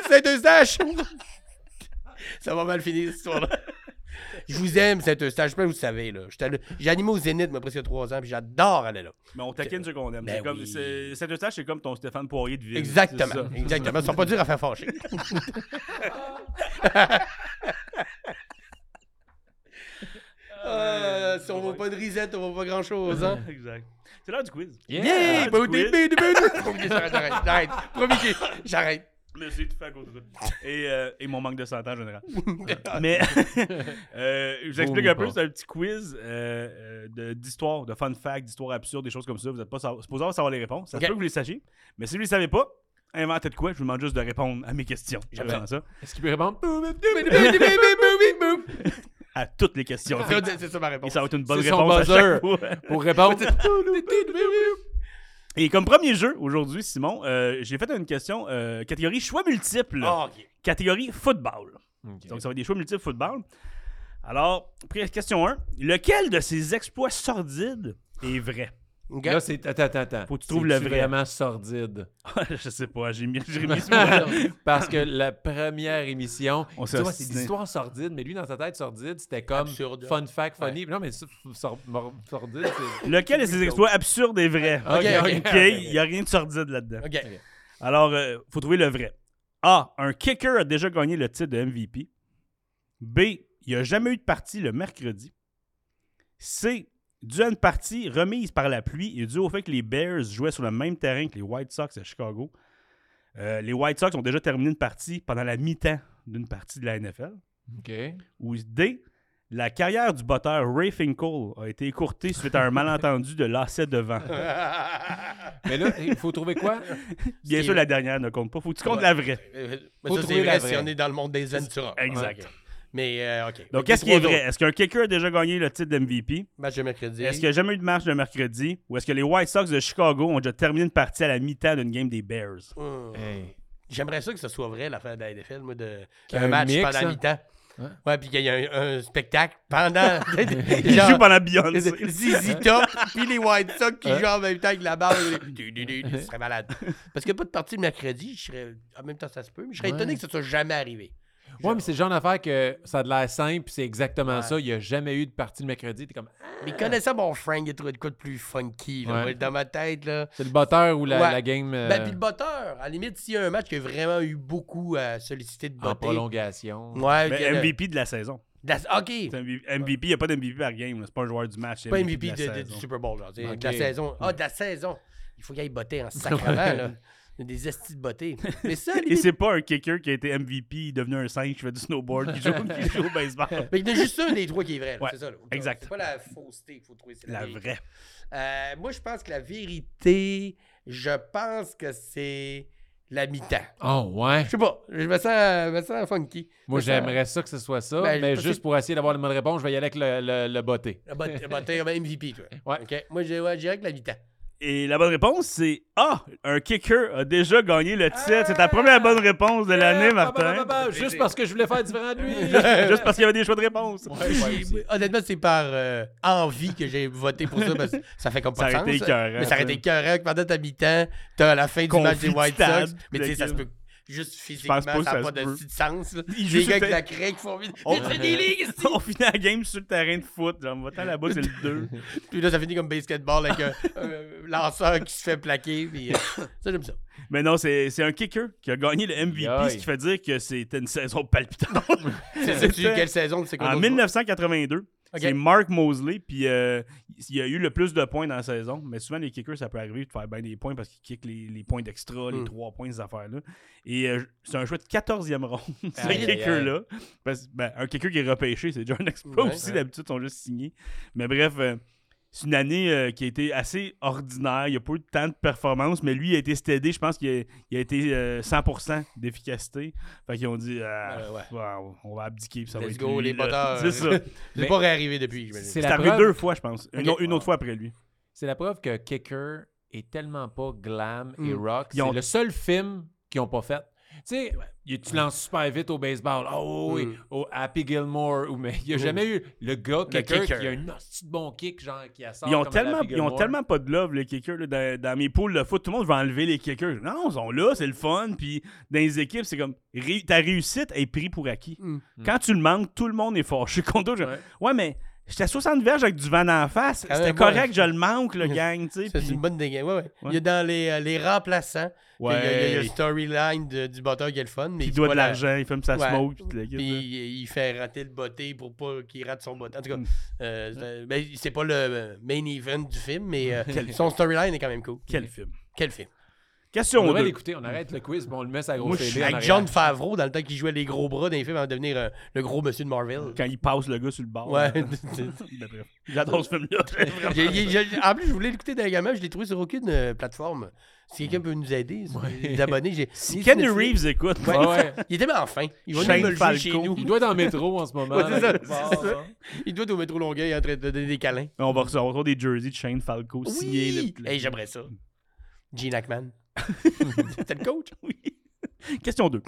Speaker 3: Saint-Eustache. Ça va mal finir cette histoire-là. Je vous aime, Saint-Eustache. Je sais pas si vous savez, là. J'étais allé- J'ai animé au Zénith, moi, presque trois ans, puis j'adore aller là.
Speaker 2: Mais on taquine ce qu'on aime.
Speaker 3: Ben
Speaker 2: C'est comme-
Speaker 3: oui.
Speaker 2: c'est- Saint-Eustache, c'est comme ton Stéphane Poirier de ville. C'est ça.
Speaker 3: Exactement. Exactement. Ils sont pas durs à faire fâcher. Euh, si on voit pas de risette, on voit pas grand chose, hein?
Speaker 2: Exact. C'est l'heure du quiz.
Speaker 1: Yeah!
Speaker 3: Yeah! ben
Speaker 2: du
Speaker 3: Bon,
Speaker 2: quiz.
Speaker 3: début, début. Ok, J'arrête, j'arrête, j'arrête. Promis que j'arrête.
Speaker 2: Mais j'ai tout fait à cause de ça. Et, euh, et mon manque de santé en général. Mais euh, je vous explique un peu,
Speaker 1: pas.
Speaker 2: c'est un petit quiz euh, euh, de- d'histoire, de fun fact, d'histoire absurde, des choses comme ça. Vous n'êtes pas sa- supposé savoir les réponses. Ça se
Speaker 3: Ok.
Speaker 2: peut que vous les sachiez. Mais si vous ne les savez pas, inventer de quoi, je vous demande juste de répondre à mes questions. J'aime
Speaker 1: Parfait.
Speaker 2: ça.
Speaker 1: Est-ce qu'il peut répondre?
Speaker 2: À toutes les questions.
Speaker 3: C'est c'est ça ma
Speaker 2: Et
Speaker 3: réponse.
Speaker 2: ça va être une bonne
Speaker 1: C'est son
Speaker 2: réponse à chaque
Speaker 1: buzzer.
Speaker 2: fois.
Speaker 1: Pour répondre.
Speaker 2: Et comme premier jeu aujourd'hui, Simon, euh, j'ai fait une question euh, catégorie choix multiples.
Speaker 3: Ah, ok.
Speaker 2: Catégorie football.
Speaker 1: Ok.
Speaker 2: Donc, ça va être des choix multiples football. Alors, pré- question 1. Lequel de ces exploits sordides est vrai?
Speaker 3: Ok.
Speaker 1: Là, c'est. Attends, attends, attends.
Speaker 2: Faut que tu trouves
Speaker 1: C'est-tu
Speaker 2: le vrai.
Speaker 1: vraiment sordide.
Speaker 2: je sais pas, j'ai mis, j'ai mis ce mot-là.
Speaker 1: Parce que la première émission,
Speaker 2: On
Speaker 1: tu
Speaker 2: s'est
Speaker 1: vois, c'est
Speaker 2: ostiné.
Speaker 1: des histoires sordides, mais lui, dans sa tête, sordide, c'était comme
Speaker 3: Absurde.
Speaker 1: fun fact, funny. Non, mais ça, sor- mor- sordide, c'est.
Speaker 2: Lequel de ces exploits absurdes est vrai?
Speaker 1: Ah, Ok,
Speaker 3: ok,
Speaker 2: OK, il n'y a rien de sordide là-dedans.
Speaker 3: Ok.
Speaker 2: Alors, euh, faut trouver le vrai. A. Un kicker a déjà gagné le titre de MVP. B. Il n'y a jamais eu de partie le mercredi. C. Dû à une partie remise par la pluie et dû au fait que les Bears jouaient sur le même terrain que les White Sox à Chicago. Euh, les White Sox ont déjà terminé une partie pendant la mi-temps d'une partie de la NFL.
Speaker 1: OK.
Speaker 2: Ou D. La carrière du botteur Ray Finkel a été écourtée suite à un malentendu de lacet devant.
Speaker 1: Mais là, il faut trouver quoi?
Speaker 2: Bien
Speaker 3: Steve.
Speaker 2: sûr, la dernière ne compte pas. Faut que tu comptes
Speaker 3: Ouais.
Speaker 2: la vraie.
Speaker 3: Euh, mais
Speaker 1: Faut
Speaker 3: ça, c'est
Speaker 1: trouver
Speaker 3: vrai
Speaker 1: la
Speaker 3: si
Speaker 1: vraie.
Speaker 3: on est dans le monde des Ventura.
Speaker 2: Exact.
Speaker 3: Ok. Mais, euh, OK.
Speaker 2: Donc,
Speaker 3: Mais
Speaker 2: qu'est-ce qui est
Speaker 3: trois Ben,
Speaker 2: vrai?
Speaker 3: autres.
Speaker 2: Est-ce qu'un kicker a déjà gagné le titre de MVP?
Speaker 3: Match de mercredi.
Speaker 2: Est-ce qu'il n'y a jamais eu de match le mercredi? Ou est-ce que les White Sox de Chicago ont déjà terminé une partie à la mi-temps d'une game des Bears?
Speaker 3: Hmm.
Speaker 1: Hey.
Speaker 3: J'aimerais ça que ce soit vrai, l'affaire de la NFL, moi, de...
Speaker 1: Qu'il y a
Speaker 3: un
Speaker 1: un
Speaker 3: match
Speaker 1: mix,
Speaker 3: pendant
Speaker 1: hein?
Speaker 3: mi-temps.
Speaker 1: Hein?
Speaker 3: Ouais, puis qu'il y a un, un spectacle pendant.
Speaker 2: Ils
Speaker 3: Genre-
Speaker 2: jouent pendant Beyoncé.
Speaker 3: ZZ Top, puis les White Sox qui
Speaker 1: Hein?
Speaker 3: jouent en même temps que la barre. Ce serait malade. Parce que pas de partie le mercredi, je serais. En même temps, ça se peut, mais je serais
Speaker 1: Ouais.
Speaker 3: étonné que ça soit jamais arrivé.
Speaker 1: Ouais, mais c'est le genre d'affaire que ça a de l'air simple, puis c'est exactement
Speaker 3: Ouais.
Speaker 1: ça. Il n'y a jamais eu de partie le mercredi. T'es comme, ah,
Speaker 3: Mais connaissant mon Frank, il a trouvé de quoi de plus funky, là.
Speaker 1: Ouais.
Speaker 3: Moi, Dans ma tête, là.
Speaker 1: c'est le botteur ou la,
Speaker 3: Ouais.
Speaker 1: la game euh,
Speaker 3: Ben, puis le botteur, à la limite, s'il y a un match qui a vraiment eu beaucoup à solliciter de
Speaker 1: en
Speaker 3: botter.
Speaker 1: prolongation.
Speaker 3: Ouais,
Speaker 2: Mais
Speaker 3: que le-
Speaker 2: MVP de la saison.
Speaker 3: la- OK.
Speaker 2: C'est un MVP, il n'y a pas d'MVP par game. là. C'est pas un joueur du match. c'est
Speaker 3: Pas MVP
Speaker 2: de
Speaker 3: de-
Speaker 2: la
Speaker 3: de- du
Speaker 2: saison.
Speaker 3: Super Bowl, genre. C'est
Speaker 1: Ok.
Speaker 3: De la saison. Ah, de la saison. Il faut qu'il aille botter en sacrement, là. Il y a Des estis de botter. Mais ça, à la
Speaker 2: Et
Speaker 3: limite,
Speaker 2: c'est pas un kicker qui a été MVP, devenu un 5, qui fait du snowboard, qui joue, qui joue au baseball.
Speaker 3: Mais il y en a juste un des trois qui est vrai. là,
Speaker 2: Ouais,
Speaker 3: c'est ça. là.
Speaker 2: exact.
Speaker 3: C'est pas la fausseté qu'il faut trouver. c'est
Speaker 2: La
Speaker 3: vérité.
Speaker 2: vraie.
Speaker 3: Euh, moi, je pense que la vérité, je pense que c'est la mi-temps.
Speaker 1: Oh, ouais.
Speaker 3: Je sais pas. Je me sens, je me sens funky.
Speaker 1: Moi,
Speaker 3: Je me sens-
Speaker 1: j'aimerais ça que ce soit ça,
Speaker 3: Ben,
Speaker 1: mais
Speaker 3: parce que-
Speaker 1: juste pour essayer d'avoir une bonne réponse, je vais y aller avec le, le, le botté.
Speaker 3: Le bot- le bottin comme MVP, toi.
Speaker 1: Ouais.
Speaker 3: OK. Moi, je ouais, je dirais que la mi-temps.
Speaker 2: Et la bonne réponse, c'est A. Un kicker a déjà gagné le titre. C'est ta première bonne réponse de l'année,
Speaker 1: Ah, bah,
Speaker 2: Martin.
Speaker 1: bah, bah, bah, juste parce que je voulais faire différent de lui.
Speaker 3: bah.
Speaker 2: Juste parce qu'il y avait des choix de réponse.
Speaker 3: J'ai- Honnêtement, c'est par euh, envie que j'ai voté pour ça parce que ça fait comme pas
Speaker 2: Ça
Speaker 3: de
Speaker 2: aurait été
Speaker 3: sens.
Speaker 2: écœurant,
Speaker 3: mais ça aurait
Speaker 2: ça.
Speaker 3: été écœurant que pendant ta mi-temps, t'as la fin du match des White
Speaker 2: Confitable,
Speaker 3: Sox. Mais tu sais, ça se peut. Juste physiquement,
Speaker 2: pense pas que
Speaker 3: ça n'a
Speaker 2: ça
Speaker 3: pas
Speaker 2: se
Speaker 3: de
Speaker 2: peut.
Speaker 3: petit sens. là.
Speaker 2: Ils jouent
Speaker 3: Les
Speaker 2: sur
Speaker 3: gars
Speaker 2: le
Speaker 3: avec la craie qui font vite.
Speaker 2: On-
Speaker 3: C'est des ligues, c'est-
Speaker 2: On finit la game sur le terrain de foot. Genre, on va t'en là-bas, c'est le 2.
Speaker 3: Puis là, ça finit comme basketball avec un un lanceur qui se fait plaquer. Puis, euh, ça, j'aime ça.
Speaker 2: Mais non, c'est c'est un kicker qui a gagné le MVP,
Speaker 1: Yoï.
Speaker 2: ce qui fait dire que c'était une saison palpitante.
Speaker 3: C'est ça, tu dis quelle saison, c'est quoi
Speaker 2: en
Speaker 3: d'autre?
Speaker 2: 1982,
Speaker 3: Ok.
Speaker 2: c'est Mark Mosley, puis euh, il a eu le plus de points dans la saison. Mais souvent, les kickers, ça peut arriver de faire bien des points parce qu'ils kickent les, les points d'extra, les
Speaker 3: Hmm.
Speaker 2: trois points, ces affaires-là. Et euh, c'est un choix de 14e ronde, ce
Speaker 1: Aïe, aïe, aïe.
Speaker 2: kicker-là. Parce- ben, un kicker qui est repêché, c'est déjà un exploit
Speaker 3: Ouais.
Speaker 2: aussi. D'habitude, ils sont juste signés. Mais bref, euh, c'est une année euh, qui a été assez ordinaire. Il n'y a pas eu tant de performances, mais lui, il a été stédé. Je pense qu'il a, il a été euh, 100% d'efficacité. Fait qu'ils ont dit, Ah,
Speaker 3: Ouais, ouais.
Speaker 2: wow, on va abdiquer. puis ça va
Speaker 3: Let's
Speaker 2: être
Speaker 3: go,
Speaker 2: lui,
Speaker 3: les
Speaker 2: là.
Speaker 3: botteurs.
Speaker 2: C'est ça.
Speaker 3: C'est
Speaker 1: Mais-
Speaker 3: pas réarrivé depuis,
Speaker 1: C'est
Speaker 3: j'imagine.
Speaker 2: C'est
Speaker 1: la
Speaker 2: arrivé
Speaker 1: preuve.
Speaker 2: deux fois, je pense. Une,
Speaker 3: Ok.
Speaker 2: au- une autre fois après lui.
Speaker 1: C'est la preuve que Kicker est tellement pas glam et
Speaker 3: Mm.
Speaker 1: rock.
Speaker 2: Ils
Speaker 1: C'est
Speaker 2: ont-
Speaker 1: le seul film qu'ils ont pas fait. Tu sais, il- tu lances super vite au baseball. Oh oui,
Speaker 3: Mm.
Speaker 1: au Happy Gilmore. Ou, mais il
Speaker 2: Oh,
Speaker 1: n'y a
Speaker 3: Mm.
Speaker 1: jamais eu le gars, Kicker,
Speaker 3: kicker.
Speaker 1: qui a une hostie de bon kick, genre, qui a sort
Speaker 2: Ils ont,
Speaker 1: comme à
Speaker 2: tellement,
Speaker 1: l'Happy
Speaker 2: ils ont
Speaker 1: Gilmore.
Speaker 2: tellement pas de love, les kickers. là, dans, dans mes poules de foot, tout le monde va enlever les kickers. Non, ils sont là, c'est le fun. Puis dans les équipes, c'est comme ré- ta réussite est prise pour acquis.
Speaker 1: Hmm.
Speaker 3: Mm.
Speaker 2: Quand tu le manques, tout le monde est fâché contre toi. Je-
Speaker 1: Ouais.
Speaker 2: Ouais. mais j'étais à 60 verges avec du vent en face.
Speaker 3: Quand
Speaker 2: C'était
Speaker 3: même,
Speaker 2: correct,
Speaker 3: ouais.
Speaker 2: je le manque, le gang. tu sais,
Speaker 3: Ça,
Speaker 2: puis-
Speaker 3: C'est une bonne dégâts. Ouais, ouais. Il y
Speaker 2: Ouais.
Speaker 3: a dans les, euh, les remplaçants. Il y a- Il y a- il y a
Speaker 2: Ouais.
Speaker 3: le storyline de- du botteur qui est le fun. Mais
Speaker 2: Puis il
Speaker 3: c'est
Speaker 2: doit
Speaker 3: pas
Speaker 2: de
Speaker 3: la-
Speaker 2: l'argent, il fume sa
Speaker 3: Ouais.
Speaker 2: smoke. puis le-
Speaker 3: Puis il, il fait rater le botté pour pas qu'il rate son botté. En tout cas,
Speaker 2: Mm.
Speaker 3: euh, c'est- ben, c'est pas le euh, main event du film, mais euh, son storyline est quand même cool.
Speaker 2: Quel film.
Speaker 3: Quel film?
Speaker 1: On
Speaker 2: Question
Speaker 1: devrait
Speaker 2: 2.
Speaker 1: l'écouter, on arrête le quiz, puis on le met à gros
Speaker 2: Moi, je suis
Speaker 1: télé. en
Speaker 3: Avec
Speaker 1: arrière.
Speaker 3: John Favreau, dans le temps qu'il jouait les gros bras dans les films avant de devenir euh, le gros monsieur de Marvel.
Speaker 2: Quand il passe le gars sur le bord.
Speaker 3: Ouais.
Speaker 2: là. Ben, bref. J'adore ce film-là.
Speaker 3: J'ai- j'ai- j'ai- en plus, je voulais l'écouter dernièrement, je l'ai trouvé sur aucune euh, plateforme. Si quelqu'un peut nous aider, ça, les abonnés, j'ai.
Speaker 2: Hmm. Si Kenny Reeves écoute,
Speaker 3: Ouais.
Speaker 1: Ah ouais.
Speaker 3: Il était mal enfin. Il va
Speaker 2: Shane
Speaker 3: nous me le jouer chez
Speaker 2: Falco.
Speaker 3: nous.
Speaker 1: Il doit être en métro en ce moment.
Speaker 3: Ouais, c'est
Speaker 1: là,
Speaker 3: ça,
Speaker 1: quelque
Speaker 3: c'est
Speaker 1: part,
Speaker 3: ça.
Speaker 1: hein.
Speaker 3: Il doit être au métro Longueuil en train de donner des câlins.
Speaker 2: on va recevoir encore des jerseys de Shane Falco signés.
Speaker 3: Oui!
Speaker 2: le- le-
Speaker 3: Hey, j'aimerais ça. Gene Hackman. C'était le coach?
Speaker 2: Oui. Question 2.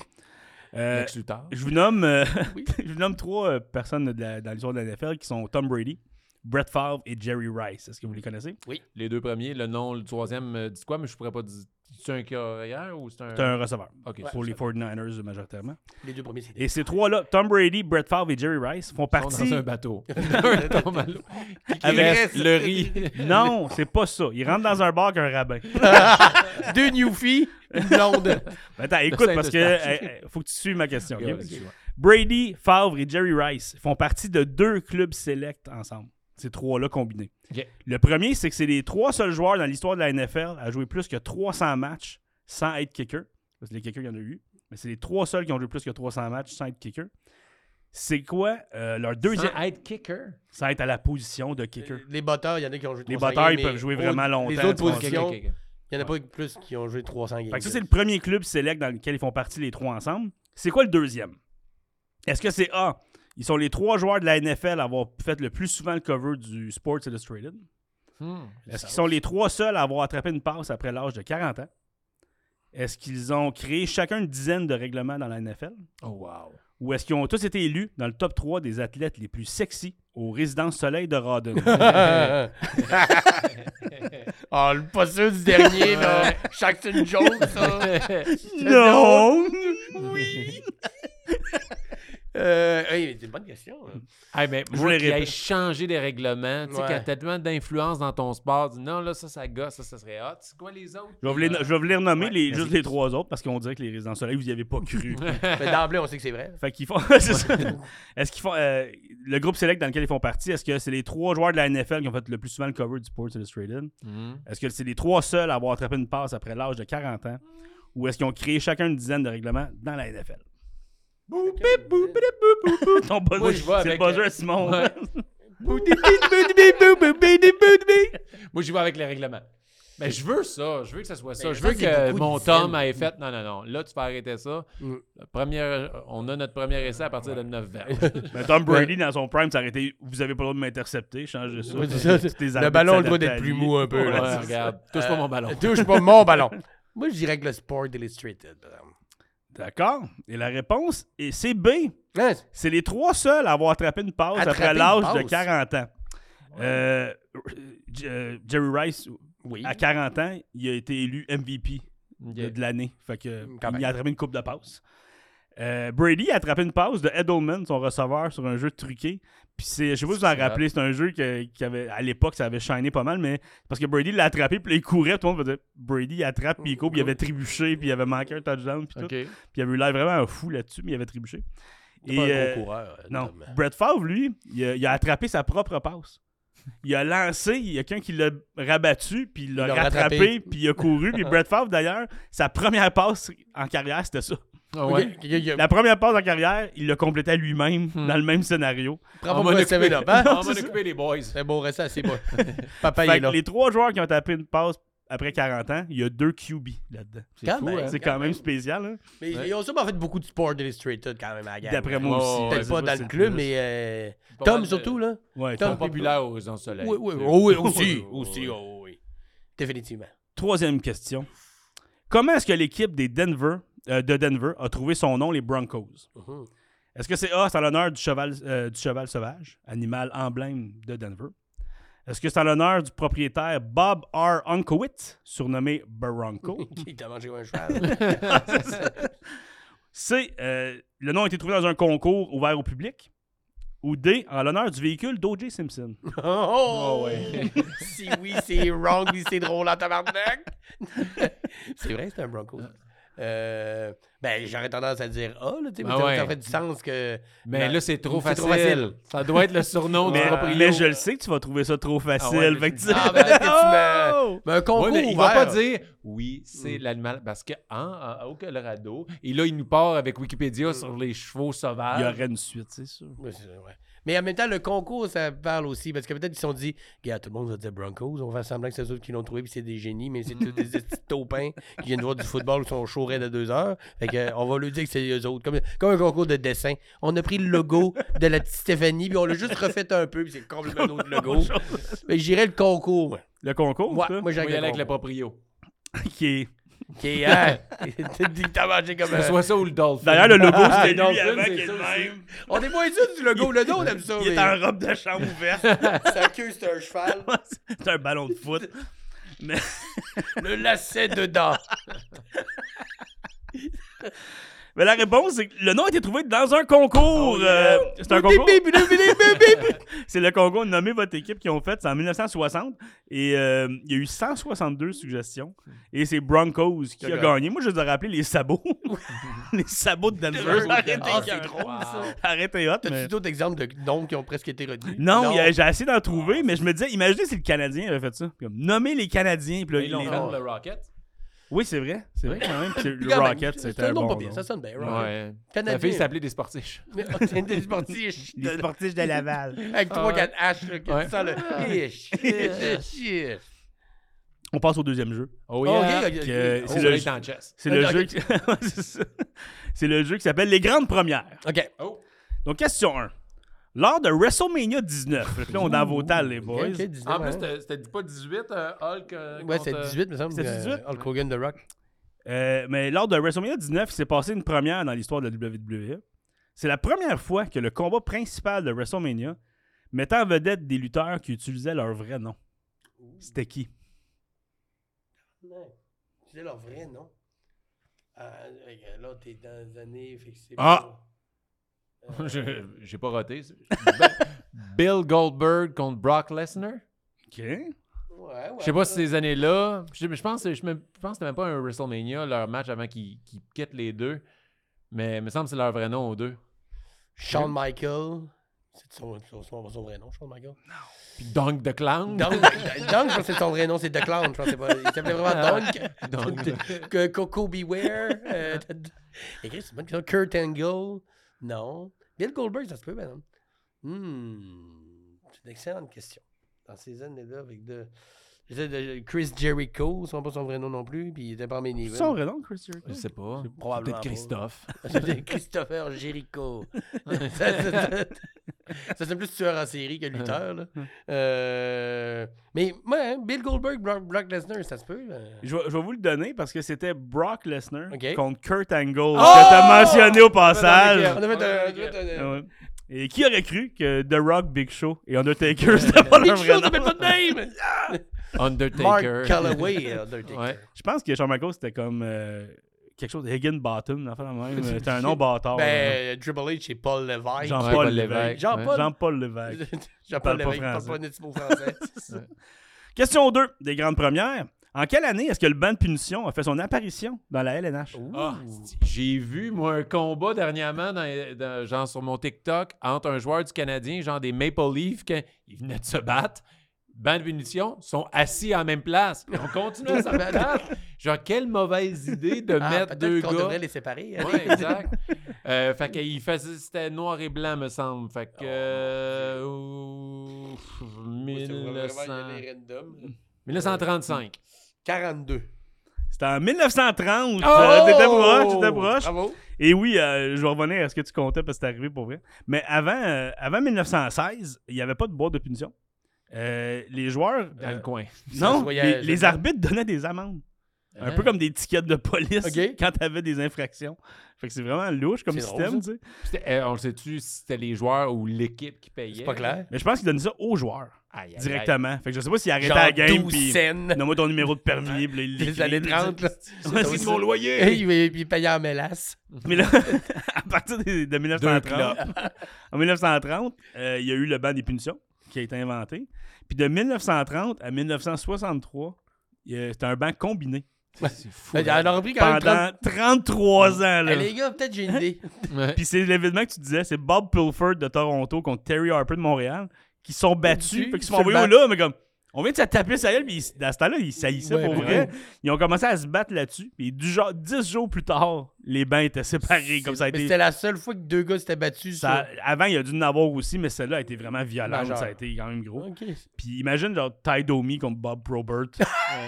Speaker 2: Euh,
Speaker 1: Lex Luthor.
Speaker 2: je vous nomme, euh,
Speaker 3: Oui.
Speaker 2: je vous nomme trois euh, personnes de la- dans l'histoire de la NFL qui sont Tom Brady, Brett Favre et Jerry Rice. Est-ce que vous les connaissez?
Speaker 1: Les deux premiers, le nom, le troisième, euh, dis quoi, mais je pourrais pas dire. C'est un carrière ou c'est un.
Speaker 2: C'est un receveur
Speaker 1: Ok,
Speaker 3: Ouais.
Speaker 1: c'est-
Speaker 2: pour les 49ers majoritairement.
Speaker 3: Les deux premiers, c'était.
Speaker 2: Et ces trois-là, Tom Brady, Brett Favre et Jerry Rice, font
Speaker 1: on est
Speaker 2: partie.
Speaker 1: dans un bateau. Un tombe à l'eau. Qui
Speaker 2: Avec
Speaker 1: reste le riz.
Speaker 2: Non, c'est pas ça. Ils rentrent dans un bar qu'un rabbin.
Speaker 3: Deux newfies, une blonde.
Speaker 2: Ben, attends, écoute, parce que
Speaker 1: Saint-Eustache.
Speaker 2: euh, euh, faut que tu suives ma question. ok?
Speaker 1: Ok, vas-y, ouais.
Speaker 2: Brady, Favre et Jerry Rice font partie de deux clubs select ensemble. Ces trois-là combinés.
Speaker 1: Ok.
Speaker 2: Le premier, c'est que c'est les trois seuls joueurs dans l'histoire de la NFL à jouer plus que 300 matchs sans être kicker. Parce que les kickers, il y en a eu. Mais c'est les trois seuls qui ont joué plus que 300 matchs sans être kicker. C'est quoi euh, leur deuxième.
Speaker 1: Sans être kicker.
Speaker 2: Sans être à la position de kicker.
Speaker 3: Les batteurs, il y en a qui ont joué 300
Speaker 2: Les batteurs, ils
Speaker 3: games,
Speaker 2: peuvent
Speaker 3: mais
Speaker 2: jouer
Speaker 3: au-
Speaker 2: vraiment longtemps.
Speaker 3: Les
Speaker 2: tu
Speaker 3: autres
Speaker 2: vois.
Speaker 1: Ok, ok,
Speaker 3: positions,
Speaker 1: ok,
Speaker 3: il n'y en a pas plus qui ont joué 300 games.
Speaker 2: Fait que ça, c'est le premier club select dans lequel ils font partie les trois ensemble. C'est quoi le deuxième? Est-ce que c'est A, ils sont les trois joueurs de la NFL à avoir fait le plus souvent le cover du Sports Illustrated?
Speaker 1: ok. Hmm.
Speaker 2: Est-ce qu'ils sont les trois seuls à avoir attrapé une passe après l'âge de 40 ans? Est-ce qu'ils ont créé chacun une dizaine de règlements dans la NFL?
Speaker 1: Oh, wow.
Speaker 2: Ou est-ce qu'ils ont tous été élus dans le top 3 des athlètes les plus sexy aux résidences soleil de Rodden?
Speaker 3: Ah, Ah, le pas sûr du dernier, là. Jackson Jones, ça.
Speaker 2: non!
Speaker 3: Oui. euh, hey, c'est une bonne question. hein.
Speaker 1: Hey, ben,
Speaker 2: Je
Speaker 1: moi,
Speaker 2: voulais
Speaker 1: qu'il
Speaker 2: répondre.
Speaker 1: aille changer les règlements, tu sais,
Speaker 3: Ouais.
Speaker 1: qu'il y a tellement d'influence dans ton sport, dis non, là, ça, ça gosse, ça, ça serait hot. C'est quoi les autres?
Speaker 2: Je vais vous les, je vais vous les renommer,
Speaker 1: Euh, Ouais,
Speaker 2: les-
Speaker 1: vas-y.
Speaker 2: juste les trois autres, parce qu'on dirait que les résidences soleil, vous n'y avez pas cru.
Speaker 3: Mais d'emblée, on sait que c'est vrai.
Speaker 2: Fait qu'ils font. c'est ça. Est-ce qu'ils font. euh, le groupe select dans lequel ils font partie, est-ce que c'est les trois joueurs de la NFL qui ont fait le plus souvent le cover du Sports Illustrated?
Speaker 1: Hmm.
Speaker 2: Est-ce que c'est les trois seuls à avoir attrapé une passe après l'âge de 40 ans? Ou est-ce qu'ils ont créé chacun une dizaine de règlements dans la NFL? Ton buzzer,
Speaker 1: Moi, je vais
Speaker 2: c'est le
Speaker 1: avec,
Speaker 2: buzzer
Speaker 1: euh,
Speaker 2: à Simon.
Speaker 1: ouais. Moi, j'y vais avec les règlements. Mais je veux ça. Je veux que ça soit ça.
Speaker 3: Mais
Speaker 1: Je
Speaker 3: Ben, ça,
Speaker 1: veux
Speaker 3: c'est
Speaker 1: que
Speaker 3: beaucoup
Speaker 1: mon
Speaker 3: de dizaines.
Speaker 1: Tom ait fait. Non, non, non. Là, tu peux arrêter ça.
Speaker 3: Mm.
Speaker 1: La Première... On a notre premier essai à partir de 9 verts.
Speaker 2: Mais Ben, Tom Brady, dans son prime, s'est arrêté. Vous avez pas le droit de m'intercepter, changez ça.
Speaker 3: Ouais, c'est ça.
Speaker 2: Tous tes
Speaker 3: Le
Speaker 2: arbitres
Speaker 3: ballon a le
Speaker 2: s'adaptent
Speaker 3: droit
Speaker 2: à
Speaker 3: d'être plus
Speaker 2: lui.
Speaker 3: mou un peu.
Speaker 1: Ouais,
Speaker 3: là.
Speaker 1: regarde. Touche pas mon ballon.
Speaker 3: Euh, Touche pas mon ballon. Moi, je dirais que le Sport Illustrated. euh,
Speaker 2: D'accord. Et la réponse, et c'est B.
Speaker 3: hein, c'est-
Speaker 2: C'est les trois seuls à avoir attrapé une passe
Speaker 3: Attrapé
Speaker 2: après
Speaker 3: une
Speaker 2: l'âge de
Speaker 3: passe.
Speaker 2: 40 ans. Euh, J- euh, Jerry Rice,
Speaker 3: Oui.
Speaker 2: à 40 ans, il a été élu MVP
Speaker 1: Ok.
Speaker 2: de- de l'année. Fait que,
Speaker 3: Quand
Speaker 2: il
Speaker 3: même.
Speaker 2: a attrapé une coupe de passe. Euh, Brady a attrapé une passe de Edelman, son receveur, sur un jeu truqué. Puis c'est, je sais pas si vous en
Speaker 1: C'est hot.
Speaker 2: rappelez, c'est un jeu que- qui avait, à l'époque, ça avait shiné pas mal, mais parce que Brady l'a attrapé, puis là, il courait, tout le monde faisait Brady il attrape, puis il court, puis il avait trébuché, puis il avait manqué un touchdown, puis tout.
Speaker 1: Ok.
Speaker 2: Puis il avait eu l'air vraiment un fou là-dessus, mais il avait trébuché.
Speaker 3: C'est pas un
Speaker 2: euh,
Speaker 3: gros coureur. euh,
Speaker 2: non.
Speaker 3: Tom.
Speaker 2: Brett Favre, lui, il a, il a attrapé sa propre passe. Il a lancé, il y a quelqu'un qui l'a rabattu, puis il l'a
Speaker 3: Ils l'ont
Speaker 2: rattrapé,
Speaker 3: rattrapé.
Speaker 2: puis il a couru. puis Brett Favre, d'ailleurs, sa première passe en carrière, c'était ça.
Speaker 1: Ah
Speaker 3: Ok,
Speaker 1: ouais.
Speaker 3: ok, ok.
Speaker 2: La première passe en carrière, il l'a complétée lui-même,
Speaker 1: Hmm.
Speaker 2: dans le même scénario.
Speaker 3: Prends pas
Speaker 1: On
Speaker 3: pour
Speaker 1: m'en
Speaker 3: le
Speaker 1: a
Speaker 3: 7
Speaker 1: coupé.
Speaker 3: up, hein?
Speaker 1: On m'en a coupé, les boys.
Speaker 3: C'est bon, reste assez bas. Papa, il
Speaker 2: Fait
Speaker 3: est
Speaker 2: que
Speaker 3: là.
Speaker 2: les trois joueurs qui ont tapé une passe après 40 ans, il y a deux QB là-dedans.
Speaker 1: C'est
Speaker 3: Quand
Speaker 1: fou,
Speaker 3: même.
Speaker 1: hein.
Speaker 2: C'est quand même spécial, hein?
Speaker 3: Mais ils ont sûrement fait beaucoup de Sport Illustrated quand même à la gang.
Speaker 2: d'après
Speaker 1: Ouais,
Speaker 2: moi
Speaker 1: ouais,
Speaker 2: aussi.
Speaker 1: ouais.
Speaker 2: Je
Speaker 3: Peut-être
Speaker 2: sais
Speaker 3: pas dans
Speaker 2: si
Speaker 3: le
Speaker 2: c'est
Speaker 3: club,
Speaker 2: plus.
Speaker 3: mais. euh,
Speaker 1: Pas mal
Speaker 3: Tom
Speaker 1: de-
Speaker 3: surtout, là.
Speaker 2: Ouais,
Speaker 1: Pas
Speaker 3: Tom-
Speaker 1: populaire aux Horizons Soleil.
Speaker 3: Oui, oui,
Speaker 1: C'est-
Speaker 3: oui, oui, aussi,
Speaker 1: oui,
Speaker 3: aussi, oh, oui. Définitivement.
Speaker 2: Troisième question. Comment est-ce que l'équipe des Denver, euh, de Denver a trouvé son nom, les Broncos?
Speaker 3: Mhm.
Speaker 2: Est-ce que c'est A, c'est en l'honneur du cheval, euh, du cheval sauvage, animal emblème de Denver? Est-ce que c'est en l'honneur du propriétaire Bob R. Onkowitz, surnommé Baronco?
Speaker 3: Il t'a mangé comme un cheval.
Speaker 2: c'est euh, le nom a été trouvé dans un concours ouvert au public? Ou D, en l'honneur du véhicule d'O.J. Simpson?
Speaker 3: oh, oh,
Speaker 1: ouais.
Speaker 3: si oui, c'est wrong, oui, c'est drôle en tabarnak. c'est vrai, c'est un Bronco. ça. Euh, Ben, j'aurais tendance à dire A, là, tu sais, mais
Speaker 1: Ah
Speaker 3: ça-
Speaker 1: ouais.
Speaker 3: ça fait du sens que.
Speaker 1: Mais
Speaker 3: Non.
Speaker 1: là, c'est trop
Speaker 3: C'est
Speaker 1: facile.
Speaker 3: trop facile.
Speaker 1: Ça doit être le surnom
Speaker 2: Mais,
Speaker 1: du proprio.
Speaker 2: mais je le sais que tu vas trouver ça trop facile.
Speaker 1: ouais, mais
Speaker 2: fait que
Speaker 1: je-
Speaker 2: tu-
Speaker 3: Ah, ben, là, que tu
Speaker 2: Oh!
Speaker 3: Mais un concours
Speaker 1: Ouais, mais il
Speaker 3: ouvert.
Speaker 1: va pas dire oui, c'est l'animal. Parce que en- en- au Colorado, et là, il nous part avec Wikipédia sur les chevaux sauvages.
Speaker 2: Il y aurait une suite, c'est sûr.
Speaker 3: Mais, c'est- ouais. Mais en même temps, le concours, ça parle aussi. Parce que peut-être qu'ils se sont dit, gars, tout le monde va dire Broncos. On va faire semblant que c'est eux autres qui l'ont trouvé, puis c'est des génies, mais c'est tous des petits taupins qui viennent voir du football qui sont chauds raides à deux heures. Fait que, euh, on va leur dire que c'est eux autres. Comme, comme un concours de dessin. On a pris le logo de la petite Stéphanie, puis on l'a juste refait un peu, puis c'est complètement un autre hein? logo. Mais j'irais le concours. moi.
Speaker 2: Le concours,
Speaker 3: Moi,
Speaker 2: toi,
Speaker 3: moi
Speaker 1: Il
Speaker 3: j'irais
Speaker 1: avec
Speaker 3: le
Speaker 1: le
Speaker 3: concours.
Speaker 1: proprio.
Speaker 2: qui est-
Speaker 3: Ok, hein? T'as dit que t'as mangé comme
Speaker 1: Que ce
Speaker 3: un-
Speaker 1: soit ça ou Euh, le dolphin.
Speaker 2: D'ailleurs, le logo,
Speaker 1: Ah,
Speaker 2: c'était
Speaker 1: non,
Speaker 2: lui
Speaker 1: ça,
Speaker 2: avant
Speaker 1: c'est ça
Speaker 2: qu'il le
Speaker 1: aussi.
Speaker 2: même.
Speaker 3: On est moins sûr du logo. Le dos, on aime ça.
Speaker 2: Il est
Speaker 3: mais-
Speaker 2: en robe de chambre ouverte.
Speaker 3: Sa queue, c'est un cheval.
Speaker 2: c'est un ballon de foot. Mais
Speaker 3: Le lacet dedans.
Speaker 2: Mais la réponse, c'est que le nom a été trouvé dans un
Speaker 3: Oh,
Speaker 2: concours. euh, c'est un concours.
Speaker 3: Bip, bip, bip, bip, bip.
Speaker 2: C'est le concours Nommez votre équipe qu'ils ont fait. C'est en 1960. Et euh, il y a eu 162 suggestions. Et c'est Broncos qui a
Speaker 3: D'accord.
Speaker 2: gagné. Moi, je les ai rappelés les sabots. les sabots de Denver. Arrêtez,
Speaker 3: Ah, c'est
Speaker 2: écœurant.
Speaker 3: drôle, ça.
Speaker 1: Wow.
Speaker 2: Arrêtez hot.
Speaker 3: T'as-tu
Speaker 2: mais-
Speaker 3: d'autres exemples de noms qui ont presque été retenus?
Speaker 2: Non, il y a- j'ai essayé d'en trouver, mais je me disais, imaginez si le Canadien avait fait ça. Puis Comme, nommez les Canadiens. Puis là,
Speaker 1: Ils l'ont
Speaker 2: les-
Speaker 1: fait pour le Rocket.
Speaker 2: Oui, c'est vrai. C'est vrai quand même. Puis
Speaker 3: Puis
Speaker 2: le
Speaker 3: quand même,
Speaker 2: Rocket,
Speaker 3: c'est
Speaker 2: c'était un
Speaker 3: nom
Speaker 2: bon
Speaker 3: pas pire,
Speaker 2: nom.
Speaker 3: Ça sonne bien, Rocket.
Speaker 1: Ouais.
Speaker 3: Canadien.
Speaker 1: La fille s'appelait des sportifs.
Speaker 3: Mais oh, t'es des sportifs
Speaker 2: Les sportifs de Laval.
Speaker 3: avec 3-4 H, là, que
Speaker 1: Ouais.
Speaker 3: tu sens le... Ish, ish, ish.
Speaker 2: On passe au deuxième jeu.
Speaker 1: Oh
Speaker 3: Ok,
Speaker 1: yeah.
Speaker 3: ok, ok.
Speaker 2: que
Speaker 1: Oh,
Speaker 2: c'est
Speaker 1: ça
Speaker 2: le-
Speaker 1: va être dans le chess.
Speaker 2: C'est le,
Speaker 3: Ok.
Speaker 2: jeu qui... c'est ça. C'est le jeu qui s'appelle Les Grandes Premières.
Speaker 3: OK.
Speaker 1: Oh.
Speaker 2: Donc, question 1. Lors de WrestleMania 19, fait que là, on est dans vos tales, les boys.
Speaker 3: Oh, OK, 19,
Speaker 1: En plus,
Speaker 3: ouais.
Speaker 1: c'était- c'était pas 18, euh, Hulk. euh,
Speaker 3: Ouais,
Speaker 1: contre,
Speaker 3: c'est
Speaker 1: euh,
Speaker 3: 18, me semble.
Speaker 2: c'est
Speaker 3: euh,
Speaker 2: 18?
Speaker 3: Hulk Hogan The Rock.
Speaker 2: Euh, mais lors de WrestleMania 19, il s'est passé une première dans l'histoire de la WWE. C'est la première fois que le combat principal de WrestleMania mettait en vedette des lutteurs qui utilisaient leur vrai nom. C'était qui?
Speaker 3: Non, c'est leur vrai nom. Euh, là, t'es dans les années... fait que c'est
Speaker 2: Ah!
Speaker 1: euh, Je- J'ai pas raté. Ben- Bill Goldberg contre Brock Lesnar.
Speaker 2: OK.
Speaker 3: Ouais, ouais.
Speaker 1: Je sais pas si ces années-là. Je je pense, je me- je pense que c'était même pas un WrestleMania, leur match avant qu'ils qu'ils quittent les deux. Mais il me semble que c'est leur vrai nom aux deux.
Speaker 3: Shawn Michael. C'est son, son, son, son vrai nom, Shawn Michael.
Speaker 1: Puis Dunk the Clown.
Speaker 3: Dunk, Ben, Dunk, je pense que c'est son vrai nom, c'est The Clown. Je pense que c'est pas. Il s'appelait vraiment Dunk.
Speaker 1: Dunk.
Speaker 3: Que- Coco Beware. Euh, et Chris, c'est une bonne question. Kurt Angle. Non. Bill Goldberg, ça se peut, madame. Hmm. C'est une excellente question. Dans ces années-là, avec de. j'essaie de- Chris Jericho, c'est pas son vrai nom non plus, puis il était parmi les
Speaker 2: C'est son vrai nom, Chris Jericho?
Speaker 1: Je sais pas.
Speaker 3: Probablement
Speaker 1: Peut-être Christophe.
Speaker 3: C'était Christopher Jericho. ça, ça, ça- ça, c'est plus tueur en série que lutteur. Là. Euh, mais moi, hein, Bill Goldberg, Brock, Brock Lesnar, ça se peut. euh.
Speaker 2: Je vais, je vais vous le donner parce que c'était Brock Lesnar
Speaker 3: Ok. Oh!
Speaker 2: contre Kurt Angle que t'as mentionné au passage.
Speaker 3: On a fait un.
Speaker 1: Ouais,
Speaker 3: on a fait un-
Speaker 2: Ah ouais. Et qui aurait cru que The Rock, Big Show et Undertaker c'était pas
Speaker 3: Big
Speaker 2: leur
Speaker 3: Show,
Speaker 2: vrai
Speaker 3: ça
Speaker 2: nom?
Speaker 3: s'appelle pas de name! Mark
Speaker 1: Undertaker.
Speaker 3: Calloway, Undertaker.
Speaker 1: Ouais.
Speaker 2: Je pense que Shawn Michaels c'était comme euh, quelque chose de Higginbottom, enfin même. euh, C'était un nom bâtard. là.
Speaker 3: Ben, Triple H, c'est Paul Levesque.
Speaker 2: Jean-
Speaker 1: Ouais,
Speaker 2: Paul
Speaker 1: Paul
Speaker 2: Lévesque.
Speaker 1: Lévesque.
Speaker 3: Jean-Paul.
Speaker 1: ouais.
Speaker 2: Jean-Paul Lévesque.
Speaker 3: Jean-Paul
Speaker 2: parle pas
Speaker 3: Levesque, parle
Speaker 2: français.
Speaker 3: pas un petit mot français.
Speaker 2: Question 2 des grandes premières. En quelle année est-ce que le banc de punition a fait son apparition dans la LNH?
Speaker 3: Oh.
Speaker 1: Ah, c'est- J'ai vu, moi, un combat dernièrement, dans- dans- genre sur mon TikTok, entre un joueur du Canadien, genre des Maple Leafs, quand ils venaient de se battre. Ban de punition, sont assis en même place. Puis on continue à se battre. Genre, quelle mauvaise idée de
Speaker 3: Ah,
Speaker 1: mettre
Speaker 3: peut-être
Speaker 1: deux
Speaker 3: qu'on
Speaker 1: gars.
Speaker 3: devrait les séparer. hein? allez.
Speaker 1: Ouais, exact. Euh, fait que il faisait- c'était noir et blanc, me semble. Fait que. euh, ouf,
Speaker 3: Oh, Moi, c'est vraiment
Speaker 1: 1900
Speaker 3: y aller random.
Speaker 1: 1935.
Speaker 3: 42.
Speaker 2: C'était en 1930.
Speaker 1: Oh!
Speaker 2: Euh, T'étais proche, t'étais proche.
Speaker 3: Bravo.
Speaker 2: Et oui, euh, je vais revenir à ce que tu comptais parce que c'est arrivé pour vrai. Mais avant, euh, avant 1916, il n'y avait pas de boîte de punition. Euh, les joueurs.
Speaker 1: Dans
Speaker 2: euh,
Speaker 1: le coin.
Speaker 3: Ça se
Speaker 2: non,
Speaker 3: voyait-
Speaker 2: les,
Speaker 3: je-
Speaker 2: les arbitres donnaient des amendes. Un peu comme des tickets de police
Speaker 3: Ok.
Speaker 2: quand t'avais des infractions. Fait que c'est vraiment louche comme
Speaker 3: C'est drôle,
Speaker 2: système, tu sais.
Speaker 1: C'était- euh, on le sait-tu si c'était les joueurs ou l'équipe qui payait?
Speaker 3: C'est pas clair.
Speaker 2: Mais je pense qu'ils donnaient ça aux joueurs
Speaker 1: Aïe, aïe, aïe.
Speaker 2: directement. Fait que je sais pas s'ils arrêtaient
Speaker 3: Genre
Speaker 2: la game
Speaker 3: 12
Speaker 2: puis
Speaker 3: scènes
Speaker 2: donne-moi ton numéro de permis, puis là, ils
Speaker 3: des
Speaker 2: l'écrivent,
Speaker 3: années
Speaker 2: tu sais.
Speaker 3: 30. Là.
Speaker 2: Ouais, c'est
Speaker 1: de
Speaker 2: ça.
Speaker 1: mon loyer.
Speaker 3: Et il, il payait en mélasse.
Speaker 2: Mais là, à partir des- de, 1930, en 1930, euh, il y a eu le ban des punitions qui a été inventé. Puis de 1930 à 1963, il y a- c'était un ban combiné.
Speaker 1: C'est fou.
Speaker 3: Elle en a repris quand même 30.
Speaker 2: Pendant 33 ans, là.
Speaker 3: Hey, les gars, peut-être j'ai une idée.
Speaker 1: Ouais.
Speaker 2: Puis c'est l'événement que tu disais, c'est Bob Pilford de Toronto contre Terry Harper de Montréal qui sont
Speaker 3: Tu-
Speaker 2: battus, fait qu'ils se font
Speaker 3: sur le
Speaker 2: envoyer au là, mais comme on vient de se taper sa gueule, puis ils- dans ce temps-là, ils saillissaient
Speaker 1: Ouais,
Speaker 2: pour
Speaker 1: ouais.
Speaker 2: vrai. Ils ont commencé à se battre là-dessus, puis du genre 10 jours plus tard, les bains étaient séparés comme ça a
Speaker 3: Mais
Speaker 2: été.
Speaker 3: c'était la seule fois que deux gars s'étaient battus.
Speaker 2: ça- avant, il y a dû en avoir aussi, mais celle-là a été vraiment violente.
Speaker 3: Majeure.
Speaker 2: Ça a été quand même
Speaker 3: sur-
Speaker 2: gros.
Speaker 3: Ok.
Speaker 2: Puis imagine, genre, Ty Domi contre Bob Probert.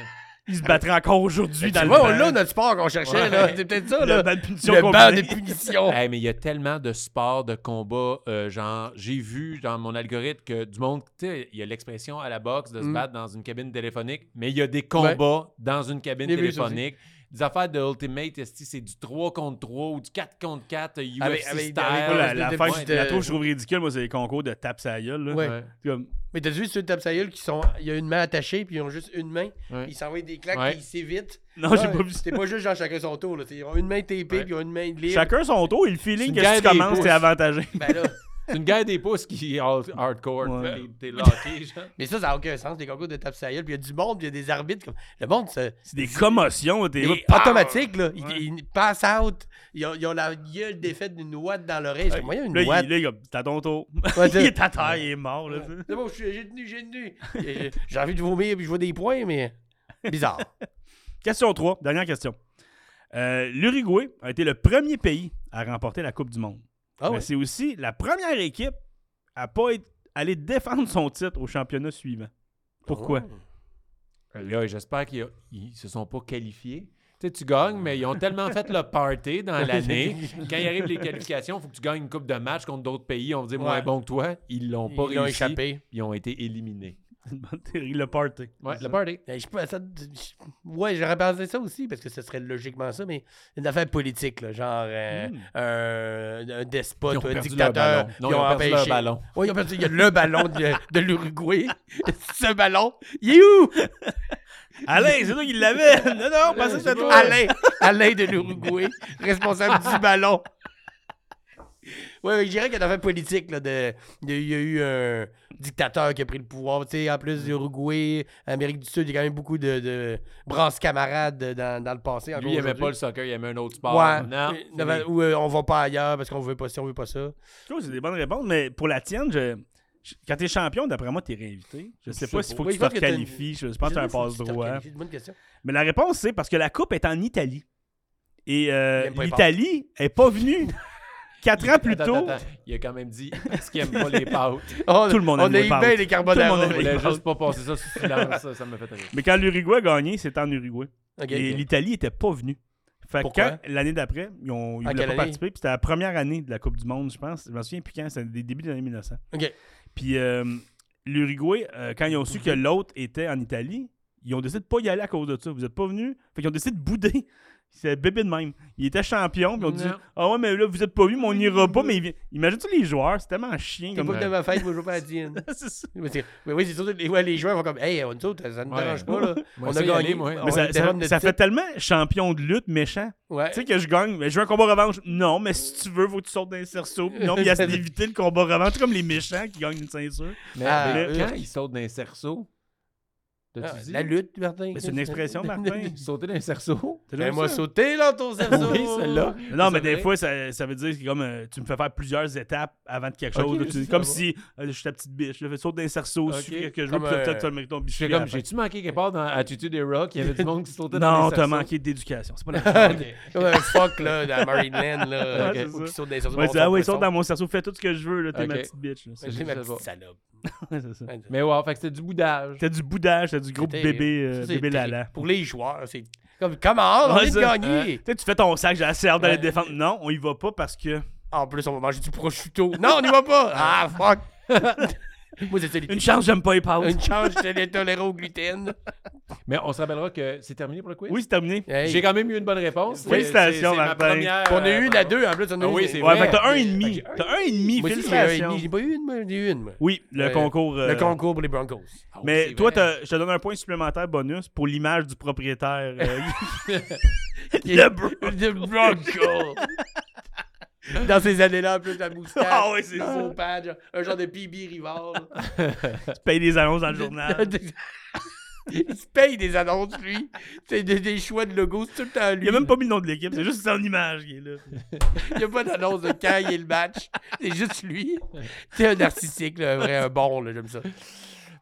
Speaker 2: Ils se battraient encore aujourd'hui dans
Speaker 3: Tu
Speaker 2: le
Speaker 3: vois, on
Speaker 2: banc.
Speaker 3: l'a notre sport qu'on cherchait,
Speaker 2: Ouais.
Speaker 3: là. C'est peut-être ça, là.
Speaker 2: le banc de punition
Speaker 3: le
Speaker 2: combiné.
Speaker 3: banc des punitions.
Speaker 1: Hey, mais il y a tellement de sports, de combats. euh, genre, j'ai vu dans mon algorithme que du monde, tu sais, il y a l'expression à la boxe de se
Speaker 3: Mm.
Speaker 1: battre dans une cabine téléphonique, mais il y a des combats dans une cabine
Speaker 3: J'ai vu ça aussi.
Speaker 1: téléphonique. Des affaires de Ultimate, esti, c'est du 3 contre 3 ou du 4 contre 4 euh, UFC
Speaker 3: Avec- avec-
Speaker 1: style.
Speaker 3: avec-
Speaker 2: Moi, la, la,
Speaker 3: espèce de
Speaker 2: fin,
Speaker 3: petite,
Speaker 2: la
Speaker 3: euh,
Speaker 2: trouve que je trouve ridicule, moi, c'est les concours de tape sa gueule. Là.
Speaker 3: Ouais.
Speaker 1: Ouais.
Speaker 2: C'est comme-
Speaker 3: Mais t'as vu ceux de Tapsaïl qui sont. Il y a une main attachée, puis ils ont juste une main.
Speaker 1: Ouais.
Speaker 3: Ils s'envoient des claques,
Speaker 1: Ouais.
Speaker 3: puis ils s'évitent.
Speaker 2: Non,
Speaker 3: Là,
Speaker 2: Ah, j'ai pas vu ça.
Speaker 3: C'est pas juste genre chacun son tour, là. Ils ont une main tapée,
Speaker 1: Ouais.
Speaker 3: puis ils ont une main libre.
Speaker 2: Chacun son tour et le feeling
Speaker 1: C'est
Speaker 2: que
Speaker 1: une
Speaker 2: si tu
Speaker 1: guerre des
Speaker 2: commences,
Speaker 1: pouces.
Speaker 2: t'es avantagé.
Speaker 3: Ben là.
Speaker 1: C'est une guerre des pouces qui est hard- hardcore.
Speaker 2: Ouais.
Speaker 1: T'es- T'es locké, genre.
Speaker 3: Mais ça, ça n'a aucun sens, les concours de Tapsaïl. Puis il y a du monde, puis il y a des arbitres. Comme... Le monde, c'est.
Speaker 2: C'est des commotions. T'es
Speaker 3: Et
Speaker 2: Ah!
Speaker 3: automatique, là. Ils,
Speaker 2: Ouais.
Speaker 3: ils passent out. Ils ont, ils ont la gueule défaite d'une ouate dans l'oreille. J'ai moyen une
Speaker 2: Là, il, là,
Speaker 3: ouate.
Speaker 2: il est comme, c'est à ton tour. il
Speaker 3: Ouais, t'sais.
Speaker 2: est à terre, il est mort. Là,
Speaker 3: C'est bon, je suis- j'ai tenu, j'ai tenu. J'ai- J'ai envie de vomir, puis je vois des points, mais. Bizarre.
Speaker 2: Question 3, dernière question. Euh, L'Uruguay a été le premier pays à remporter la Coupe du Monde.
Speaker 3: Ah
Speaker 2: Mais
Speaker 3: ouais.
Speaker 2: c'est aussi la première équipe à pas être, aller défendre son titre au championnat suivant. Pourquoi?
Speaker 3: Oh.
Speaker 1: Là, j'espère qu'ils ils se sont pas qualifiés. Tu sais, tu gagnes, mais ils ont tellement fait le party dans l'année. Quand il arrive les qualifications, il faut que tu gagnes une coupe de match contre d'autres pays. On va dire moins
Speaker 3: Ouais.
Speaker 1: bon que toi. Ils l'ont pas
Speaker 3: Ils l'ont
Speaker 1: réussi.
Speaker 3: échappé.
Speaker 1: Ils ont été éliminés.
Speaker 2: C'est une bonne théorie, le party.
Speaker 1: Ouais, le
Speaker 2: C'est ça.
Speaker 1: party.
Speaker 3: Ben, je, peux- ça- je- ouais, j'aurais pensé ça aussi, parce que ce serait logiquement ça, mais une affaire politique, là, genre euh,
Speaker 2: Mm.
Speaker 3: un- un despote,
Speaker 1: Ils ont
Speaker 3: un
Speaker 1: perdu leur
Speaker 3: dictateur.
Speaker 1: ballon. Non, ils ont perdu leur
Speaker 3: empêché-
Speaker 1: ballon.
Speaker 3: Ouais, ils ont perdu il y a le ballon de, de l'Uruguay. ce ballon, il est où?
Speaker 2: Alain, c'est toi qui l'avais! Non, non, passez ça toi!
Speaker 3: Alain, Alain de l'Uruguay, responsable du ballon. Oui, je dirais qu'il y a une affaire politique. Là, de, de- il y a eu un dictateur qui a pris le pouvoir. Tu sais, en plus,
Speaker 1: Mm.
Speaker 3: l'Uruguay, Amérique du Sud, il y a quand même beaucoup de, de brasses camarades dans, dans le passé. encore
Speaker 1: Lui, il aimait
Speaker 3: aujourd'hui.
Speaker 1: pas le soccer, il aimait un autre sport.
Speaker 3: Ouais.
Speaker 1: Non.
Speaker 3: Euh, devant- ou, euh, on va pas ailleurs parce qu'on veut pas ci, on veut pas ça.
Speaker 2: Je trouve que c'est des bonnes réponses, mais pour la tienne, je... je- quand t'es champion, d'après moi, t'es réinvité. Je sais pas s'il faut
Speaker 3: Oui,
Speaker 2: que tu
Speaker 3: je
Speaker 2: te
Speaker 3: pense que t'as une-
Speaker 2: requalifies. Je pense que t'as
Speaker 3: Dis-nous,
Speaker 2: un
Speaker 3: faut tu te
Speaker 2: passe-droit.
Speaker 3: requalifies. C'est une bonne question.
Speaker 2: Mais la réponse, c'est parce que la Coupe est en Italie. Et euh,
Speaker 3: Il aime pas les
Speaker 2: l'Italie est pas venue. Quatre ans plus
Speaker 1: Attends,
Speaker 2: tôt,
Speaker 1: attends, attends. Il a quand même dit parce qu'il aime pas les pâtes.
Speaker 3: On,
Speaker 2: Tout le monde
Speaker 3: on
Speaker 2: aime
Speaker 3: a
Speaker 2: les
Speaker 3: eu
Speaker 2: pâtes.
Speaker 3: bien les
Speaker 2: Tout le
Speaker 1: Je
Speaker 2: monde
Speaker 3: carbonara.
Speaker 2: aime-
Speaker 1: voulais juste pas passer ça sous silence. Ça, ça m'a fait rire.
Speaker 2: mais quand l'Uruguay a gagné, c'était en Uruguay.
Speaker 3: Ok,
Speaker 2: Et
Speaker 3: ok.
Speaker 2: l'Italie était pas venue. Fait que
Speaker 3: Pourquoi?
Speaker 2: quand, l'année d'après, ils ont ils
Speaker 3: À
Speaker 2: voulaient
Speaker 3: quelle
Speaker 2: pas
Speaker 3: année?
Speaker 2: participer. Puis c'était la première année de la Coupe du Monde, je pense. Je m'en souviens plus quand, c'était des débuts de l'année 1900.
Speaker 3: Ok.
Speaker 2: Puis euh, l'Uruguay, euh, quand ils ont su que
Speaker 3: Mhm.
Speaker 2: l'autre était en Italie, ils ont décidé de pas y aller à cause de ça. Vous êtes pas venus. Fait qu'ils ont décidé de bouder. C'est bébé de même. Il était champion, puis ils ont dit
Speaker 1: Non.
Speaker 2: Ah ouais, mais là, vous êtes pas venus, mais on n'ira pas. Mais imagine-tu les joueurs, c'est tellement chien
Speaker 3: T'es
Speaker 2: comme
Speaker 3: pas de ma fête, moi je veux pas la tienne.
Speaker 2: C'est ça.
Speaker 3: Mais c'est- mais oui, c'est sûr, les, ouais, les joueurs vont comme, hey, on nous autres, ça ne
Speaker 1: Ouais.
Speaker 3: dérange pas, là.
Speaker 1: Moi,
Speaker 3: on
Speaker 1: ça,
Speaker 3: a
Speaker 1: y aller,
Speaker 3: gagné. Ah,
Speaker 1: moi. Mais
Speaker 2: Mais
Speaker 3: on
Speaker 2: ça, ça-
Speaker 3: dérobe notre
Speaker 2: ça fait
Speaker 3: titre.
Speaker 2: tellement champion de lutte méchant.
Speaker 3: Ouais.
Speaker 2: Tu sais que je gagne, mais je veux un combat revanche. Non, mais si tu veux, faut que tu sortes d'un cerceau. Puis Non, mais il y a d'éviter le combat revanche. C'est comme les méchants qui gagnent une ceinture.
Speaker 1: Mais,
Speaker 3: Ah,
Speaker 1: mais
Speaker 3: euh,
Speaker 1: quand il saute d'un cerceau,
Speaker 3: Ah,
Speaker 1: t'as-tu dit
Speaker 3: la lutte, Martin.
Speaker 2: Mais c'est une expression, Martin.
Speaker 1: Sauter d'un cerceau
Speaker 2: T'as jamais vu
Speaker 3: Fais-moi
Speaker 2: ça?
Speaker 3: sauter dans ton cerveau.
Speaker 1: Oui, celle-là.
Speaker 2: Non, mais
Speaker 1: Ça
Speaker 2: des
Speaker 1: fait-
Speaker 2: fois, ça, ça veut dire que c'est comme euh, tu me fais faire plusieurs étapes avant de quelque
Speaker 1: Ok,
Speaker 2: chose.
Speaker 1: je
Speaker 2: Tu-
Speaker 1: sais
Speaker 2: comme
Speaker 1: pas.
Speaker 2: si euh, je suis ta petite biche. Je fais sauter d'un cerceau,
Speaker 1: Ok,
Speaker 2: suis quelque que je veux,
Speaker 3: comme,
Speaker 2: puis là,
Speaker 3: euh,
Speaker 2: peut-être tu vas le mériter ton
Speaker 1: Je fais
Speaker 2: bichon.
Speaker 1: comme, j'ai-tu manqué quelque part dans Attitude et Rock? Il y avait du monde qui sautait dans
Speaker 2: Non,
Speaker 1: les
Speaker 2: t'as
Speaker 1: cerceaux.
Speaker 2: manqué d'éducation. C'est pas la
Speaker 3: Comme un fuck, là, dans Marineland,
Speaker 2: Ouais,
Speaker 3: là.
Speaker 2: c'est
Speaker 3: Ou qui
Speaker 2: ça.
Speaker 3: saute dans
Speaker 2: Ouais, tu dis, ah oui, saute dans mon cerceau, fais tout ce que je veux, là, t'es ma
Speaker 1: Ok.
Speaker 2: petite bitch. là. C'est-
Speaker 3: J'ai ma
Speaker 1: Je sais
Speaker 3: petite
Speaker 1: pas.
Speaker 3: salope.
Speaker 2: c'est ça.
Speaker 3: Ouais,
Speaker 1: Mais ouais, fait que c'était du boudage.
Speaker 2: T'as du boudage, t'as du gros
Speaker 3: c'est-
Speaker 2: bébé, euh,
Speaker 3: ça, c'est
Speaker 2: bébé
Speaker 3: terrible.
Speaker 2: lala.
Speaker 3: Pour les joueurs, c'est comme, comment, on
Speaker 2: Ouais,
Speaker 3: vient de
Speaker 2: ça.
Speaker 3: gagner.
Speaker 2: Tu sais, tu fais ton sac, j'ai assez hâte d'aller
Speaker 3: Ouais.
Speaker 2: défendre. Non, on y va pas parce que.
Speaker 3: En plus, on va manger du prosciutto. Non, on n'y va pas. Ah, fuck. Moi, c'est ça, les-
Speaker 2: Une chance, j'aime pas les pâtes.
Speaker 3: Une change, c'est l'intolérant au gluten.
Speaker 1: Mais on se rappellera que c'est terminé pour le quiz.
Speaker 2: Oui, c'est terminé.
Speaker 3: Hey.
Speaker 1: J'ai quand même eu une bonne réponse. C'est-
Speaker 2: Félicitations,
Speaker 1: c'est- c'est ma
Speaker 2: Martin.
Speaker 1: première,
Speaker 3: On a
Speaker 1: euh,
Speaker 3: eu la deux, en plus. on a
Speaker 1: Ah
Speaker 3: eu
Speaker 1: oui,
Speaker 3: une-
Speaker 1: c'est
Speaker 2: Ouais,
Speaker 1: vrai.
Speaker 2: fait que t'as un
Speaker 1: Mais-
Speaker 2: et demi.
Speaker 1: Fait que-
Speaker 2: T'as un et demi,
Speaker 3: Moi aussi, j'en ai
Speaker 2: félicitations.
Speaker 3: un et demi. J'ai pas eu une, moi, j'ai eu une. moi.
Speaker 2: Oui, le
Speaker 3: Ouais.
Speaker 2: concours. euh,
Speaker 3: Le concours pour les Broncos.
Speaker 1: Ah oui,
Speaker 2: Mais
Speaker 1: c'est
Speaker 2: toi,
Speaker 1: vrai.
Speaker 2: t'as- je te donne un point supplémentaire bonus pour l'image du propriétaire. euh,
Speaker 3: Le, Bronco. Dans ces années-là, en plus, la moustache.
Speaker 2: Ah oui, c'est
Speaker 3: le
Speaker 2: ça.
Speaker 3: faux pad, genre, un genre de PB Rivard. là.
Speaker 2: Ah. tu payes les annonces dans le journal.
Speaker 3: Il se paye des annonces, lui. C'est des, des choix de logos, c'est tout le temps lui.
Speaker 2: Il a même pas mis le nom de l'équipe, c'est juste son image qui est là.
Speaker 3: Il n'y a pas d'annonce de quand il y a le match. C'est juste lui. C'est un narcissique, là, un vrai, un bon, là, j'aime ça.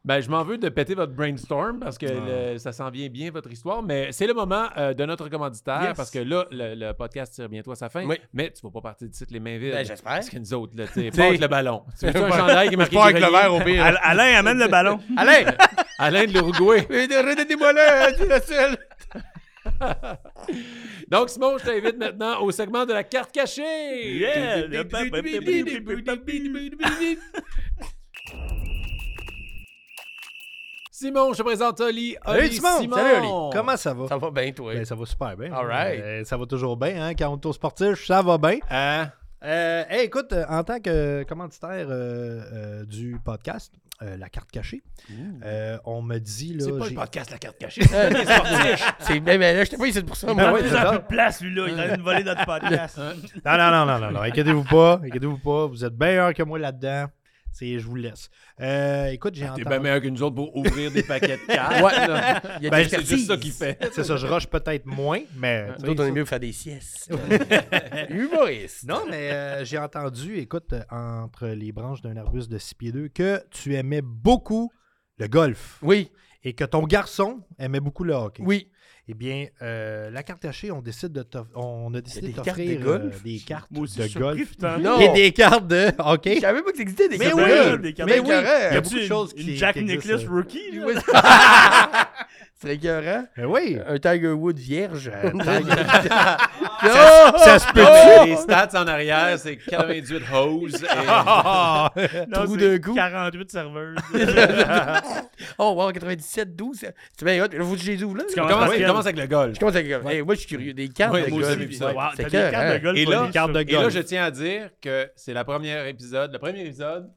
Speaker 1: Ben, je m'en veux de péter votre brainstorm parce que
Speaker 2: Ah.
Speaker 1: le- ça s'en vient bien, votre histoire. Mais c'est le moment euh, de notre commanditaire
Speaker 3: Yes.
Speaker 1: parce que là, le, le podcast tire bientôt à sa fin.
Speaker 3: Oui.
Speaker 1: Mais tu vas pas partir d'ici les mains vides.
Speaker 3: Ben, j'espère.
Speaker 1: Parce que nous autres, là, tu sais,
Speaker 3: T'sais.
Speaker 1: pas avec le ballon. Tu veux un chandail qui est marqué
Speaker 3: Pas avec le
Speaker 1: Grenier?
Speaker 3: verre au pire.
Speaker 2: Al- Alain amène le ballon.
Speaker 3: Allez!
Speaker 1: Alain de l'Uruguay.
Speaker 3: Redonnez-moi là, c'est la seule.
Speaker 1: Donc, Simon, je t'invite maintenant au segment de la carte cachée.
Speaker 2: Yeah! Eh, le pa- pa- pa- pa- pa-
Speaker 1: Simon, je te présente Oli. Oli
Speaker 5: Salut Simon!
Speaker 1: Simon.
Speaker 5: Salut Oli! Comment ça va?
Speaker 3: Ça va bien, toi.
Speaker 5: Ben, ça va super bien.
Speaker 3: All right.
Speaker 5: Euh, ça va toujours bien, hein? Quand on est au sportif, ça va bien.
Speaker 1: Hein?
Speaker 5: Euh, hey, écoute, euh, en tant que commanditaire euh, euh, du podcast, euh, La Carte Cachée, euh, on me dit... là,
Speaker 1: C'est pas
Speaker 5: j'ai-
Speaker 1: le podcast, la carte cachée.
Speaker 3: Euh, t'es sportif. c'est ben, ben, là, je t'ai pas ici pour ça,
Speaker 2: Il
Speaker 3: moi.
Speaker 5: ouais,
Speaker 2: a
Speaker 5: c'est
Speaker 2: déjà
Speaker 5: ça.
Speaker 2: un peu de place, lui-là. Il a une volée notre podcast.
Speaker 5: Non, non, non, non, non, non. Inquiétez-vous pas. Inquiétez-vous pas. Vous êtes bien meilleur que moi là-dedans. C'est, je vous laisse. Euh, écoute, j'ai
Speaker 1: Ah, T'es
Speaker 5: entendu.
Speaker 1: bien meilleur que nous autres pour ouvrir des paquets de cartes.
Speaker 3: Ouais.
Speaker 1: là.
Speaker 3: Il y a
Speaker 5: Ben,
Speaker 3: des
Speaker 1: C'est juste ça qu'il fait.
Speaker 5: C'est ça, je rush peut-être moins, mais.
Speaker 1: Ah,
Speaker 5: tu sais,
Speaker 3: D'autres, on
Speaker 5: ça-
Speaker 3: est mieux pour faire des siestes. Humoriste.
Speaker 5: Non, mais euh, j'ai entendu, écoute, euh, entre les branches d'un arbuste de 6 pieds 2, que tu aimais beaucoup le golf
Speaker 3: Oui,
Speaker 5: et que ton garçon aimait beaucoup le hockey.
Speaker 3: oui.
Speaker 5: Eh bien, euh, la carte cachée, on, décide de t'off- on a décidé
Speaker 3: des
Speaker 5: de
Speaker 3: cartes de
Speaker 5: t'offrir euh,
Speaker 3: golf?
Speaker 5: des cartes
Speaker 2: Moi aussi, je
Speaker 5: de
Speaker 2: suis surpris,
Speaker 5: golf.
Speaker 2: putain.
Speaker 3: Non.
Speaker 5: Et des cartes de hockey.
Speaker 3: Je savais pas que ça existait des
Speaker 5: Mais
Speaker 3: cartes de
Speaker 5: oui,
Speaker 3: golf.
Speaker 2: des cartes
Speaker 5: mais
Speaker 2: de
Speaker 5: oui,
Speaker 3: golf.
Speaker 5: il y
Speaker 2: Y
Speaker 5: a
Speaker 2: a-tu
Speaker 5: beaucoup de
Speaker 2: une-
Speaker 5: choses
Speaker 2: une
Speaker 5: qui
Speaker 2: Jack
Speaker 5: qui existent,
Speaker 2: Nicklaus
Speaker 5: euh.
Speaker 2: rookie, là?
Speaker 3: Oui. C'est écœurant.
Speaker 5: Mais Eh oui.
Speaker 3: Un Tiger Wood vierge.
Speaker 5: Ça se peut.
Speaker 1: Les stats en arrière, c'est 98 hoses. et-
Speaker 5: Ah!
Speaker 2: Non,
Speaker 3: Trou
Speaker 2: c'est
Speaker 3: d'un coup.
Speaker 2: 48 serveurs.
Speaker 3: Oh, wow, 97, 12. C'est bien hot. Là, faut que je les ouvre, là.
Speaker 2: Tu
Speaker 3: Je
Speaker 2: commences
Speaker 1: Commence,
Speaker 2: par quel?
Speaker 1: commence avec le golf.
Speaker 3: commence avec. Hey, moi, je suis curieux. Des cartes
Speaker 1: Ouais,
Speaker 3: de
Speaker 1: moi aussi,
Speaker 3: golf.
Speaker 1: j'ai vu ça.
Speaker 2: Wow, t'as
Speaker 3: C'est
Speaker 2: des cartes de
Speaker 3: écœurant.
Speaker 2: golf.
Speaker 1: Et là-
Speaker 2: pas des cartes de
Speaker 1: Et là, je tiens à dire que c'est la première épisode, le premier épisode,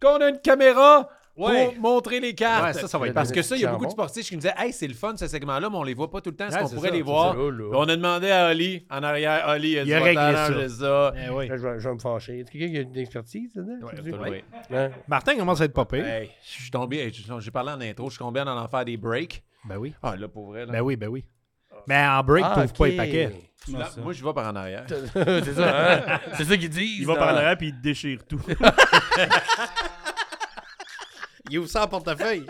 Speaker 1: qu'on a une caméra
Speaker 5: Ouais.
Speaker 1: pour montrer les cartes.
Speaker 5: Ouais, ça, ça va être
Speaker 1: Parce
Speaker 3: bon.
Speaker 1: que ça, il y a beaucoup
Speaker 3: Clairement.
Speaker 1: de sportifs qui nous disaient Hey, c'est le fun ce segment-là, mais on les voit pas tout le temps. Est-ce
Speaker 5: Ouais,
Speaker 1: qu'on
Speaker 5: c'est
Speaker 1: pourrait
Speaker 5: ça,
Speaker 1: les
Speaker 5: c'est
Speaker 1: voir
Speaker 3: ça, là.
Speaker 1: Puis On a demandé à Oli en arrière. Oli, a
Speaker 5: Il
Speaker 1: du
Speaker 5: a
Speaker 1: bon
Speaker 5: réglé
Speaker 1: talent,
Speaker 5: ça.
Speaker 1: je sais ça.
Speaker 5: Eh oui.
Speaker 3: Là, je, vais, je vais me fâcher. Est-ce que quelqu'un qui a une expertise là-dedans?
Speaker 1: Ouais,
Speaker 3: Je sais
Speaker 1: tout
Speaker 3: pas.
Speaker 1: le way.
Speaker 3: Hein?
Speaker 5: Martin commence à être popé.
Speaker 1: Hey, je suis tombé, hey, j'ai parlé en intro, je suis tombé en en faire des breaks.
Speaker 5: Ben oui.
Speaker 1: Ah, là, pour vrai. là.
Speaker 5: Ben oui, ben oui. Mais en break,
Speaker 3: Ah,
Speaker 5: t'ouvres pas les
Speaker 3: ok.
Speaker 5: paquets.
Speaker 1: Là,
Speaker 2: Non, ça.
Speaker 1: moi, je vais par en arrière.
Speaker 3: c'est ça, hein? C'est ça qu'ils disent.
Speaker 2: Il va
Speaker 3: dans-
Speaker 2: par l'arrière puis il te déchire tout.
Speaker 5: Il ouvre ça en portefeuille.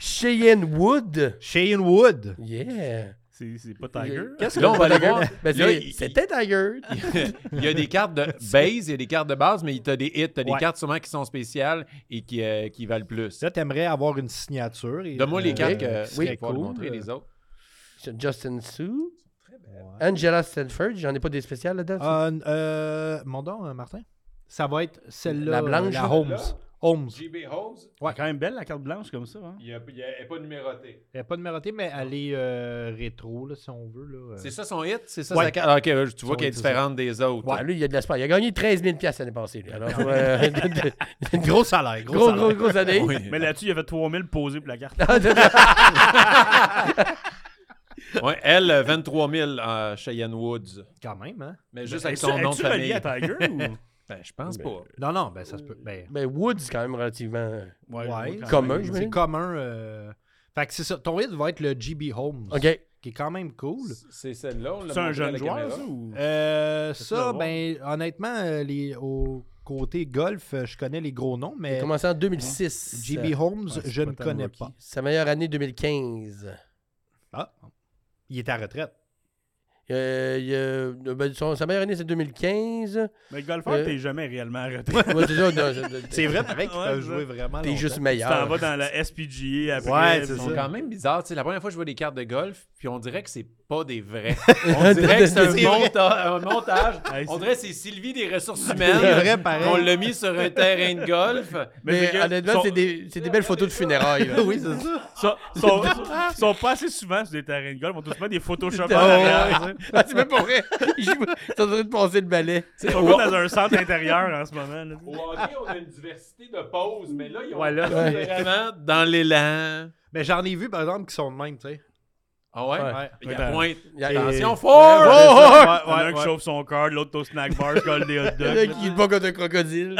Speaker 3: Cheyenne Wood.
Speaker 5: Shane Wood.
Speaker 3: Yeah.
Speaker 2: C'est c'est pas Tiger.
Speaker 3: Qu'est-ce
Speaker 1: Là, on va aller
Speaker 3: Tiger?
Speaker 1: voir.
Speaker 3: Ben,
Speaker 1: Là,
Speaker 3: c'est-
Speaker 1: il-
Speaker 3: C'était Tiger.
Speaker 1: il y a des cartes de base, il y a des cartes de base, mais t'as des hits, t'as des
Speaker 5: Ouais.
Speaker 1: cartes sûrement qui sont spéciales et qui, euh, qui valent plus.
Speaker 5: Ça, t'aimerais avoir une signature. et-
Speaker 1: Donne-moi les
Speaker 5: euh,
Speaker 1: cartes
Speaker 5: euh,
Speaker 1: que
Speaker 5: qui serait
Speaker 1: oui, pour
Speaker 5: cool.
Speaker 1: montrer les autres.
Speaker 3: Justin Sue. Angela Stanford. J'en ai pas des spéciales là-dedans. ça.
Speaker 5: Euh, euh, mon don, hein, Martin. Ça va être celle-là.
Speaker 3: La blanche,
Speaker 5: La
Speaker 3: là.
Speaker 5: Holmes. Holmes.
Speaker 1: JB Hose,
Speaker 2: Ouais, quand même belle la carte blanche comme ça. Hein?
Speaker 1: il n'est pas numéroté.
Speaker 5: Elle n'est pas numérotée, mais elle est euh, rétro, là, si on veut. Là. euh.
Speaker 1: C'est ça son hit? C'est ça
Speaker 5: Ouais.
Speaker 1: sa carte? Ah, ok, là, tu vois
Speaker 5: Son
Speaker 1: qu'elle est
Speaker 5: hit, c'est ça.
Speaker 1: différente des autres.
Speaker 3: Ouais, lui, il a de l'espoir. Il a gagné 13 000 piastres l'année passée. Lui. Alors, euh,
Speaker 5: Gros salaire. Gros,
Speaker 3: gros,
Speaker 5: salaire.
Speaker 3: gros, grosse année. Ah,
Speaker 1: Oui.
Speaker 2: Mais là-dessus, il y avait 3000 posés pour la carte.
Speaker 1: Ouais, elle, euh, 23 000 euh, Cheyenne Woods.
Speaker 5: Quand même, hein?
Speaker 1: Mais juste avec
Speaker 2: Ben, Est-ce
Speaker 1: son nom de
Speaker 2: est-ce
Speaker 1: famille.
Speaker 2: relié à Tiger ou.
Speaker 1: Ben, je pense
Speaker 3: Ben,
Speaker 1: pas.
Speaker 5: Non, non, ben ça se peut. Ben,
Speaker 3: Ben, Wood, c'est quand même relativement. euh,
Speaker 5: ouais,
Speaker 2: quand
Speaker 3: Commun,
Speaker 2: même.
Speaker 3: je
Speaker 5: C'est
Speaker 3: j'imagine.
Speaker 5: commun. euh, Fait que c'est ça. Ton hit va être le GB Holmes.
Speaker 3: OK.
Speaker 5: Qui est quand même cool.
Speaker 1: C'est celle-là. on l'a
Speaker 2: C'est un
Speaker 1: montré à
Speaker 2: jeune
Speaker 1: la
Speaker 2: joueur,
Speaker 1: caméra.
Speaker 2: ça ou.
Speaker 5: Euh,
Speaker 2: Faites-le
Speaker 5: ça,
Speaker 2: voir.
Speaker 5: ben, honnêtement, euh, les, au côté golf, euh, je connais les gros noms, mais
Speaker 3: Commencé en 2006.
Speaker 5: GB Holmes,
Speaker 2: Ouais, c'est
Speaker 5: je
Speaker 2: pas
Speaker 5: ne
Speaker 2: tant
Speaker 5: connais
Speaker 2: rookie.
Speaker 5: pas.
Speaker 3: Sa meilleure année 2015.
Speaker 5: Ah, il est à retraite.
Speaker 3: Euh, il a- ben, son- sa meilleure année, c'est 2015.
Speaker 2: Mais le golfeur,
Speaker 3: Euh,
Speaker 2: t'es jamais réellement à retraite.
Speaker 3: Moi, c'est ça, non, je-
Speaker 5: C'est vrai, pareil qu'il
Speaker 2: Ouais,
Speaker 5: peut
Speaker 2: c'est
Speaker 5: jouer vraiment.
Speaker 3: T'es
Speaker 5: longtemps.
Speaker 3: juste
Speaker 2: Tu
Speaker 3: meilleur.
Speaker 2: t'en vas dans la SPGA après.
Speaker 5: Ouais,
Speaker 2: puis
Speaker 5: c'est
Speaker 1: Ils
Speaker 2: on-
Speaker 1: sont
Speaker 5: ça.
Speaker 1: quand même bizarres. Tu sais, la première fois que je vois des cartes de golf, puis on dirait que c'est pas des vrais. On dirait que c'est un,
Speaker 5: C'est vrai.
Speaker 1: monta- un montage.
Speaker 2: Ouais,
Speaker 1: On
Speaker 2: c'est-
Speaker 1: dirait que c'est Sylvie des ressources
Speaker 5: C'est
Speaker 1: humaines.
Speaker 5: vrai, pareil.
Speaker 1: On l'a mis sur un terrain de golf.
Speaker 3: Mais,
Speaker 2: c'est que
Speaker 3: honnêtement,
Speaker 2: son-
Speaker 3: c'est des, c'est des belles photos de funérailles. là.
Speaker 5: oui, c'est ça.
Speaker 2: Sont, sont, sont pas assez souvent sur des terrains de golf. On trouve souvent des Photoshop en
Speaker 3: Ah,
Speaker 2: arrière.
Speaker 3: ouais, ouais. Ah, c'est même pas vrai. Ils jouent- Ils sont en train de passer le balai.
Speaker 2: Ils sont comme dans un centre intérieur en ce moment. là.
Speaker 1: Au hockey, on a une diversité de poses, mais là, ils ont
Speaker 2: Ouais, là.
Speaker 1: vraiment dans l'élan.
Speaker 5: Mais j'en ai vu, par exemple, qui sont de même, tu sais.
Speaker 1: Ah ouais?
Speaker 3: Ouais.
Speaker 1: Il y a
Speaker 2: Ouais, ben-
Speaker 1: pointe.
Speaker 3: Il y a-
Speaker 1: Attention,
Speaker 5: Et-
Speaker 1: fort!
Speaker 2: ouais,
Speaker 1: Oh,
Speaker 2: ouais, un qui chauffe son card, l'autre au snack bar, je colle des hot
Speaker 3: Il y en a
Speaker 2: dogs.
Speaker 3: qui est pas contre un crocodile.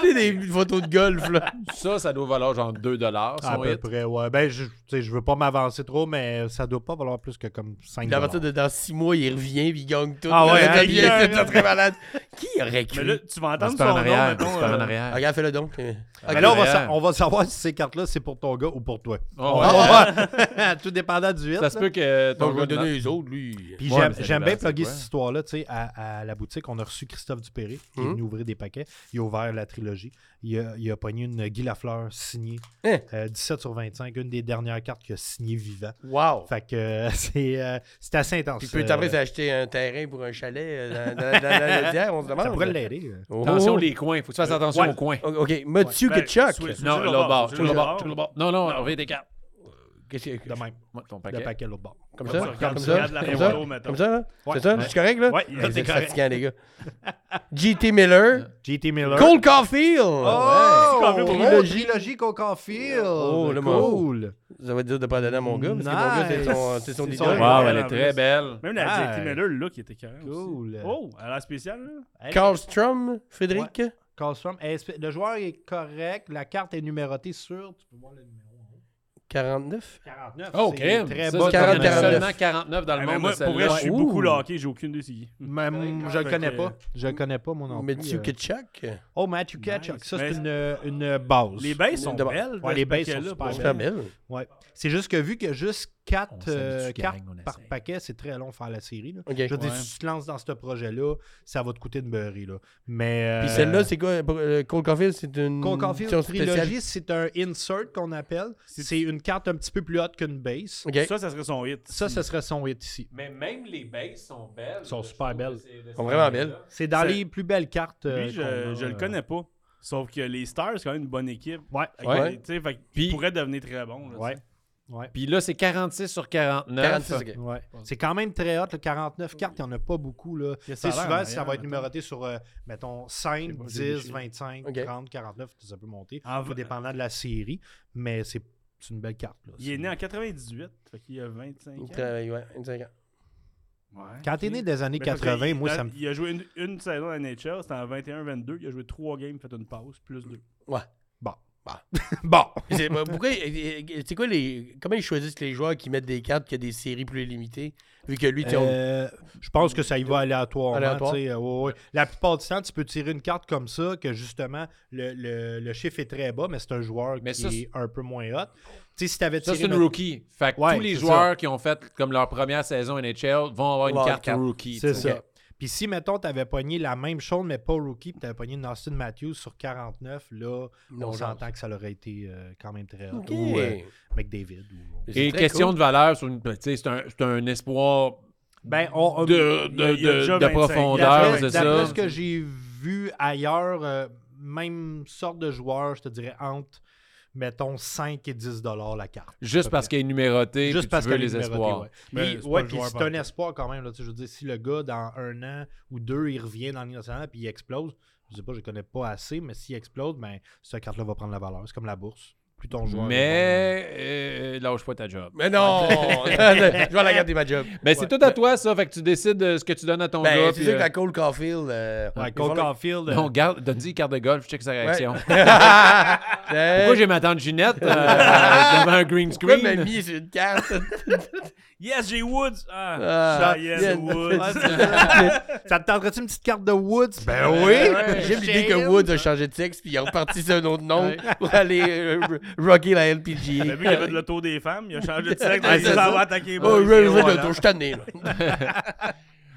Speaker 3: tu sais, des photos de golf, là.
Speaker 5: Ah,
Speaker 1: oh. Ça, ça doit valoir genre 2 dollars.
Speaker 5: À peu près, ouais. Ben, je, tu sais, je veux pas m'avancer trop, mais ça doit pas valoir plus que comme 5
Speaker 3: Puis à partir de dans 6 mois, il revient, puis il gagne tout.
Speaker 5: Ah ouais,
Speaker 3: Là,
Speaker 5: hein,
Speaker 3: il devient-
Speaker 2: il-
Speaker 3: c'est très malade. Qui aurait
Speaker 2: Mais
Speaker 3: cru?
Speaker 2: là, tu vas entendre
Speaker 1: Ah, C'est
Speaker 2: son
Speaker 1: en
Speaker 2: nom,
Speaker 1: arrière.
Speaker 2: mettons,
Speaker 1: C'est en
Speaker 2: euh,
Speaker 1: arrière.
Speaker 3: Ah, Regarde, fais-le donc. Euh,
Speaker 5: Mais là, on va,
Speaker 1: Derrière.
Speaker 5: sa- on va savoir si ces cartes-là, c'est pour ton gars ou pour toi.
Speaker 1: Oh,
Speaker 5: On
Speaker 2: Ah
Speaker 1: ouais.
Speaker 5: va- Tout dépendant du hit.
Speaker 1: Ça se peut que
Speaker 3: Donc,
Speaker 1: ton
Speaker 3: je
Speaker 1: gars
Speaker 3: vais
Speaker 1: de
Speaker 3: donner
Speaker 1: neige-
Speaker 3: les autres, lui.
Speaker 5: Puis
Speaker 1: Ouais,
Speaker 5: j'aime-
Speaker 1: mais ça
Speaker 5: j'aime
Speaker 1: dépend,
Speaker 5: bien
Speaker 1: c'est
Speaker 5: plugger
Speaker 1: quoi?
Speaker 5: cette histoire-là, tu sais, à, à la boutique, on a reçu Christophe Dupéré, qui
Speaker 1: Hum.
Speaker 3: Mhm.
Speaker 5: est venu ouvrir des paquets, il a ouvert la trilogie, il a, il a pogné une Guy Lafleur signée,
Speaker 3: Hein?
Speaker 5: euh, 17 sur 25, une des dernières cartes qu'il a signée vivant.
Speaker 3: Wow!
Speaker 5: Fait que euh, c'est euh, c'est assez intense.
Speaker 3: Puis peut
Speaker 5: Euh,
Speaker 3: être après, c'est acheter un terrain pour un chalet euh, dans, dans- dans- dans le tiers, on se demande.
Speaker 5: ça pourrait l'aider. euh.
Speaker 3: Oh.
Speaker 1: Attention les coins. Faut que tu fasses attention
Speaker 2: ouais.
Speaker 1: aux coins.
Speaker 3: O- OK, Mathieu
Speaker 2: Ben,
Speaker 3: Ketchuk.
Speaker 2: sur- sur-
Speaker 1: Non,
Speaker 2: sur le
Speaker 1: l'autre
Speaker 2: bord,
Speaker 1: bord.
Speaker 2: sur
Speaker 1: Tout
Speaker 2: le
Speaker 1: le
Speaker 2: bord.
Speaker 1: bord. Tout le bord. Non, non,
Speaker 2: Non.
Speaker 1: on revient des cartes.
Speaker 3: Qu'est-ce que-
Speaker 5: De même,
Speaker 1: Moi, ton
Speaker 5: le
Speaker 1: paquet.
Speaker 5: paquet l'autre bord.
Speaker 3: Comme
Speaker 2: Ouais,
Speaker 3: ça?
Speaker 2: tu regardes-
Speaker 3: Comme
Speaker 2: tu
Speaker 3: ça?
Speaker 2: regardes la
Speaker 3: Comme
Speaker 2: photo,
Speaker 3: ça?
Speaker 2: mettons.
Speaker 3: Comme ça? là?
Speaker 5: Ouais.
Speaker 3: C'est ça? Je suis correct, là?
Speaker 2: Ouais, il-
Speaker 3: Ah,
Speaker 2: c'est
Speaker 3: C'est
Speaker 2: correct.
Speaker 3: fatigant, les gars. J.T. Miller.
Speaker 5: JT Miller.
Speaker 3: Cole Caulfield!
Speaker 5: Oh!
Speaker 2: Ouais.
Speaker 5: Trilogie, trilogie Cole Caulfield.
Speaker 3: Oh, le
Speaker 5: cool.
Speaker 3: Ça va dire de pas donner à mon gars, parce que mon gars, c'est son,
Speaker 5: Nice.
Speaker 3: c'est son
Speaker 5: C'est
Speaker 3: idole.
Speaker 5: son-
Speaker 1: Wow, elle
Speaker 2: Ouais,
Speaker 1: est
Speaker 2: en
Speaker 1: très
Speaker 2: plus.
Speaker 1: belle.
Speaker 2: Même la
Speaker 5: Ouais.
Speaker 2: Jack Miller, le look, il était carré.
Speaker 5: Cool.
Speaker 2: Oh, elle a l'air spéciale, là.
Speaker 3: Karlstrom, Frédéric.
Speaker 5: Karlstrom, est-ce- Eh, le joueur est correct, la carte est numérotée sur, tu peux voir le numéro en haut,
Speaker 3: 49.
Speaker 5: 49.
Speaker 1: Oh, OK.
Speaker 5: c'est très bon.
Speaker 3: 40,
Speaker 1: seulement 49 dans
Speaker 2: Ah,
Speaker 1: le
Speaker 2: mais
Speaker 1: monde.
Speaker 2: moi,
Speaker 1: de
Speaker 2: pour vrai,
Speaker 1: celle-là.
Speaker 2: je suis
Speaker 1: Ouh.
Speaker 2: beaucoup le hockey, j'ai aucune idée c'est qui.
Speaker 5: Même, je le
Speaker 2: Fait
Speaker 5: connais
Speaker 2: que-
Speaker 5: pas. Je le connais pas, mon nom.
Speaker 3: Mathieu Ketchuk.
Speaker 5: euh. Oh, Matthew Ketchuk. Ça, c'est
Speaker 2: Mais-
Speaker 5: une, une base.
Speaker 2: Les bases sont
Speaker 3: De-
Speaker 2: belles.
Speaker 5: Ouais, les bases sont super
Speaker 2: belles.
Speaker 5: belles.
Speaker 3: Super belle.
Speaker 5: Ouais. C'est juste que vu que juste 4
Speaker 1: On s'habitue, gang,
Speaker 5: cartes
Speaker 1: on
Speaker 5: par
Speaker 1: essaye.
Speaker 5: paquet, c'est très long faire la série. Là.
Speaker 3: OK.
Speaker 5: Je veux dire,
Speaker 2: Ouais.
Speaker 5: si tu te lances dans ce projet-là, ça va te coûter une beurrée. Là. Mais,
Speaker 3: Puis
Speaker 5: euh,
Speaker 3: celle-là, c'est quoi? Pour- euh, Cole Caulfield, c'est une
Speaker 5: Cole Caulfield
Speaker 3: édition spéciale.
Speaker 5: Trilogy, c'est un insert qu'on appelle. C'est une carte un petit peu plus haute qu'une base.
Speaker 3: OK.
Speaker 2: Ça, ça serait son hit.
Speaker 5: Ça, ce serait son hit ici.
Speaker 1: Mais même les bases sont belles.
Speaker 5: Sont super belles.
Speaker 1: Elles
Speaker 3: sont vraiment belles.
Speaker 5: C'est dans
Speaker 2: C'est-
Speaker 5: les plus belles cartes. euh,
Speaker 2: Lui,
Speaker 5: qu'on
Speaker 2: je,
Speaker 5: a,
Speaker 2: je le
Speaker 5: euh,
Speaker 2: connais pas. Sauf que les Stars, c'est quand même une bonne équipe.
Speaker 5: Ouais.
Speaker 3: Ouais.
Speaker 2: Tu sais, fait qu'il
Speaker 1: Puis-
Speaker 2: pourrait devenir très bon. là,
Speaker 5: euh, Ouais.
Speaker 2: tu sais.
Speaker 1: Puis là, c'est 46 sur 49.
Speaker 3: 46, OK.
Speaker 5: Ouais. C'est quand même très hot. Le 49 cartes, il n'y en a pas beaucoup. Là.
Speaker 2: Qu'est-ce que ça a
Speaker 5: Tu sais,
Speaker 2: l'air,
Speaker 5: souvent, ça
Speaker 2: Marianne,
Speaker 5: va être
Speaker 2: mettons?
Speaker 5: numéroté sur, euh, mettons, 5,
Speaker 2: moi, j'ai
Speaker 5: 10,
Speaker 2: déchiré.
Speaker 5: 25,
Speaker 3: Ok.
Speaker 5: 30, 49. Ça peut monter.
Speaker 2: En
Speaker 5: Tout
Speaker 2: v-
Speaker 5: dépendant de la série. Mais c'est c'est une belle carte. Là.
Speaker 2: Il est né en 98, fait qu'il a 25
Speaker 3: Il
Speaker 2: ans.
Speaker 3: travaille, ouais, 25 ans.
Speaker 2: Ouais.
Speaker 5: Quand t'es né des années
Speaker 2: Mais parce que
Speaker 5: 80,
Speaker 2: il-
Speaker 5: moi,
Speaker 2: dans-
Speaker 5: ça me.
Speaker 2: Il a joué une, une saison à NHL, c'était en 21-22. Il a joué 3 games, fait une pause, plus 2.
Speaker 3: Ouais.
Speaker 5: Bon.
Speaker 3: Bon.
Speaker 5: Bon.
Speaker 3: C'est- bah, Pourquoi, euh, euh, c'est quoi les, comment ils choisissent les joueurs qui mettent des cartes qui a des séries plus limitées, vu que lui, tu sais, on-
Speaker 5: Euh, je pense que ça y va aléatoirement.
Speaker 3: Aléatoire.
Speaker 5: tu sais, euh, ouais, ouais. La plupart du temps, tu peux tirer une carte comme ça, que justement, le, le- le chiffre est très bas, mais c'est un joueur
Speaker 1: Mais
Speaker 5: qui
Speaker 1: ça,
Speaker 5: est un peu moins hot. Tu sais, si t'avais
Speaker 1: Ça,
Speaker 5: tiré.
Speaker 1: c'est une
Speaker 5: mettons-
Speaker 1: rookie. Fait que
Speaker 5: Ouais,
Speaker 1: tous les
Speaker 5: c'est
Speaker 1: joueurs qui ont fait comme leur première saison NHL vont avoir une
Speaker 3: Leur
Speaker 1: carte
Speaker 3: carte.
Speaker 1: rookie. tu
Speaker 5: C'est
Speaker 1: sais.
Speaker 5: ça. Puis si, mettons, t'avais pogné la même chose, mais pas rookie, puis t'avais pogné une Austin Matthews sur 49, là,
Speaker 3: Non,
Speaker 5: on
Speaker 3: genre.
Speaker 5: s'entend que ça aurait été euh, quand même très hot.
Speaker 3: Ok.
Speaker 5: Ou euh, McDavid. ou-
Speaker 3: C'est
Speaker 1: Et
Speaker 3: très
Speaker 1: question
Speaker 3: cool.
Speaker 1: de valeur, sur une- ben, tu sais, c'est un, c'est un espoir
Speaker 5: Ben, on, on-
Speaker 1: de,
Speaker 2: il y a-
Speaker 1: de,
Speaker 2: il y a déjà
Speaker 1: de, de
Speaker 2: 25.
Speaker 1: profondeur,
Speaker 5: D'après
Speaker 1: c'est
Speaker 5: d'après
Speaker 1: ça.
Speaker 5: ce que j'ai vu ailleurs, euh, même sorte de joueur, je te dirais entre, mettons, 5 et 10 dollars la carte.
Speaker 1: Juste parce qu'il est numéroté,
Speaker 5: Juste
Speaker 1: puis
Speaker 5: parce
Speaker 1: tu veux
Speaker 5: qu'elle est
Speaker 1: les
Speaker 5: numérotée,
Speaker 1: espoirs.
Speaker 5: ouais.
Speaker 2: Ben,
Speaker 5: Puis,
Speaker 2: c'est pas
Speaker 5: ouais,
Speaker 2: le
Speaker 5: puis
Speaker 2: joueur
Speaker 5: c'est
Speaker 2: par
Speaker 5: un
Speaker 2: contre.
Speaker 5: espoir quand même. Là, tu sais, je veux dire, si le gars, dans un an ou deux, il revient dans l'Union nationale puis il explose, je sais pas, je le connais pas assez, mais s'il explose, ben, cette carte-là va prendre la valeur. C'est comme la bourse. Plus ton joueur.
Speaker 1: Mais euh, lâche pas ta job.
Speaker 3: Mais non! je vais la garder ma job.
Speaker 1: Ben, c'est tout à toi, ça. Fait que tu décides euh, ce que tu donnes à ton gars.
Speaker 3: Ben, c'est
Speaker 1: puis,
Speaker 3: sûr que
Speaker 1: euh,
Speaker 3: la Cole Caulfield. euh,
Speaker 5: va- Ouais,
Speaker 3: il
Speaker 5: Cole
Speaker 3: va falloir-
Speaker 5: Caulfield,
Speaker 1: Non, garde, donne-y une carte de golf, je check sa réaction.
Speaker 3: Euh,
Speaker 1: Pourquoi j'ai ma tante Ginette euh, devant un green
Speaker 3: pourquoi
Speaker 1: screen?
Speaker 3: il m'a mis sur une carte?
Speaker 2: Yes, j'ai Woods! Ah,
Speaker 3: Ah,
Speaker 2: yes,
Speaker 3: yes.
Speaker 2: Woods!
Speaker 5: ça te tenterait-tu une petite carte de Woods? Ben oui!
Speaker 3: J'aime l'idée que Woods a changé de sexe puis il est reparti sur un autre nom pour aller euh, r- rocker la
Speaker 2: Il a
Speaker 1: Ben,
Speaker 3: LPGA.
Speaker 2: vu qu'il y avait de l'auto des femmes, il a changé de sexe,
Speaker 3: Oh, Ouais,
Speaker 2: il
Speaker 3: c'est
Speaker 2: s'en
Speaker 3: ça.
Speaker 2: va attaquer
Speaker 3: Oh,
Speaker 2: moi.
Speaker 3: je je- je- je suis tanné, là.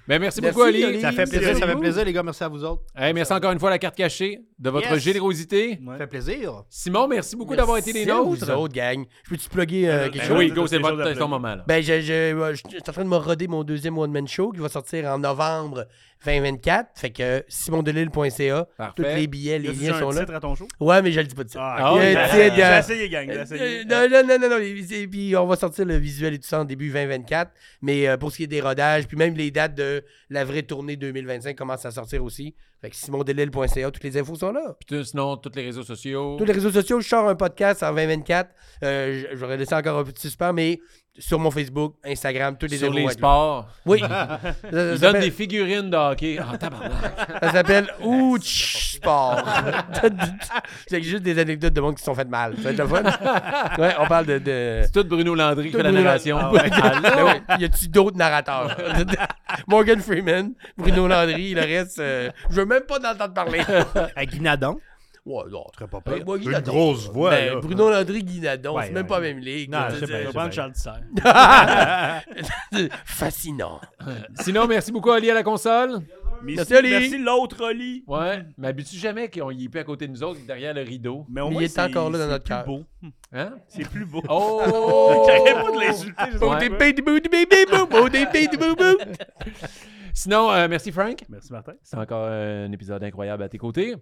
Speaker 1: Ben, merci,
Speaker 3: Merci,
Speaker 1: beaucoup, Ali.
Speaker 3: Ali.
Speaker 5: Ça fait plaisir, ça fait
Speaker 2: beaucoup.
Speaker 5: plaisir, les gars. Merci à vous autres.
Speaker 1: Hey, merci encore une fois à la carte cachée de votre
Speaker 5: Yes.
Speaker 1: générosité.
Speaker 5: Ça fait plaisir.
Speaker 1: Simon, merci beaucoup d'avoir été des
Speaker 3: Merci à vous
Speaker 1: nôtres.
Speaker 3: autres, gang. Je peux-tu plugger euh, quelque
Speaker 2: Ben
Speaker 1: Ben
Speaker 3: chose?
Speaker 1: oui,
Speaker 2: T'as
Speaker 1: go, c'est
Speaker 2: des choses à
Speaker 1: votre- ton
Speaker 2: plugger.
Speaker 1: moment. Là.
Speaker 3: Ben, je, je, ouais, je- je suis en train de me roder mon deuxième one-man show qui va sortir en novembre 2024. Fait que euh, simondelille.ca, tous
Speaker 1: Parfait.
Speaker 3: les billets,
Speaker 2: Il y
Speaker 3: les
Speaker 2: a
Speaker 3: liens
Speaker 2: déjà
Speaker 3: sont
Speaker 2: un
Speaker 3: là.
Speaker 2: titre à ton show?
Speaker 3: Ouais, mais je le dis pas de ça.
Speaker 1: Ah,
Speaker 2: ok.
Speaker 1: il y a un
Speaker 2: J'ai
Speaker 3: titre, euh,
Speaker 2: essayé, gang, j'ai essayé.
Speaker 3: non, non, non, non, non. Et puis, on va sortir le visuel et tout ça en début 2024. Mais euh, pour ce qui est des rodages, puis même les dates de la vraie tournée 2025 commencent à sortir aussi. Fait que simondelille.ca, toutes les infos sont là.
Speaker 1: Puis tout- sinon, tous les réseaux sociaux.
Speaker 3: Tous les réseaux sociaux, je sors un podcast en 2024. Euh, j- J'aurais laissé encore un petit suspens, mais Sur mon Facebook, Instagram, tous les
Speaker 1: Sur les
Speaker 3: héros à Joe.
Speaker 1: sports.
Speaker 3: Oui. ça, Euh, ça
Speaker 1: Ils donnent
Speaker 3: s'appelle-
Speaker 1: des figurines de hockey. Ah, tabarnak.
Speaker 3: ça s'appelle Ouch Sport. C'est juste des anecdotes de monde qui se sont fait mal. Ça va être le fun. Ouais, on parle de. de...
Speaker 1: C'est tout Bruno Landry qui fait la
Speaker 3: Bruno
Speaker 1: narration. Ah,
Speaker 3: Ben ouais, y a-tu d'autres narrateurs? Morgan Freeman, Bruno Landry, le reste, euh, je veux même pas d'entendre parler.
Speaker 5: À Guinadon.
Speaker 3: ouais, non,
Speaker 5: Très pas
Speaker 3: Ouais,
Speaker 5: pire.
Speaker 3: Euh, moi,
Speaker 5: Une
Speaker 3: Guinadon.
Speaker 5: grosse voix.
Speaker 3: Ben,
Speaker 5: là.
Speaker 3: Bruno Landry Guinadon,
Speaker 5: Ouais,
Speaker 3: Ah, c'est même
Speaker 5: ouais.
Speaker 3: pas la même ligue.
Speaker 5: Non,
Speaker 3: Je veux
Speaker 5: c'est
Speaker 3: dire,
Speaker 5: bien,
Speaker 2: Pas de Charles Tissère.
Speaker 3: Fascinant.
Speaker 1: Sinon, merci beaucoup, Oli, à la console.
Speaker 2: Merci,
Speaker 3: Oli.
Speaker 2: merci l'autre Oli.
Speaker 1: Ouais. Mais habitué jamais qu'on y est plus à côté de nous autres, derrière le rideau.
Speaker 2: Mais au
Speaker 3: Mais
Speaker 2: moins,
Speaker 3: il est
Speaker 2: c'est-
Speaker 3: encore là dans
Speaker 2: c'est
Speaker 3: notre
Speaker 2: plus
Speaker 3: cœur.
Speaker 2: beau.
Speaker 1: Hein?
Speaker 2: C'est plus beau.
Speaker 1: Oh!
Speaker 2: J'arrête pas de l'insulter. je sais
Speaker 1: Ouais.
Speaker 2: pas.
Speaker 3: Des baby boo, des baby boo, boo, des baby boo, boo.
Speaker 1: Sinon, euh, merci, Frank.
Speaker 2: Merci, Martin.
Speaker 1: C'est encore euh, un épisode incroyable à tes côtés.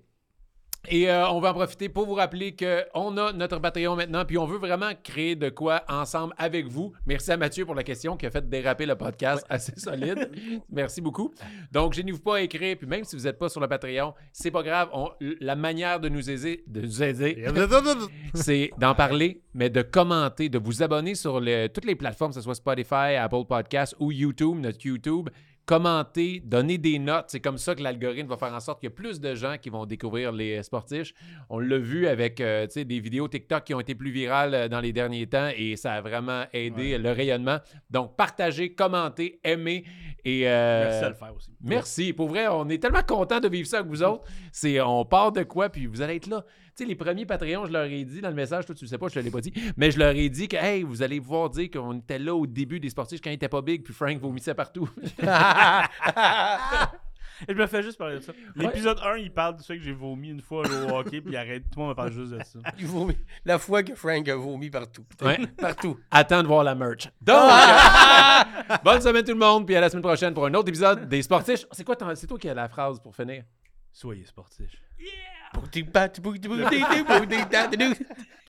Speaker 1: Et euh, on va en profiter pour vous rappeler qu'on a notre Patreon maintenant, puis on veut vraiment créer de quoi ensemble avec vous. Merci à Mathieu pour la question qui a fait déraper le podcast assez solide. Merci beaucoup. Donc, gênez-vous pas à écrire, puis même si vous n'êtes pas sur le Patreon, c'est pas grave. on- la manière de nous aider, de nous aider, c'est d'en parler, mais de commenter, de vous abonner sur le- toutes les plateformes, que ce soit Spotify, Apple Podcasts ou YouTube, notre YouTube. Commenter, donner des notes. C'est comme ça que l'algorithme va faire en sorte qu'il y a plus de gens qui vont découvrir les euh, sportifs. On l'a vu avec euh, tu sais, des vidéos TikTok qui ont été plus virales euh, dans les derniers temps et ça a vraiment aidé le rayonnement. Donc, partagez, commentez, aimez et. euh,
Speaker 2: Merci à le faire aussi.
Speaker 1: Merci. Pour vrai, on est tellement content de vivre ça avec vous autres. C'est, on part de quoi, puis vous allez être là. Tu sais, les premiers Patreons, je leur ai dit dans le message, toi, tu le sais pas, je te l'ai pas dit, mais je leur ai dit que, hey, vous allez pouvoir dire qu'on était là au début des sportifs quand ils étaient pas big, puis Frank vomissait partout.
Speaker 2: Et je me fais juste parler de ça. L'épisode 1, il parle du fait que j'ai vomi une fois au hockey, puis il arrête. Tout le monde me parle juste de ça.
Speaker 3: Il vomit. La fois que Frank a vomi partout.
Speaker 1: Ouais.
Speaker 3: Partout.
Speaker 1: Attends de voir la merch. Donc, bonne semaine tout le monde, puis à la semaine prochaine pour un autre épisode des sportifs. C'est quoi, ton- c'est toi qui as la phrase pour finir?
Speaker 2: Soyez sportifs.
Speaker 3: Bouti, bat, bouti, bouti, bouti, bouti, bouti, bouti.